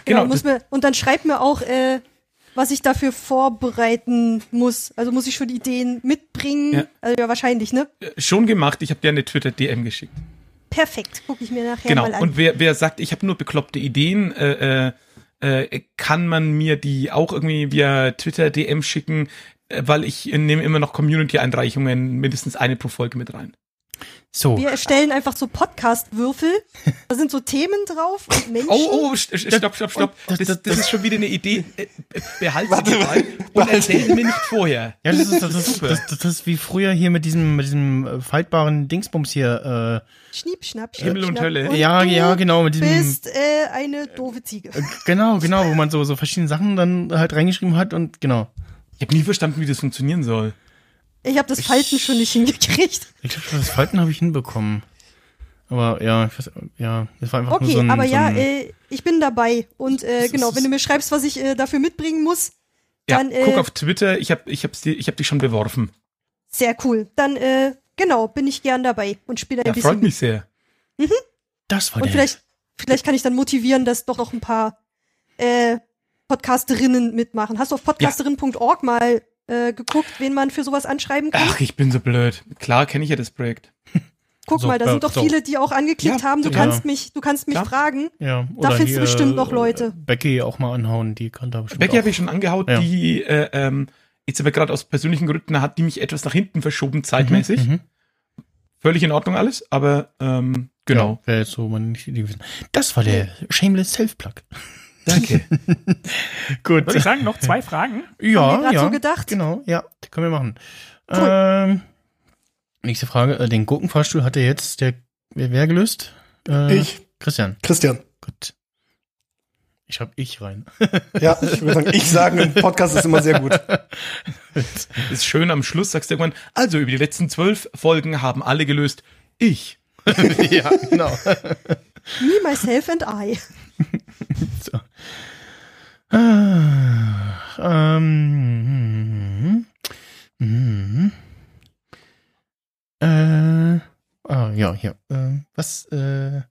S3: Genau.
S4: Genau,
S3: muss mir, und dann schreibt mir auch, äh, was ich dafür vorbereiten muss. Also muss ich schon Ideen mitbringen?
S4: Ja.
S3: Also ja, wahrscheinlich, ne?
S4: Äh, Schon gemacht, ich habe dir eine Twitter-DM geschickt.
S3: Perfekt. Gucke ich mir nachher mal
S4: genau.
S3: an.
S4: Und wer, wer sagt, ich habe nur bekloppte Ideen, äh, äh, äh, kann man mir die auch irgendwie via Twitter-DM schicken, äh, weil ich äh, nehme immer noch Community-Einreichungen mindestens eine pro Folge mit rein.
S2: So.
S3: Wir erstellen einfach so Podcast-Würfel. Da sind so Themen drauf und Menschen.
S4: Oh, oh, st- st- stopp, stopp, stopp. Das, das, ist schon wieder eine Idee. Äh, äh, Behalt sie mal und erzähl sie mir nicht vorher.
S2: Ja, das ist, das, ist, das, das, das ist wie früher hier mit diesem, mit diesem äh, faltbaren Dingsbums hier.
S3: Schniep, schnapp, schnipp,
S4: Himmel und
S3: schnapp.
S4: Hölle.
S2: Äh, ja,
S3: du
S2: ja, genau, mit diesem.
S3: bist äh, eine doofe Ziege.
S2: Genau, genau, wo man so, so verschiedene Sachen dann halt reingeschrieben hat und genau.
S4: Ich habe nie verstanden, wie das funktionieren soll.
S3: Ich habe das Falten schon nicht hingekriegt.
S2: Ich glaube, das Falten habe ich hinbekommen. Aber ja, ich weiß, ja, das war einfach nur
S3: Okay,
S2: so ein.
S3: aber
S2: so
S3: ja,
S2: ein,
S3: äh, ich bin dabei. Und äh, genau, wenn du mir schreibst, was ich äh, dafür mitbringen muss,
S4: Ja,
S3: Dann, äh,
S4: guck auf Twitter, ich habe ich hab's dir, ich hab dich schon beworfen.
S3: sehr cool. Dann, äh, genau, bin ich gern dabei und spiele ein
S4: Ja,
S3: bisschen.
S4: freut mich sehr.
S2: das war
S3: Und
S2: der.
S3: vielleicht, vielleicht kann ich dann motivieren, dass doch noch ein paar äh, Podcasterinnen mitmachen. Hast du auf podcasterin.org mal äh, geguckt, wen man für sowas anschreiben kann?
S4: Ach, ich bin so blöd. Klar kenne ich ja das Projekt.
S3: Guck
S2: so,
S3: mal, da
S2: ja,
S3: sind doch
S2: so.
S3: viele, die auch angeklickt
S4: äh, Ja,
S3: haben. Du
S2: total.
S3: kannst mich, du kannst mich
S4: Klar.
S3: fragen.
S2: ja,
S3: da findest du
S2: hier,
S3: bestimmt noch
S2: äh,
S3: Leute.
S2: Becky auch mal anhauen, die kann da bestimmt.
S4: Becky
S2: auch-
S4: habe ich schon angehaut,
S2: Ja.
S4: die äh, ähm, jetzt aber gerade aus persönlichen Gründen hat die mich etwas nach hinten verschoben, zeitmäßig.
S2: Mhm, mhm.
S4: Völlig in Ordnung alles, aber ähm, genau.
S2: Ja, Wäre jetzt so meine Idee gewesen. Das war der Shameless Self-Plug.
S4: Danke.
S2: Gut.
S6: Würde ich sagen, noch zwei Fragen.
S3: Haben wir
S2: Ja,
S3: grad
S2: ja.
S3: so gedacht.
S2: Genau, ja, können wir machen.
S3: Cool.
S2: Ähm, nächste Frage. äh, Den Gurkenfahrstuhl hatte jetzt der. Wer, wer gelöst? Äh,
S5: Ich.
S2: Christian.
S5: Christian.
S2: Gut. Ich hab ich rein.
S5: Ja, ich würde sagen, ich sagen, im Podcast ist immer sehr gut.
S4: Ist schön am Schluss, sagst du irgendwann, also über die letzten zwölf Folgen haben alle gelöst. Ich.
S2: ja, genau.
S3: Me, myself and I.
S2: Ah, ähm, hm, hm, hm. äh, ah, ja, hier. Ähm, was, äh,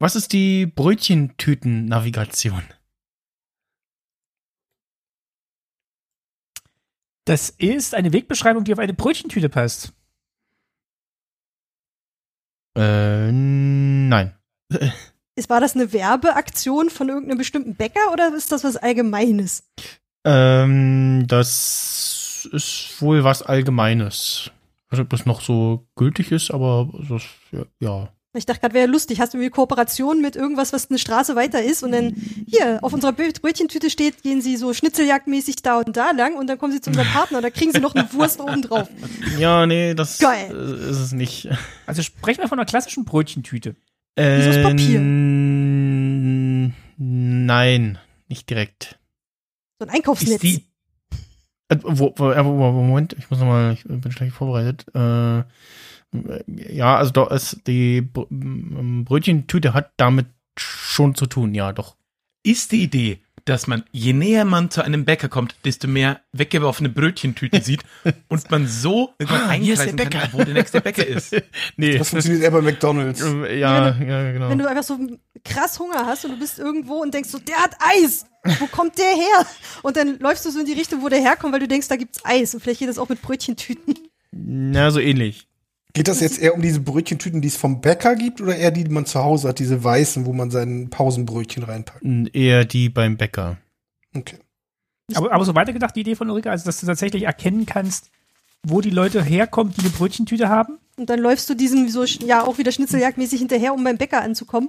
S2: was ist die Brötchentüten-Navigation?
S6: Das ist eine Wegbeschreibung, die auf eine Brötchentüte passt.
S2: Äh, nein.
S3: Ist, war das eine Werbeaktion von irgendeinem bestimmten Bäcker oder ist das was Allgemeines?
S2: Ähm, das ist wohl was Allgemeines. Also, ob das noch so gültig ist, aber das, ja, ja.
S3: Ich dachte gerade, wäre lustig. Hast du irgendwie Kooperation mit irgendwas, was eine Straße weiter ist? Und dann hier auf unserer Brö- Brötchentüte steht, gehen sie so schnitzeljagdmäßig da und da lang und dann kommen sie zu unserem Partner, da kriegen sie noch eine Wurst oben drauf.
S2: Ja, nee, das
S3: Geil.
S2: äh, ist es nicht.
S6: Also sprechen wir von einer klassischen Brötchentüte.
S2: Äh,
S3: Wieso aus Papier?
S2: Ähm, Nein, nicht direkt.
S3: So ein
S4: Ist
S3: Einkaufsnetz.
S4: die
S2: Äh, wo, wo, äh, wo, wo, Moment, ich muss nochmal, ich bin schlecht vorbereitet. Äh, ja, also da ist die Br- m- Brötchentüte hat damit schon zu tun, ja, doch.
S4: ist die Idee, dass man, je näher man zu einem Bäcker kommt, desto mehr weggeworfene Brötchentüten sieht und man so irgendwann
S2: Ah, hier ist
S4: einkreisen
S2: der
S4: kann,
S2: Bäcker.
S4: wo der nächste Bäcker ist.
S2: Nee,
S5: Das funktioniert eher bei McDonalds.
S2: äh, ja, ja, genau.
S3: Wenn du einfach so krass Hunger hast und du bist irgendwo und denkst so, der hat Eis! Wo kommt der her? Und dann läufst du so in die Richtung, wo der herkommt, weil du denkst, da gibt's Eis. Und vielleicht geht das auch mit Brötchentüten.
S2: Na, so ähnlich.
S5: Geht das jetzt eher um diese Brötchentüten, die es vom Bäcker gibt, oder eher die, die man zu Hause hat, diese weißen, wo man sein Pausenbrötchen reinpackt?
S2: N- Eher die beim Bäcker.
S5: Okay.
S6: Aber, aber so weitergedacht, die Idee von Ulrike, also dass du tatsächlich erkennen kannst, wo die Leute herkommen, die eine Brötchentüte haben.
S3: Und dann läufst du diesem so, sch- ja, auch wieder schnitzeljagdmäßig hinterher, um beim Bäcker anzukommen.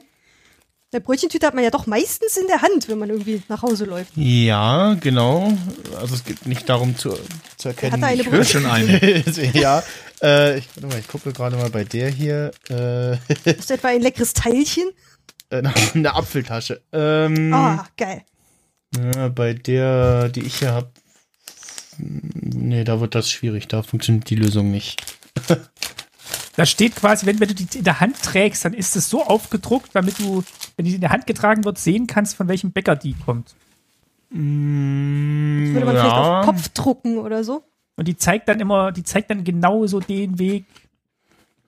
S3: Der Brötchentüte hat man ja doch meistens in der Hand, wenn man irgendwie nach Hause läuft.
S2: Ja, genau. Also es geht nicht darum zu, zu erkennen.
S3: Hat er eine
S2: wie-
S4: Hör schon eine.
S2: ja, äh, ich, warte mal, ich gucke gerade mal bei der hier. Äh,
S3: Ist etwa ein leckeres Teilchen?
S2: eine, eine Apfeltasche. Ähm,
S3: Ah, geil.
S2: ja, bei der, die ich hier habe. Nee, da wird das schwierig. Da funktioniert die Lösung nicht.
S6: Da steht quasi, wenn, wenn du die in der Hand trägst, dann ist es so aufgedruckt, damit du, wenn die in der Hand getragen wird, sehen kannst, von welchem Bäcker die kommt.
S3: Das würde man vielleicht auf den Kopf drucken oder so.
S6: Und die zeigt dann immer, die zeigt dann genau so den Weg.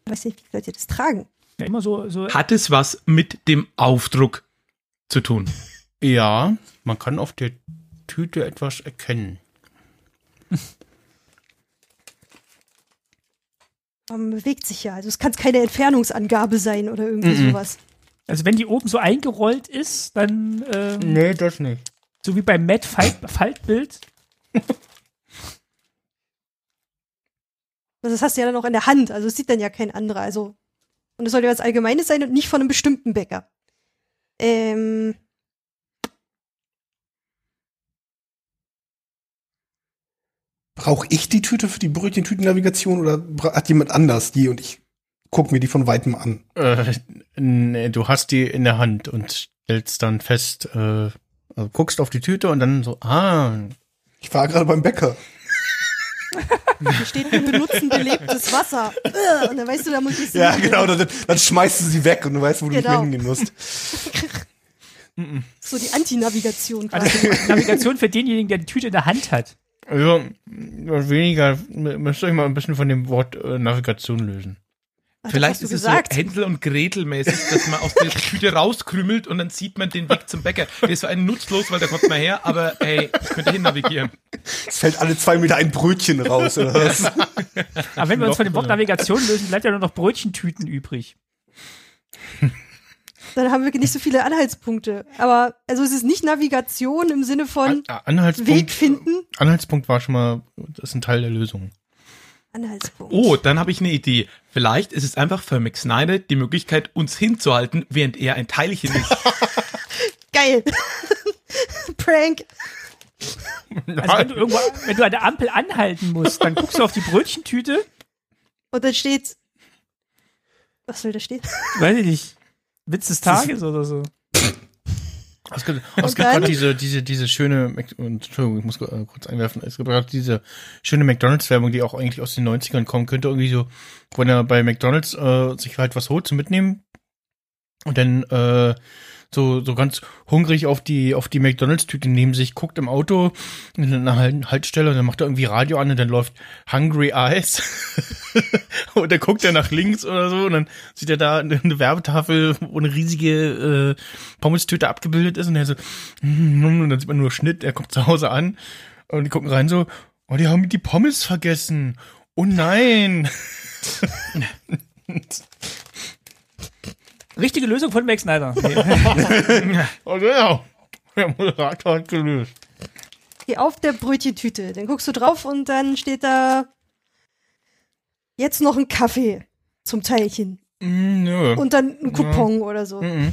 S3: Ich weiß nicht, wie Leute das tragen.
S6: Ja, immer so, so
S4: Hat es was mit dem Aufdruck zu tun?
S2: Ja, man kann auf der Tüte etwas erkennen.
S3: Aber man bewegt sich ja. Also es kann keine Entfernungsangabe sein oder irgendwie
S2: Mhm.
S3: sowas.
S6: Also wenn die oben so eingerollt ist, dann ähm,
S2: Nee, das nicht.
S6: so wie beim Matt Falt Faltbild.
S3: Also das hast du ja dann auch in der Hand, also es sieht dann ja kein anderer. Also, und es sollte was Allgemeines sein und nicht von einem bestimmten Bäcker. Ähm.
S5: Brauche ich die Tüte für die Brötchentütennavigation oder bra- hat jemand anders die und ich gucke mir die von weitem an?
S2: Äh, nee, du hast die in der Hand und stellst dann fest, äh, also guckst auf die Tüte und dann so, ah,
S5: Ich war gerade beim Bäcker.
S3: Hier steht, wir benutzen belebtes Wasser. Ugh, Und dann weißt du, da muss ich
S5: Ja, genau, dann, dann schmeißt du sie weg und du weißt, wo du nicht mehr
S3: Genau.
S5: hingehen musst.
S3: So die Antinavigation
S4: Ah,
S3: quasi.
S6: Also Navigation für denjenigen, der die Tüte in der Hand hat.
S2: also weniger, m- müsst ihr euch mal ein bisschen von dem Wort äh, Navigation lösen.
S3: Ach, das hast
S4: Vielleicht
S3: du
S4: ist
S3: gesagt.
S4: es so Hänsel und Gretel mäßig, dass man aus der Tüte rauskrümelt und dann sieht man den Weg zum Bäcker. Der ist so ein nutzlos, weil da kommt man her, aber ey, ich könnte hin navigieren.
S5: Es fällt alle zwei Meter ein Brötchen raus, oder was?
S6: Aber wenn wir uns von dem Wort Navigation lösen, bleibt ja nur noch Brötchentüten übrig.
S3: dann haben wir nicht so viele Anhaltspunkte. Aber also es ist nicht Navigation im Sinne von
S2: An
S4: Ah,
S2: äh, Anhaltspunkt,
S3: Weg finden.
S2: Anhaltspunkt war schon mal, das ist ein Teil der Lösung.
S3: Anhaltspunkt.
S4: Oh, dann habe ich eine Idee. Vielleicht ist es einfach für Mick Snyder die Möglichkeit, uns hinzuhalten, während er ein Teilchen ist.
S3: Geil. Prank.
S6: Also wenn du irgendwo, wenn du an der Ampel anhalten musst, dann guckst du auf die Brötchentüte.
S3: Und dann steht. Was soll da stehen?
S6: Weiß ich nicht. Witz des Tages oder so.
S2: Es gibt, es
S3: Und
S2: gibt
S3: dann-
S2: gerade diese, diese, diese schöne, Mc- und Entschuldigung, ich muss äh, kurz einwerfen, es gibt gerade diese schöne McDonalds-Werbung, die auch eigentlich aus den 90ern kommen könnte, irgendwie so, wenn er bei McDonalds äh, sich halt was holt zum Mitnehmen und dann äh, so, so ganz hungrig auf die, auf die McDonalds-Tüte neben sich guckt im Auto in einer Halt- Haltestelle und dann macht er irgendwie Radio an und dann läuft Hungry Eyes und dann guckt er nach links oder so und dann sieht er da eine eine Werbetafel, wo eine riesige äh, Pommes-Tüte abgebildet ist und er so und dann sieht man nur Schnitt, er kommt zu Hause an und die gucken rein so, oh, die haben die Pommes vergessen. Oh nein.
S6: Richtige Lösung von Max Snyder. Nee.
S2: Oh ja, der Moderator hat gelöst.
S3: Geh auf der Brötchentüte. Dann guckst du drauf und dann steht da. Jetzt noch ein Kaffee zum Teilchen.
S2: Mm, nö.
S3: Und dann ein Coupon oder so.
S4: Mhm.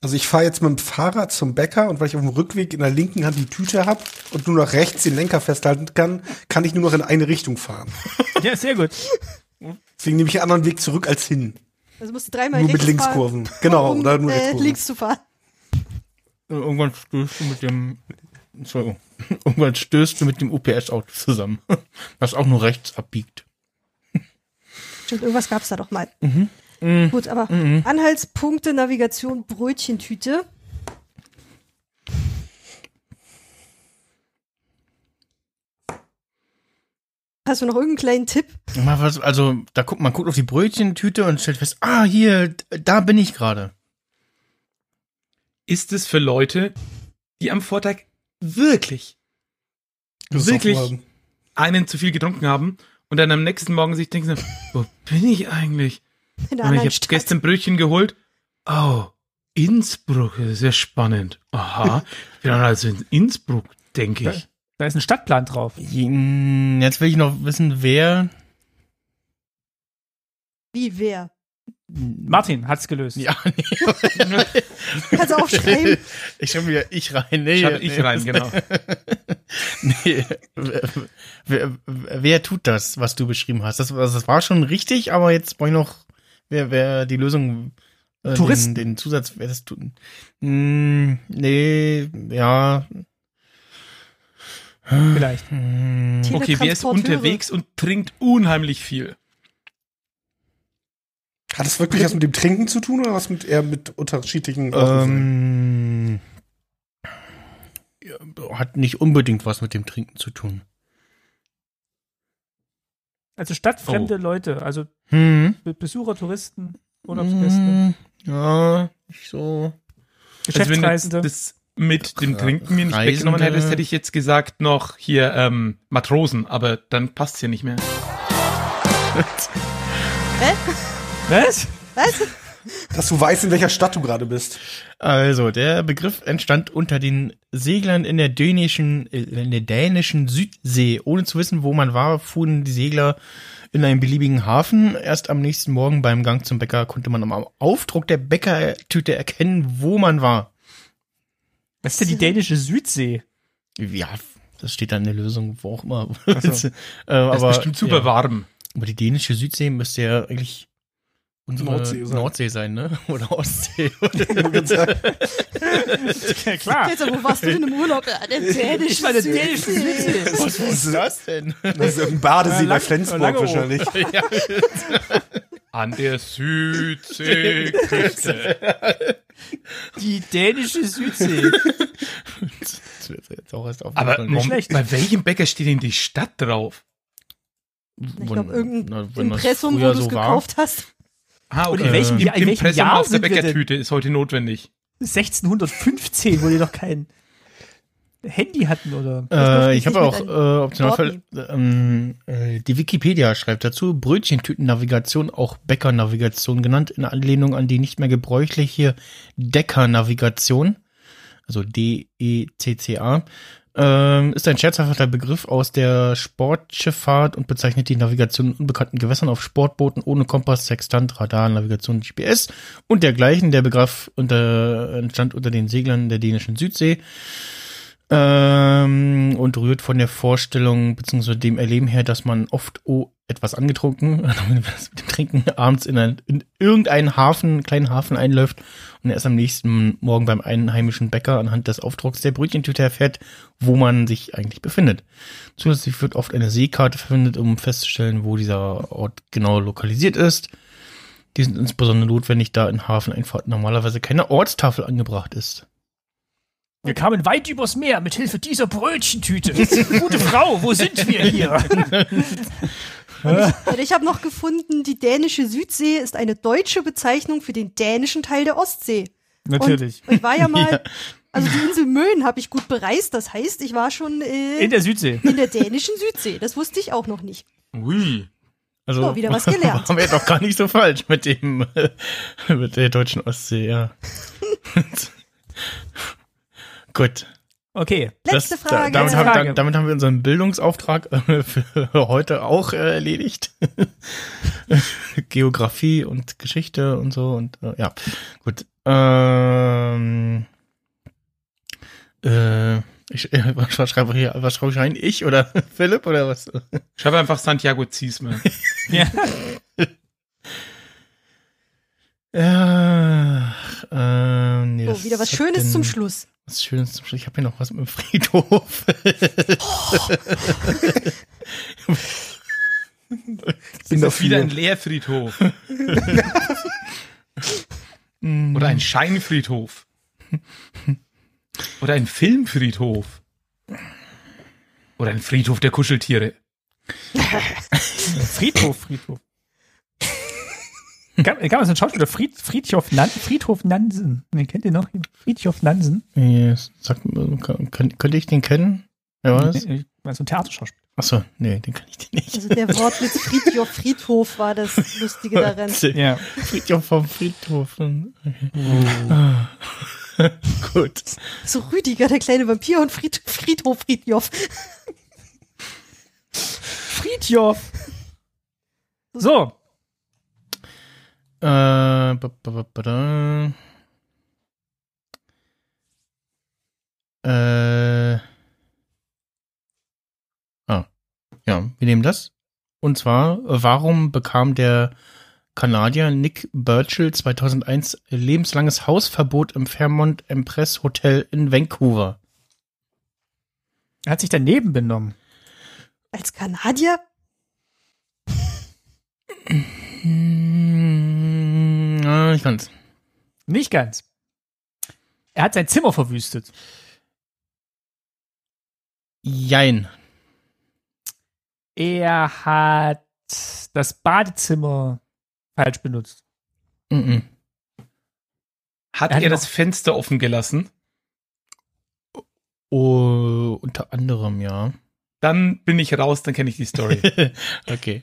S5: Also ich fahre jetzt mit dem Fahrrad zum Bäcker und weil ich auf dem Rückweg in der linken Hand die Tüte habe und nur nach rechts den Lenker festhalten kann, kann ich nur noch in eine Richtung fahren.
S6: Ja, sehr gut.
S5: Deswegen nehme ich einen anderen Weg zurück als hin.
S3: Also musst du dreimal
S5: nur mit
S3: rechts fahren,
S5: Linkskurven. Genau,
S3: um
S5: oder nur
S3: äh,
S5: Rechtskurven.
S3: links zu fahren.
S2: Und irgendwann stößt du mit dem Entschuldigung. Irgendwann stößt du mit dem UPS-Auto zusammen, was auch nur rechts abbiegt.
S3: Stimmt, irgendwas gab's da doch mal.
S4: Mhm.
S3: Gut, aber Anhaltspunkte, Navigation, Brötchentüte. Hast du noch irgendeinen kleinen Tipp?
S2: Mal was- Also, da guckt man guckt auf die Brötchentüte und stellt fest, ah, hier, da bin ich gerade.
S4: Ist es für Leute, die am Vortag wirklich
S5: Das
S4: Wirklich?
S5: ist auch mal-
S4: einen zu viel getrunken haben und dann am nächsten Morgen sich denken, wo bin ich
S3: In
S4: eigentlich?
S3: der
S4: Und ich
S3: anderen
S4: habe
S3: Stadt.
S4: gestern Brötchen geholt. Oh, Innsbruck, das ist ja spannend. Aha, ich bin dann also in Innsbruck, denke ich.
S6: Da ist ein Stadtplan drauf.
S2: Jen- Hm, Jetzt will ich noch wissen, wer.
S3: Wie wer?
S6: Martin hat's gelöst.
S2: Ja, nee.
S3: Kannst du aufschreiben?
S2: Ich schreibe wieder ich rein. Nee,
S4: Schreibe ich
S2: nee.
S4: rein, genau.
S2: Nee. Wer, wer, wer tut das, was du beschrieben hast? Das, also das war schon richtig, aber jetzt brauche ich noch, wer, wer die Lösung. äh,
S6: Touristen.
S2: Den, den Zusatz, wer das tut. Hm, nee, ja.
S6: Vielleicht.
S2: Hm,
S4: Okay, wer ist
S3: Teletransporteure.
S4: unterwegs und trinkt unheimlich viel?
S5: Hat das wirklich was mit dem Trinken zu tun oder was mit eher mit unterschiedlichen Sachen?
S2: ähm, ja, hat nicht unbedingt was mit dem Trinken zu tun.
S6: Also stadtfremde Leute, also
S2: Hm.
S6: Be- Besucher, Touristen, Urlaubsgäste,
S2: Mm, ja, nicht so.
S4: Also wenn
S6: Geschäftsreisende.
S4: du das mit dem
S2: Ra-
S4: Trinken mir nicht
S2: Reisende.
S4: weggenommen hättest, hätte ich jetzt gesagt noch hier ähm, Matrosen, aber dann passt hier nicht mehr.
S6: Was?
S3: Was?
S5: dass du weißt, in welcher Stadt du gerade bist.
S2: Also, der Begriff entstand unter den Seglern in der dänischen, äh, in der dänischen Südsee. Ohne zu wissen, wo man war, fuhren die Segler in einen beliebigen Hafen. Erst am nächsten Morgen beim Gang zum Bäcker konnte man am Aufdruck der Bäckertüte erkennen, wo man war.
S6: Was ist denn die dänische Südsee?
S2: Ja, das steht dann in der Lösung, wo auch immer.
S6: so.
S2: äh, aber,
S4: Das ist bestimmt super
S2: ja.
S4: warm.
S2: aber die dänische Südsee müsste ja eigentlich unsere
S5: Nordsee
S2: Nordsee
S5: sein.
S2: sein, ne? Oder Ostsee. Oder
S6: Ja, klar.
S3: Jetzt, wo warst du denn im Urlaub? Ja, der dänische
S6: Ich meine, dänische Südsee.
S2: was ist das denn?
S5: Das ist irgendein Badesee
S6: Lang-
S5: bei Flensburg
S6: Langeoog.
S5: wahrscheinlich.
S4: An der Südseeküste.
S6: Die dänische Südsee.
S2: Das wird jetzt auch erst
S4: Aber
S2: aufgefallen.
S4: Moment,
S6: schlecht.
S4: bei welchem Bäcker steht denn die Stadt drauf?
S3: Ich glaube, irgendein
S2: Na, wenn das
S3: Impressum, wo
S2: früher
S3: du es
S2: so war.
S3: gekauft hast.
S4: Ah,
S6: Und in welchem Jahr- in
S4: Im
S6: welchem
S4: Impressum
S6: Jahr
S4: auf der
S6: sind wir denn?
S4: Bäckertüte ist heute notwendig.
S6: 1615, wo die doch kein Handy hatten, oder?
S3: Das
S2: Äh, ich habe
S3: durfte
S2: auch
S3: ich
S2: äh,
S3: nicht mit
S2: optional
S3: Worten.
S2: ähm, äh, die Wikipedia schreibt dazu Brötchentütennavigation, auch Bäckernavigation genannt, in Anlehnung an die nicht mehr gebräuchliche Deckernavigation, also D-E-C-C-A, ähm, ist ein scherzhafter Begriff aus der Sportschifffahrt und bezeichnet die Navigation in unbekannten Gewässern auf Sportbooten ohne Kompass, Sextant, Radar, Navigation, GPS und dergleichen. Der Begriff unter, entstand unter den Seglern der dänischen Südsee ähm, und rührt von der Vorstellung bzw. dem Erleben her, dass man oft oh, etwas angetrunken, also das mit dem Trinken abends in, ein, in irgendeinen Hafen, kleinen Hafen einläuft und erst am nächsten Morgen beim einheimischen Bäcker anhand des Aufdrucks der Brötchentüte erfährt, wo man sich eigentlich befindet. Zusätzlich wird oft eine Seekarte verwendet, um festzustellen, wo dieser Ort genau lokalisiert ist. Die sind insbesondere notwendig, da in Hafeneinfahrten normalerweise keine Ortstafel angebracht ist.
S6: Wir kamen weit übers Meer mit Hilfe dieser Brötchentüte. Gute Frau, wo sind wir hier?
S3: Und ich habe noch gefunden, die dänische Südsee ist eine deutsche Bezeichnung für den dänischen Teil der Ostsee. Und ich war ja mal, also die Insel Möhn habe ich gut bereist. Das heißt, ich war schon äh,
S6: In der Südsee.
S3: in der dänischen Südsee. Das wusste ich auch noch nicht.
S4: Ui.
S2: Also
S3: So, wieder was gelernt.
S2: Haben wir doch gar nicht so falsch mit dem äh, mit der deutschen Ostsee, ja. Gut.
S6: Okay.
S2: Das,
S3: Letzte Frage.
S2: Da, damit,
S6: Letzte
S2: haben,
S6: Frage.
S2: da, damit haben wir unseren Bildungsauftrag äh, für heute auch äh, erledigt. Geografie und Geschichte und so und äh, ja. Gut. Ähm, äh, ich, äh, was schreibe ich hier? Was schreibe ich rein? Ich oder Philipp oder was?
S4: Schreib einfach Santiago Ziesmann.
S6: Ja.
S2: Ja, äh, nee,
S3: So,
S2: das
S3: Oh, wieder was
S2: hat
S3: Schönes
S2: den-
S3: zum Schluss.
S2: Was Schönes zum Schluss. Ich habe hier noch was mit dem Friedhof.
S5: Ich bin
S4: Das ist wieder
S5: dafür.
S4: ein Leerfriedhof. Oder ein Scheinfriedhof. Oder ein Filmfriedhof. Oder ein Friedhof der Kuscheltiere.
S6: Friedhof, Friedhof. Gab, gab es einen Schauspieler, Fried, Friedhof, Nan, Friedhof Nansen. Nee, kennt ihr noch? Friedhof Nansen.
S2: yes. Sag, kann, kann, könnte ich den kennen? Wer war das?
S6: Nee, nee, So ein Theaterschauspieler.
S2: Achso, nee, den kann ich den nicht.
S3: Also der Wortwitz Friedhof Friedhof war das Lustige daran.
S6: Ja.
S2: Friedhof vom Friedhof. Okay. Ah. Gut.
S3: So Rüdiger, der kleine Vampir und Fried Friedhof Friedhof.
S6: Friedhof. So.
S2: Äh, ba, ba, ba, ba, da. Äh. Ah. Ja, wir nehmen das. Und zwar, äh, warum bekam der Kanadier Nick Burchill 2001 lebenslanges Hausverbot im Fairmont Empress Hotel in Vancouver?
S6: Er hat sich daneben benommen.
S3: Als Kanadier?
S2: Hm, ah, ich kann's.
S6: Nicht ganz. Er hat sein Zimmer verwüstet.
S2: Jein.
S6: Er hat das Badezimmer falsch benutzt.
S2: Mm -mm.
S4: Hat
S6: Er hat
S4: er
S6: ihn
S4: das Fenster offen gelassen?
S2: Oh, unter anderem, ja.
S4: Dann bin ich raus, dann kenne ich die Story.
S2: Okay.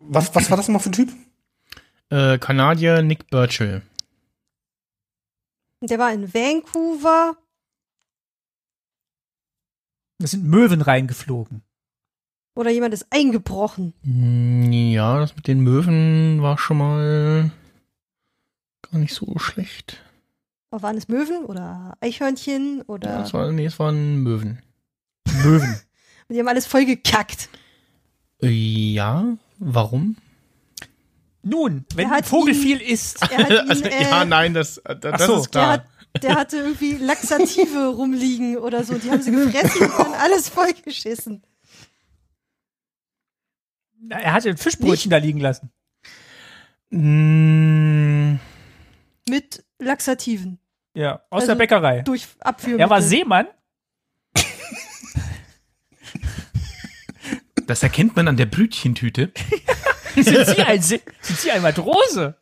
S5: Was, was war das nochmal für ein Typ?
S2: Äh, Kanadier Nick Burchill.
S3: Und der war in Vancouver.
S6: Es sind Möwen reingeflogen.
S3: Oder jemand ist eingebrochen.
S2: Hm, Ja, das mit den Möwen war schon mal gar nicht so schlecht.
S3: Aber waren es Möwen oder Eichhörnchen
S2: Ja.
S3: oder.
S2: Das war, nee, es waren Möwen.
S6: Möwen.
S3: und die haben alles voll gekackt.
S2: Äh, Ja, warum?
S6: Nun, wenn
S3: Er hat
S6: ein Vogel
S3: ihn-
S6: viel isst,
S3: Er hat
S6: Also,
S4: Also,
S3: ihn, äh,
S2: nein, das, das,
S6: Ach so.
S3: der, hat, der hatte irgendwie Laxative rumliegen oder so. Die haben sie gefressen und dann alles vollgeschissen.
S6: er hatte ein Fischbrötchen da liegen lassen.
S2: Mm,
S3: Mit Laxativen.
S6: Ja, aus
S3: Also-
S6: der Bäckerei.
S3: Durch Abführmittel.
S6: Er war Seemann.
S4: Das erkennt man an der Brötchentüte.
S6: Sind Sie ein, See sind Sie ein Matrose?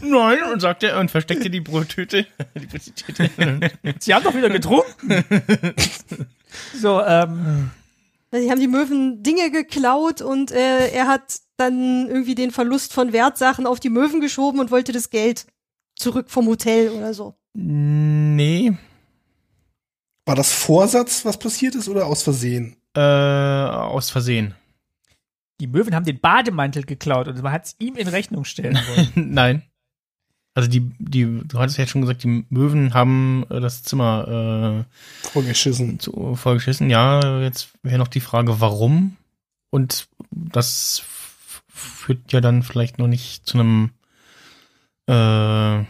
S2: nein, und sagte er und versteckte die Brottüte. die Brottüte.
S6: Sie haben doch wieder getrunken. so, ähm,
S3: Die haben die Möwen Dinge geklaut und äh, er hat dann irgendwie den Verlust von Wertsachen auf die Möwen geschoben und wollte das Geld zurück vom Hotel oder so.
S2: nee,
S5: War das Vorsatz, was passiert ist, oder aus Versehen?
S2: äh, aus Versehen.
S6: die Möwen haben den Bademantel geklaut und man hat es ihm in Rechnung stellen wollen.
S2: Nein. Also die, die, du hattest ja schon gesagt, die Möwen haben äh, das Zimmer äh,
S5: Vorgeschissen.
S2: zu, vollgeschissen. Ja, jetzt wäre noch die Frage, warum? Und das f- führt ja dann vielleicht noch nicht zu einem äh,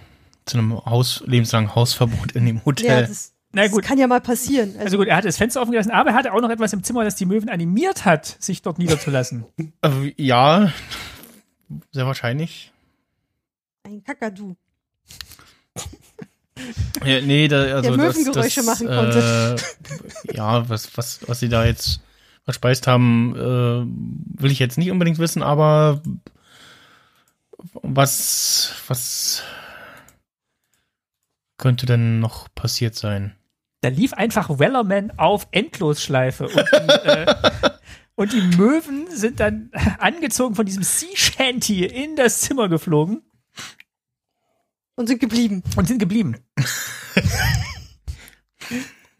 S2: zu einem Haus, lebenslangen Hausverbot in dem
S3: Ja,
S2: Hotel.
S3: das,
S6: Na gut,
S3: das kann ja mal passieren.
S6: also
S3: Also,
S6: gut, er hatte das Fenster offen gelassen, aber er hatte auch noch etwas im Zimmer, das die Möwen animiert hat, sich dort niederzulassen.
S2: Äh, ja, sehr wahrscheinlich.
S3: ein Kakadu.
S2: Ja, nee, da, also
S3: Möwengeräusche
S2: das, das,
S3: machen konnte.
S2: Äh, ja, was, was, was sie da jetzt verspeist haben, äh, will ich jetzt nicht unbedingt wissen, aber was, was könnte denn noch passiert sein?
S6: Da lief einfach Wellerman auf Endlosschleife und die, äh, und die Möwen sind dann angezogen von diesem Sea Shanty in das Zimmer geflogen
S3: Und sind geblieben.
S6: und sind geblieben.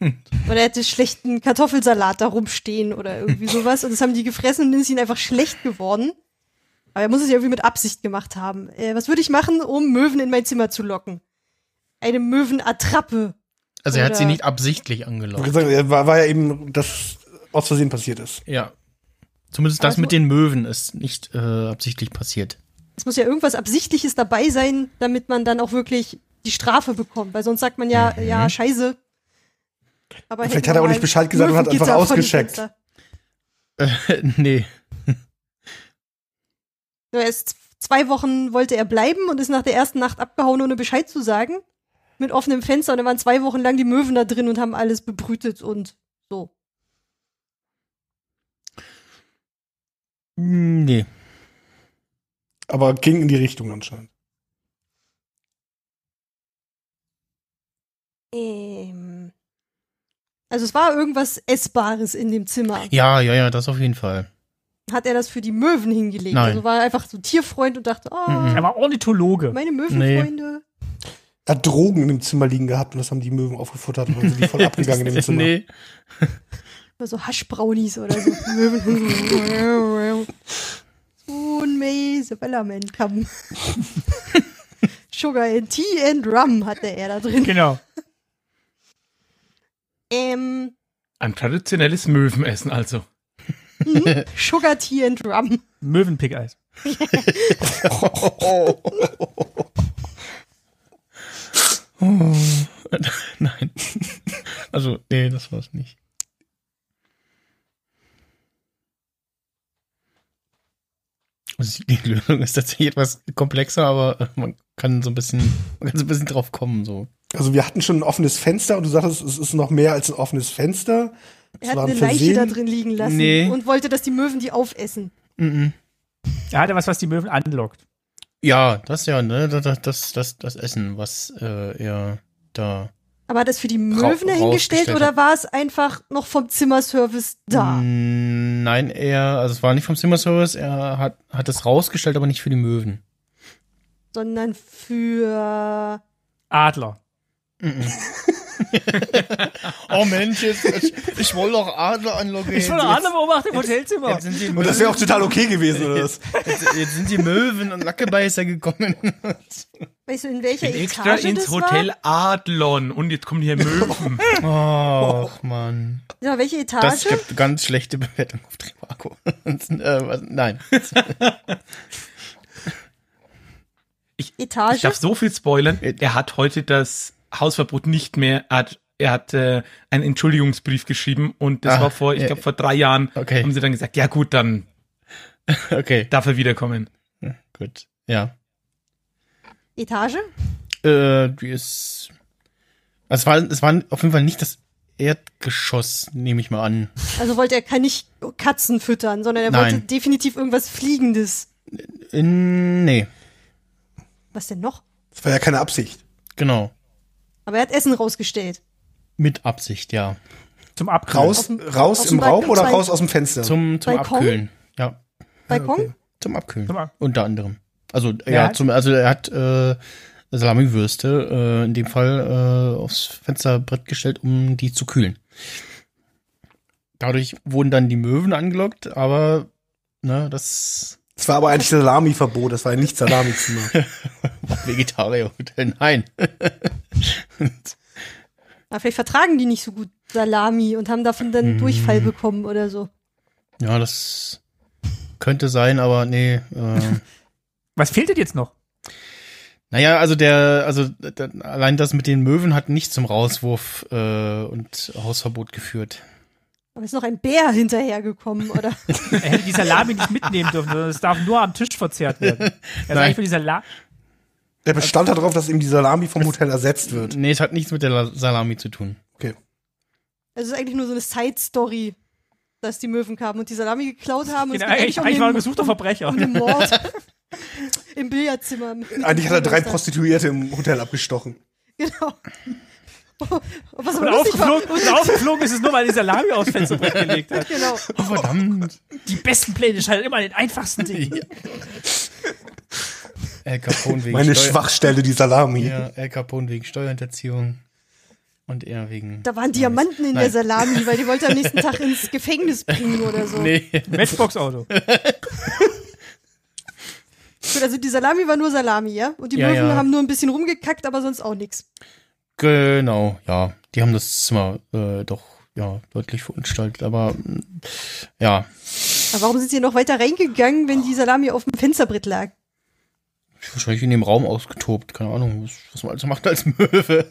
S3: Oder er hätte schlechten Kartoffelsalat da rumstehen oder irgendwie sowas. Und das haben die gefressen und dann ist ihnen einfach schlecht geworden. Aber er muss es ja irgendwie mit Absicht gemacht haben. Äh, was würde ich machen, um Möwen in mein Zimmer zu locken? Eine Möwenattrappe.
S2: Also er hat
S3: Oder-
S2: sie nicht absichtlich
S5: Ich wollte
S2: angelockt.
S5: sagen, er War, war ja eben, dass aus Versehen passiert ist.
S2: Ja. Zumindest das
S3: Also-
S2: mit den Möwen ist nicht äh, absichtlich passiert.
S3: Es muss ja irgendwas Absichtliches dabei sein, damit man dann auch wirklich die Strafe bekommt. Weil sonst sagt man ja, ja, scheiße. Aber
S5: Mhm.
S3: halt hätten
S5: Vielleicht hat er
S3: wir
S5: auch
S3: mal
S5: nicht Bescheid gesagt und hat einfach
S3: Möwengitter vor die
S5: ausgescheckt.
S3: Fenster.
S2: nee.
S3: Nur Er ist zwei Wochen wollte er bleiben und ist nach der ersten Nacht abgehauen, ohne Bescheid zu sagen. Mit offenem Fenster und da waren zwei Wochen lang die Möwen da drin und haben alles bebrütet und so.
S2: Nee.
S5: Aber ging in die Richtung anscheinend.
S3: Ähm. Also es war irgendwas Essbares in dem Zimmer.
S2: Ja, ja, ja, das auf jeden Fall.
S3: Hat er das für die Möwen hingelegt?
S2: Nein.
S3: Also war er einfach so Tierfreund und dachte, oh,
S2: Mhm.
S6: Er war Ornithologe.
S3: meine Möwenfreunde.
S5: Er hat Drogen in dem Zimmer liegen gehabt und das haben die Möwen aufgefuttert und dann sind die voll abgegangen in dem Zimmer.
S2: nee.
S3: Oder so Haschbrownies oder so. Möwen. Spoon me the Bellerman come. Sugar and Tea and Rum hatte er da drin.
S6: Genau.
S3: Ähm,
S4: Ein traditionelles Möwenessen also.
S3: Sugar Tea and Rum.
S6: Möwenpick-Eis.
S2: Oh. Nein. Also, nee, das war's nicht. Also die Lösung ist tatsächlich etwas komplexer, aber äh, man kann so ein bisschen, man kann so ein bisschen drauf kommen, so.
S5: Also wir hatten schon ein offenes Fenster und du sagtest, es ist noch mehr als ein offenes Fenster.
S3: Er
S5: Es
S3: hat
S5: war ein
S3: eine Leiche da
S5: Versehen.
S3: drin liegen lassen
S2: Nee.
S3: und wollte, dass die Möwen die aufessen.
S2: Mhm.
S6: Er hatte was, was die Möwen anlockt.
S2: Ja, das ja, ne, das, das, das, das Essen, was äh, er da.
S3: Aber hat er es für die Möwen dahingestellt
S2: rausgestellt
S3: oder
S2: hat.
S3: war es einfach noch vom Zimmerservice da?
S4: Hm.
S2: Hm, Mm, Nein, er, also es war nicht vom Zimmerservice, er hat, hat es rausgestellt, aber nicht für die Möwen.
S3: sondern für
S6: Adler.
S2: Oh Mensch, jetzt, ich, ich wollte doch Adler anlocken.
S6: Ich will Adler beobachten im Hotelzimmer.
S2: Jetzt sind die
S5: Und das wäre auch total okay gewesen, oder was?
S2: Jetzt, jetzt sind die Möwen und Lackebeißer gekommen.
S3: Weißt du, in welcher
S4: Extra
S3: Etage
S4: ins
S3: das
S4: Hotel
S3: war?
S4: Adlon. Und jetzt kommen hier Möwen.
S2: Och, Mann.
S3: Ja, welche
S2: Das
S3: Etage?
S2: gibt ganz schlechte Bewertung auf Trivago. äh, was- nein.
S4: Ich darf
S3: Etage?
S4: so viel spoilern. Er hat heute das Hausverbot nicht mehr. Er hat, er hat äh, einen Entschuldigungsbrief geschrieben und das
S2: Ah,
S4: war vor, ich
S2: ja.
S4: glaube, vor drei Jahren
S2: Okay.
S4: haben sie dann gesagt, ja gut, dann
S2: Okay,
S4: darf er wiederkommen.
S2: gut. Ja.
S3: Etage?
S2: Äh, die ist. Also es war, es war auf jeden Fall nicht das Erdgeschoss, nehme ich mal an.
S3: Also wollte er kann nicht Katzen füttern, sondern er
S2: Nein.
S3: wollte definitiv irgendwas Fliegendes.
S2: In, nee,
S3: Was denn noch?
S5: Das war ja keine Absicht.
S2: genau.
S3: Aber er hat Essen rausgestellt.
S2: Mit Absicht, ja.
S6: Zum Abkühlen.
S5: Raus,
S3: dem-
S5: raus
S3: aus
S5: im
S3: dem
S5: Raum
S3: Balkon
S5: oder
S3: zwei-
S5: raus aus dem Fenster?
S2: Zum, zum
S3: Balkon?
S2: Abkühlen. Ja,
S5: Ah,
S3: Balkon?
S2: zum Abkühlen.
S6: Zum Ab-
S2: Unter anderem. Also, ja,
S6: Ja,
S2: zum, also er hat äh, Salamiwürste äh, in dem Fall äh, aufs Fensterbrett gestellt, um die zu kühlen. Dadurch wurden dann die Möwen angelockt, aber ne, das
S5: Das war aber eigentlich Salami-Verbot, das war ein Nicht-Salami-Zimmer.
S2: Vegetarierhotel, nein.
S3: Aber vielleicht vertragen die nicht so gut Salami und haben davon
S6: Hm.
S3: dann Durchfall bekommen oder so.
S2: Ja, das könnte sein, aber nee. Äh,
S6: Was fehlt denn jetzt noch?
S2: naja, also der, also d- allein das mit den Möwen hat nicht zum Rauswurf äh, und Hausverbot geführt.
S3: Aber ist noch ein Bär hinterhergekommen, oder?
S6: Er hätte die Salami nicht mitnehmen dürfen, sondern es darf nur am Tisch verzehrt werden. Er ist
S2: Nein.
S6: eigentlich für die Salami.
S5: Der bestand darauf, dass ihm die Salami vom Hotel ersetzt wird.
S2: Nee, es hat nichts mit der La Salami zu tun.
S3: Also es ist eigentlich nur so eine Side-Story, dass die Möwen kamen und die Salami geklaut haben. Und es
S6: Genau,
S3: geht
S6: eigentlich,
S3: um
S6: eigentlich
S3: den-
S6: war er ein gesuchter Verbrecher.
S3: um den Mord im Billardzimmer. mit dem
S5: Eigentlich hat er drei
S3: Bürgermeister.
S5: Prostituierte im Hotel abgestochen.
S3: Genau. Und was
S6: Und
S3: aber lustig war,
S6: aufgeflogen, und aufgeflogen ist es nur, weil die Salami aufs Fensterbrett gelegt hat.
S3: genau.
S2: Oh, verdammt.
S6: Die besten Pläne scheinen immer an den einfachsten Dingen.
S2: El Capone wegen
S5: Meine
S2: Steuer-
S5: Schwachstelle, die Salami.
S2: Ja, El Capone wegen Steuerhinterziehung. Und er wegen.
S3: Da waren Diamanten in der
S2: Nein.
S3: Salami, weil die wollte am nächsten Tag ins Gefängnis bringen oder so.
S2: Nee.
S6: Matchbox-Auto.
S3: Gut, also die Salami war nur Salami, ja? Und die
S2: Ja,
S3: Möwen
S2: ja.
S3: haben nur ein bisschen rumgekackt, aber sonst auch nichts.
S2: Genau, ja. Die haben das Zimmer äh, doch ja deutlich verunstaltet, aber mm, ja,
S3: Aber warum sind sie noch weiter reingegangen, wenn die Salami auf dem Fensterbrett lag?
S2: wahrscheinlich in dem Raum ausgetobt. Keine Ahnung, was, was man also macht als Möwe.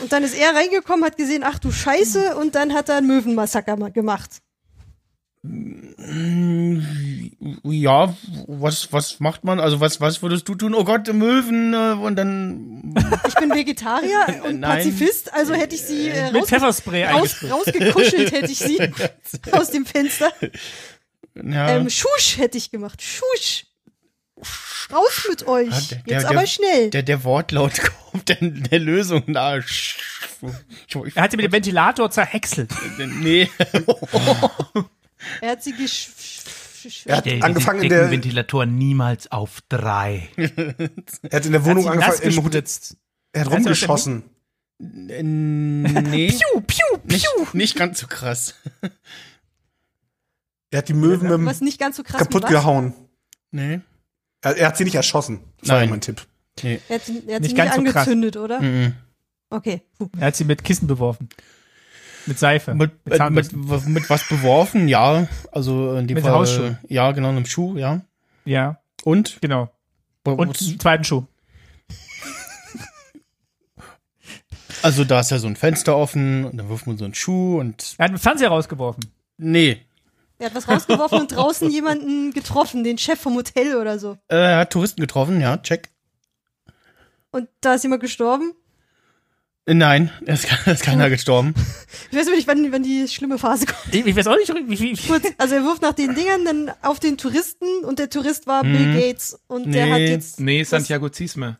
S3: Und dann ist er reingekommen, hat gesehen, ach du Scheiße, und dann hat er einen Möwenmassaker ma- gemacht.
S2: ja, was was macht man? Also was was würdest du tun? Oh Gott, Möwen äh, und dann
S3: Ich bin Vegetarier und
S2: Nein.
S3: Pazifist, also hätte ich sie äh,
S6: Mit
S3: raus,
S6: Pfefferspray
S3: raus,
S6: eingesprüht.
S3: rausgekuschelt, hätte ich sie aus dem Fenster.
S2: ja,
S3: Ähm, Schusch hätte ich gemacht. Schusch. Raus mit euch.
S2: Ja, der-
S3: Jetzt
S2: der-
S3: aber schnell.
S2: der der Wortlaut kommt der, der Lösung nahe. Ich, ich,
S6: Er hat sie mit dem Ventilator zerhäckselt.
S2: nee.
S3: er hat sie gesch... sch- sch-
S5: Er hat angefangen in der,
S4: Ventilator niemals auf drei.
S5: er hat in der Wohnung
S6: hat sie nass
S5: angefangen, im Hotel,
S6: gespritzt.
S5: er hat
S6: aus der
S5: rumgeschossen.
S2: nee.
S6: Piu, piu,
S2: Nicht,
S6: piu.
S2: nicht ganz so krass.
S5: Er hat die Möwen mit
S3: Was
S5: dem
S3: nicht ganz so krass
S5: kaputt
S3: wie was.
S5: gehauen.
S2: Nee.
S5: Er, er hat sie nicht erschossen. Das war
S2: Nein.
S5: ja mein Tipp.
S3: Er hat, er hat
S6: Nicht
S3: sie
S6: ganz so
S3: nicht
S6: krass.
S3: angezündet, oder?
S2: Mhm.
S3: Okay. Puh.
S6: Er hat sie mit Kissen beworfen. Mit Seife.
S2: Mit,
S6: mit,
S2: äh, mit,
S6: Zahnbürsten.
S2: w- mit was beworfen, ja. Also in dem
S6: Mit
S2: Fall.
S6: Hausschuhen.
S2: Ja, genau, einem Schuh, ja.
S6: Ja,
S2: Und?
S6: genau. Und einen zweiten Schuh.
S2: also da ist ja so ein Fenster offen und dann wirft man so einen Schuh und.
S6: Er hat einen Fernseher rausgeworfen.
S2: Nee.
S3: Er hat was rausgeworfen und draußen jemanden getroffen, den Chef vom Hotel oder so.
S2: Äh, Er hat Touristen getroffen, ja, check.
S3: Und da ist jemand gestorben.
S2: Äh, Nein, er ist, er ist keiner gestorben.
S3: Ich weiß aber nicht, wann, wann die schlimme Phase kommt.
S6: Ich, ich weiß auch nicht, wie, wie, wie.
S3: Gut, also er wirft nach den Dingern dann auf den Touristen und der Tourist war Bill Gates und der
S2: Nee.
S3: hat jetzt
S4: Nee, Santiago Ziesmer.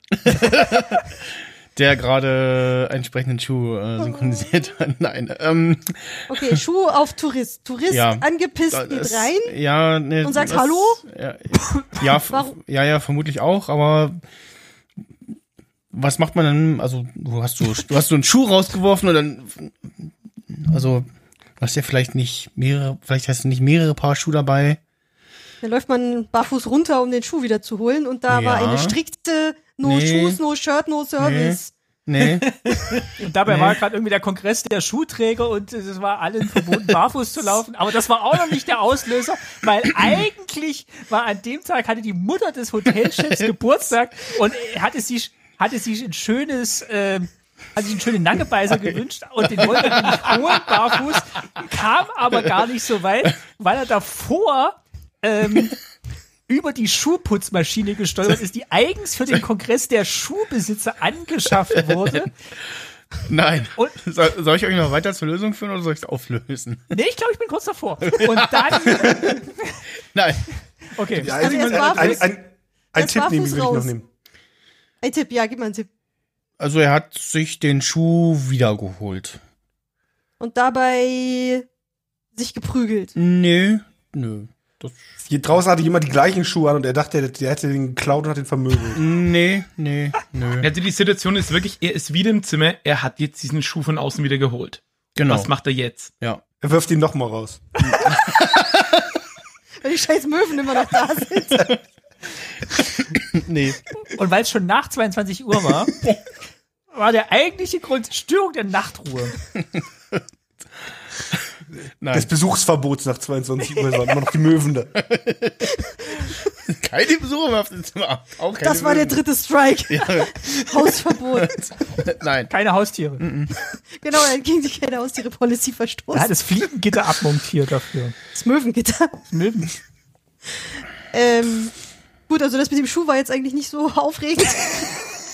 S2: der gerade einen entsprechenden Schuh äh, synchronisiert hat. Nein. Ähm,
S3: Okay, Schuh auf Tourist. Tourist
S2: Ja.
S3: angepisst
S2: da-
S3: geht
S2: das-
S3: rein.
S2: Ja, nee,
S3: und sagt
S2: das-
S3: Hallo?
S2: Ja, ja, f-
S3: Warum?
S2: ja, ja, vermutlich auch, aber was macht man denn? Also, du hast du, du hast so einen Schuh rausgeworfen und dann. Also, du hast ja vielleicht nicht mehrere, vielleicht hast du nicht mehrere Paar Schuhe dabei.
S3: Dann läuft man barfuß runter, um den Schuh wieder zu holen. Und da war
S2: Ja.
S3: eine strikte No
S2: Nee.
S3: Shoes, No Shirt, No Service.
S2: Nee.
S6: Und dabei
S2: Nee.
S6: war gerade irgendwie der Kongress der Schuhträger und es war allen verboten, barfuß zu laufen. Aber das war auch noch nicht der Auslöser, weil eigentlich war an dem Tag, hatte die Mutter des Hotelchefs Geburtstag und äh, hatte sich, hatte sich ein schönes, äh, hat sich einen schönen Nackebeißer gewünscht und den wollte er nicht holen, barfuß, kam aber gar nicht so weit, weil er davor ähm, über die Schuhputzmaschine gestolpert ist, die eigens für den Kongress der Schuhbesitzer angeschafft wurde.
S2: Nein.
S6: Und-
S2: Soll, soll ich euch noch weiter zur Lösung führen oder soll ich es auflösen?
S6: Nee, ich glaube, ich bin kurz davor. Und dann.
S2: Nein.
S6: Okay.
S3: Also erst
S5: ein, ein,
S3: barfuß-
S5: ein, ein
S3: erst barfuß
S5: Tipp nehmen, würde ich noch
S3: raus.
S5: nehmen.
S3: Ein Tipp, ja, gib mal einen Tipp.
S2: Also er hat sich den Schuh wiedergeholt.
S3: Und dabei sich geprügelt.
S2: Nee, nö. Das,
S5: Hier draußen hatte jemand die gleichen Schuhe an und er dachte, der, der hätte den geklaut und hat den vermöbelt.
S2: nee, nee, nö.
S4: Also die Situation ist wirklich, er ist wieder im Zimmer, er hat jetzt diesen Schuh von außen wieder geholt.
S2: Genau.
S4: Was macht er jetzt?
S2: ja.
S5: Er wirft ihn nochmal raus.
S3: Weil die scheiß Möwen immer noch da sind.
S2: Nee.
S6: Und weil es schon nach 22 Uhr war, war der eigentliche Grund Störung der Nachtruhe.
S5: Des
S2: Nein.
S5: Besuchsverbots nach 22 Uhr waren immer noch die Möwen da.
S2: Keine Besucher mehr auf dem Zimmer. Auch keine
S3: Das war der dritte Strike. Hausverbot.
S2: dritte. Nein.
S6: Keine Haustiere.
S3: Genau, er ging die Kinder aus ihrer Policy
S6: Da hat
S3: verstoßen.
S6: das Fliegengitter abmontiert dafür.
S3: Das Möwengitter.
S6: Möwen.
S3: Ähm, gut, also das mit dem Schuh war jetzt eigentlich nicht so aufregend.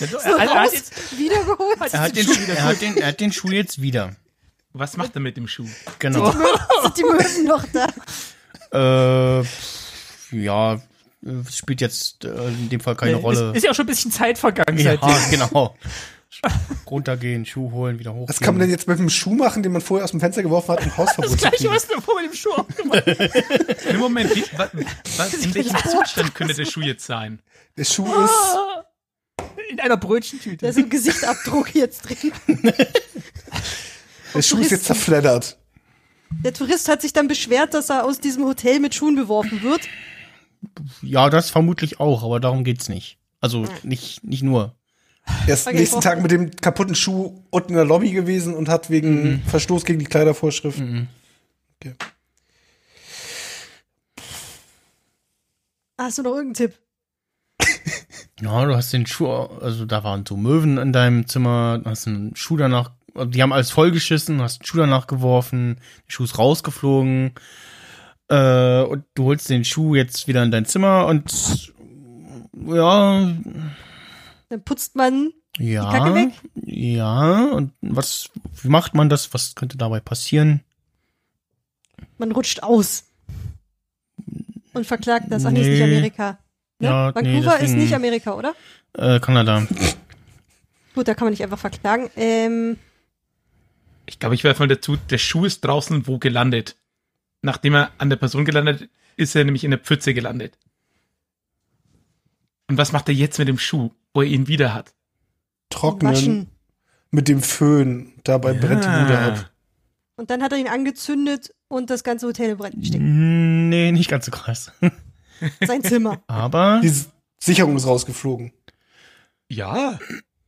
S6: Also,
S3: So
S6: er hat
S3: raus,
S6: jetzt,
S3: wiedergeholt.
S6: hat
S2: Er
S6: jetzt
S2: hat, den, er, hat den, er hat den Schuh jetzt wieder.
S4: Was macht er mit dem Schuh?
S2: Genau.
S3: Sind die Möwen noch da?
S2: äh, pff, ja, äh, spielt jetzt äh, in dem Fall keine
S6: Nee,
S2: Rolle.
S6: Ist, ist ja auch schon ein bisschen Zeit vergangen
S2: ja,
S6: seitdem.
S2: genau. Runtergehen, Schuh holen, wieder hoch.
S5: Was kann man denn jetzt mit einem Schuh machen, den man vorher aus dem Fenster geworfen hat, um Hausverbot
S6: Das
S5: zu
S6: gleiche,
S5: kriegen?
S6: was du vorher mit dem Schuh aufgemacht hast.
S4: Im Moment, wie, wa, was, in welchem Zustand könnte der Schuh jetzt sein?
S5: Der Schuh ist
S6: In einer Brötchentüte.
S3: Da ist ein Gesichtabdruck jetzt drin.
S5: Der Schuh ist jetzt zerfleddert.
S3: Der Tourist hat sich dann beschwert, dass er aus diesem Hotel mit Schuhen beworfen wird.
S2: Ja, das vermutlich auch, aber darum geht's nicht. Also nicht, nicht nur.
S5: Er ist
S3: Okay,
S5: nächsten
S3: ich brauch-
S5: Tag mit dem kaputten Schuh unten in der Lobby gewesen und hat wegen
S2: Mhm.
S5: Verstoß gegen die Kleidervorschrift.
S3: Ah, Hast du noch irgendeinen Tipp?
S2: Ja, du hast den Schuh, also da waren so Möwen in deinem Zimmer, hast einen Schuh danach, also die haben alles vollgeschissen, hast einen Schuh danach geworfen, der Schuh ist rausgeflogen, äh, und du holst den Schuh jetzt wieder in dein Zimmer und, ja,
S3: Dann putzt man.
S2: ja,
S3: Kacke weg?
S2: ja, und was, wie macht man das, was könnte dabei passieren?
S3: Man rutscht aus. Und verklagt das. Ach, nee, ist nicht
S2: Nee.
S3: Amerika. Ne?
S2: Ja, nee,
S3: Vancouver ist
S2: deswegen-
S3: nicht Amerika, oder?
S2: Äh, Kanada.
S3: Gut, da kann man nicht einfach verklagen. Ähm,
S4: Ich glaube, ich werfe mal dazu, der Schuh ist draußen wo gelandet. Nachdem er an der Person gelandet ist, er nämlich in der Pfütze gelandet. Und was macht er jetzt mit dem Schuh, wo er ihn wieder hat?
S5: Trocknen
S3: waschen.
S5: mit dem Föhn. Dabei brennt die Bude ab.
S3: Und dann hat er ihn angezündet und das ganze Hotel in Brand steckt.
S2: Nee, nicht ganz so krass.
S3: Sein Zimmer.
S2: Aber,
S5: Die S- Sicherung ist rausgeflogen.
S4: Ja.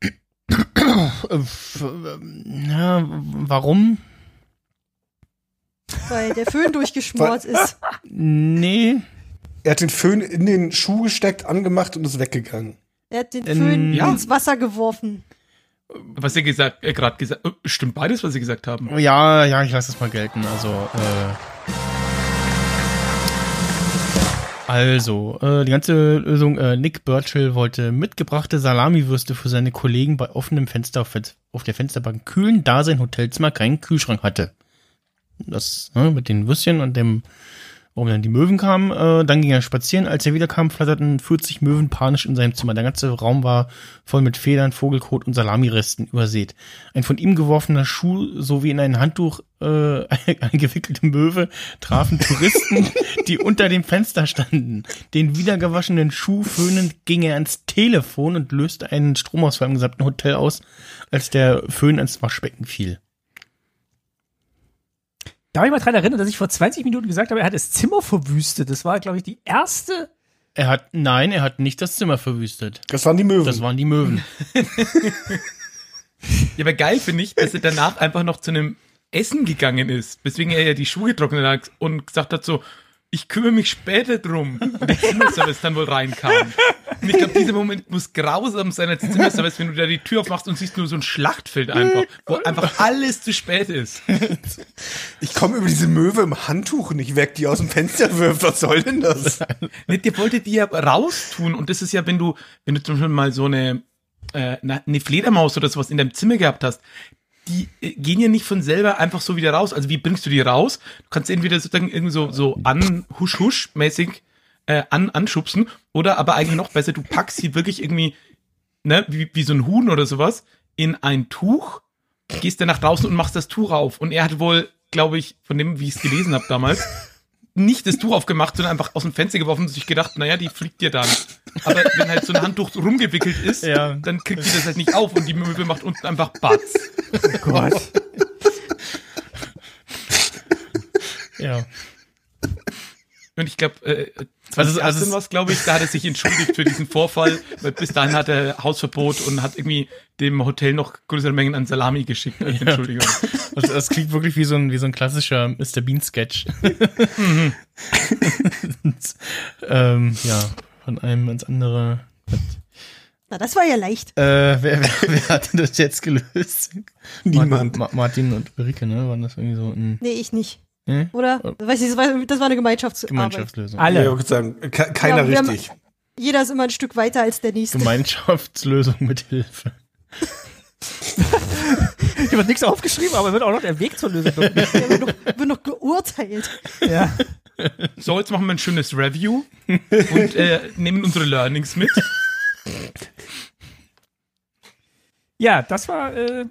S2: äh, f- äh, ja, warum?
S3: weil der Föhn durchgeschmort ist.
S2: Nee.
S5: Er hat den Föhn in den Schuh gesteckt, angemacht und ist weggegangen.
S3: Er hat den
S2: Ähm,
S3: Föhn
S4: ja.
S3: ins Wasser geworfen.
S4: Was er gesagt, äh, gerade gesagt, äh, stimmt beides, was sie gesagt haben.
S2: Ja, ja, ich lasse es mal gelten. Also, äh. Also, äh, die ganze Lösung, äh, Nick Burchill wollte mitgebrachte Salamiwürste für seine Kollegen bei offenem Fenster auf, auf der Fensterbank kühlen, da sein Hotelzimmer keinen Kühlschrank hatte. Das, ne, mit den Würstchen und dem Warum dann die Möwen kamen, äh, dann ging er spazieren. Als er wiederkam, flatterten 40 Möwen panisch in seinem Zimmer. Der ganze Raum war voll mit Federn, Vogelkot und Salamiresten übersät. Ein von ihm geworfener Schuh sowie in ein Handtuch äh, eingewickelte Möwe trafen Touristen, die unter dem Fenster standen. Den wiedergewaschenen Schuh föhnend ging er ans Telefon und löste einen Stromausfall im gesamten Hotel aus, als der Föhn ans Waschbecken fiel.
S6: Darf ich mal daran erinnern, dass ich vor 20 Minuten gesagt habe, er hat das Zimmer verwüstet. Das war, glaube ich, die erste.
S2: Er hat, nein, er hat nicht das Zimmer verwüstet.
S5: Das waren die Möwen.
S2: Das waren die Möwen.
S4: Ja, aber geil finde ich, dass er danach einfach noch zu einem Essen gegangen ist, weswegen er ja die Schuhe getrocknet hat und gesagt hat so, ich kümmere mich später drum, wenn der Zimmerservice dann wohl reinkam. Und ich glaube, dieser Moment muss grausam sein als Zimmerservice, wenn du da die Tür aufmachst und siehst nur so ein Schlachtfeld einfach, wo einfach alles zu spät ist.
S5: ich komme über diese Möwe im Handtuch nicht weg, die aus dem Fenster wirft. Was soll denn das?
S4: Nee, der wollte die ja raustun und das ist ja, wenn du, wenn du zum Beispiel mal so eine, äh, na, eine Fledermaus oder sowas in deinem Zimmer gehabt hast, die äh, gehen ja nicht von selber einfach so wieder raus. Also wie bringst du die raus? Du kannst sie entweder sozusagen irgendwie so, so an, husch, husch mäßig äh, an, anschubsen oder aber eigentlich noch besser, du packst sie wirklich irgendwie, ne, wie, wie so ein Huhn oder sowas, in ein Tuch, gehst dann nach draußen und machst das Tuch auf. Und er hat wohl, glaube ich, von dem, wie ich es gelesen habe damals, nicht das Tuch aufgemacht, sondern einfach aus dem Fenster geworfen und sich gedacht, naja, die fliegt dir dann. Aber wenn halt so ein Handtuch rumgewickelt ist,
S2: Ja.
S4: dann kriegt die das halt nicht auf und die Möbel macht unten einfach Batz.
S2: ja.
S4: Und ich glaube, äh,
S2: Also- also
S4: 2018
S2: es-
S4: also war es, glaube ich, da hat er sich entschuldigt für diesen Vorfall, weil bis dahin hat er Hausverbot und hat irgendwie dem Hotel noch größere Mengen an Salami geschickt als Entschuldigung.
S2: Das, das klingt wirklich wie so ein, wie so ein klassischer Mr. Bean-Sketch. ähm, ja, von einem ins andere.
S3: Na, das war ja leicht.
S2: Äh, wer, wer, wer hat das jetzt gelöst?
S5: Niemand.
S2: Ma Ma Martin und Ulrike, ne? Waren das irgendwie so ein
S3: Nee, ich nicht.
S2: ne?
S3: Oder? Weiß nicht, das war, das war eine Gemeinschaftsarbeit.
S2: Gemeinschaftslösung?
S5: Ja, ich
S6: Alle.
S5: würde sagen, ke- keiner
S3: Ja, wir haben-
S5: richtig.
S3: Jeder ist immer ein Stück weiter als der nächste.
S2: Gemeinschaftslösung mit Hilfe.
S6: Hier wird nichts aufgeschrieben, aber wird auch noch der Weg zur Lösung. benutzt.
S3: Der wird noch, wird noch geurteilt.
S6: ja.
S4: So, jetzt machen wir ein schönes Review und äh, nehmen unsere Learnings mit.
S6: ja, das war. Äh,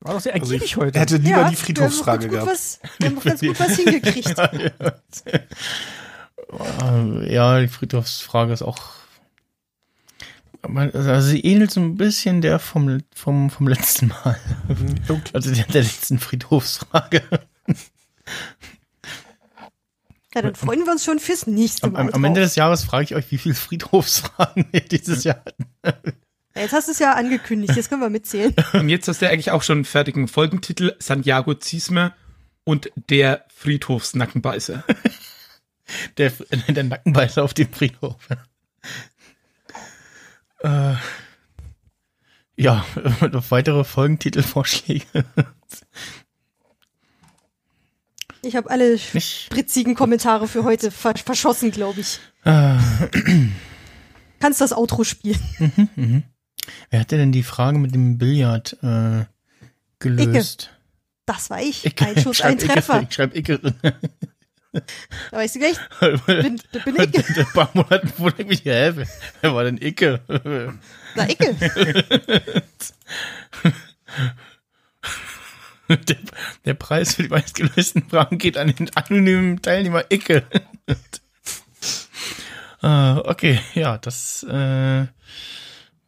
S6: war doch sehr
S5: Also
S6: ergiebig
S5: ich
S6: heute.
S5: hätte lieber
S3: ja,
S5: die Friedhofsfrage
S3: wir haben
S5: gehabt.
S3: noch ganz gut Was, wir haben noch ganz gut was hingekriegt.
S2: Äh, ja, die Friedhofsfrage ist auch. Man- Also sie ähnelt so ein bisschen der vom, vom, vom letzten Mal. Also der, der letzten Friedhofsfrage.
S3: Ja, dann freuen wir uns schon fürs nächste
S2: Am,
S3: Mal.
S2: am, am Ende
S3: drauf.
S2: des Jahres frage ich euch, wie viele Friedhofsfragen wir dieses Jahr hatten.
S3: Ja, jetzt hast du es ja angekündigt, jetzt können wir mitzählen.
S4: Und jetzt hast du ja eigentlich auch schon einen fertigen Folgentitel, Santiago Ziesmer und der Friedhofsnackenbeißer.
S2: Der, der Nackenbeißer auf dem Friedhof. äh, ja, noch weitere Folgentitelvorschläge.
S3: Ich habe alle
S2: Nicht?
S3: spritzigen Kommentare für heute versch verschossen, glaube ich.
S2: Äh,
S3: Kannst das Outro spielen?
S2: wer hat denn die Frage mit dem Billard äh, gelöst?
S3: Das war ich.
S2: Icke.
S3: Ein Schuss,
S2: Schreib
S3: ein
S2: Icke,
S3: Treffer.
S2: Ich schreibe Icke.
S3: Da weißt du gleich,
S2: Weil-
S3: bin, bin
S2: weil-
S3: Icke.
S2: In ein paar Monaten wurde ich mich, hä, wer- wer war denn Icke?
S3: Na, Icke.
S2: Der, der Preis für die meistgelösten Fragen geht an den anonymen Teilnehmer Icke. äh, okay, ja, das äh,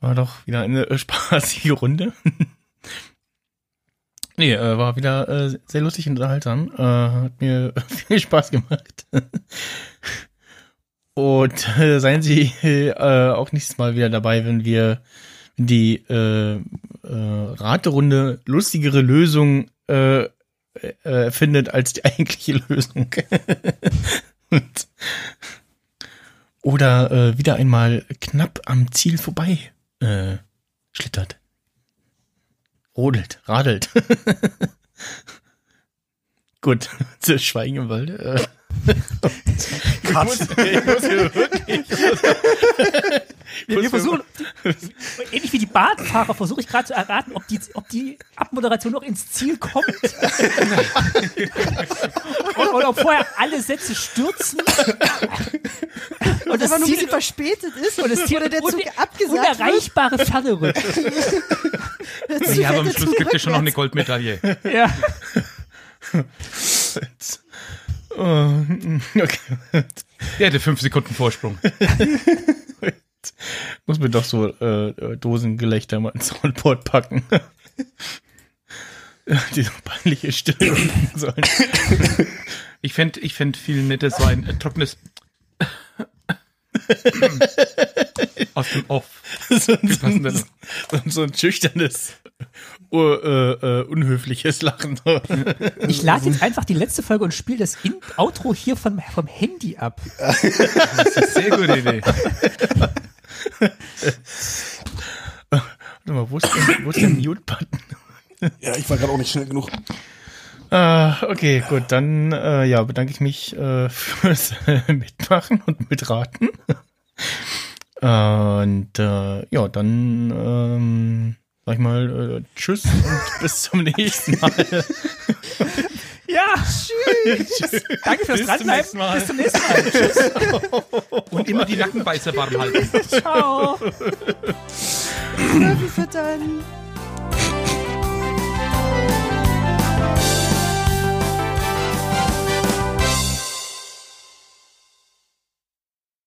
S2: war doch wieder eine spaßige Runde. nee, äh, war wieder äh, sehr lustig und unterhaltsam. Äh, hat mir viel Spaß gemacht. und äh, seien Sie äh, auch nächstes Mal wieder dabei, wenn wir die äh, äh, Raterunde lustigere Lösung äh, äh, findet als die eigentliche Lösung. Und, oder äh, wieder einmal knapp am Ziel vorbei äh, schlittert. Rodelt, radelt. Gut, zu Schweigen im Walde. Äh,
S5: Katz.
S6: Wir, wir versuchen, ähnlich wie die Bahnfahrer, versuche ich gerade zu erraten, ob die, ob die Abmoderation noch ins Ziel kommt. und und auch vorher alle Sätze stürzen. und
S3: Einfach
S6: das
S3: nur, wie
S6: Ziel
S3: sie verspätet ist
S6: und das Ziel
S3: wurde der Zug
S6: uner-
S3: abgesagt. wird,
S6: unerreichbare Ferne rückt.
S3: der Zug
S4: Ja, aber am
S3: hätte
S4: Schluss kriegt ihr schon noch eine
S3: rückwärts.
S4: Goldmedaille.
S6: ja.
S2: Oh, okay.
S4: Der hätte fünf Sekunden Vorsprung.
S2: Muss mir doch so äh, äh, Dosengelächter mal ins Soundboard packen. Diese peinliche Stille. sollen.
S4: Ich fände ich fänd viel netter so ein äh, trockenes aus dem Off.
S2: so, ein- so,
S4: passen
S2: ein-
S4: denn?
S2: so, so ein schüchternes, ur, äh, äh, unhöfliches Lachen.
S6: Ich lade jetzt einfach die letzte Folge und spiele das In Outro hier vom, vom Handy ab.
S4: Sehr gute Idee.
S2: Warte mal, wo ist denn, wo ist der Mute-Button?
S5: Ja, ich war gerade auch nicht schnell genug.
S2: Ah, okay, gut, dann äh, ja, bedanke ich mich äh, fürs äh, Mitmachen und Mitraten. und äh, ja, dann ähm, sag ich mal äh, Tschüss und bis zum nächsten Mal.
S6: Ja, tschüss. Danke fürs
S4: Bis zum
S6: Dranbleiben.
S4: nächsten Mal.
S6: Bis zum nächsten Mal.
S4: Und immer die Nackenbeißer warm halten.
S6: Ciao.
S3: Murphy füttern.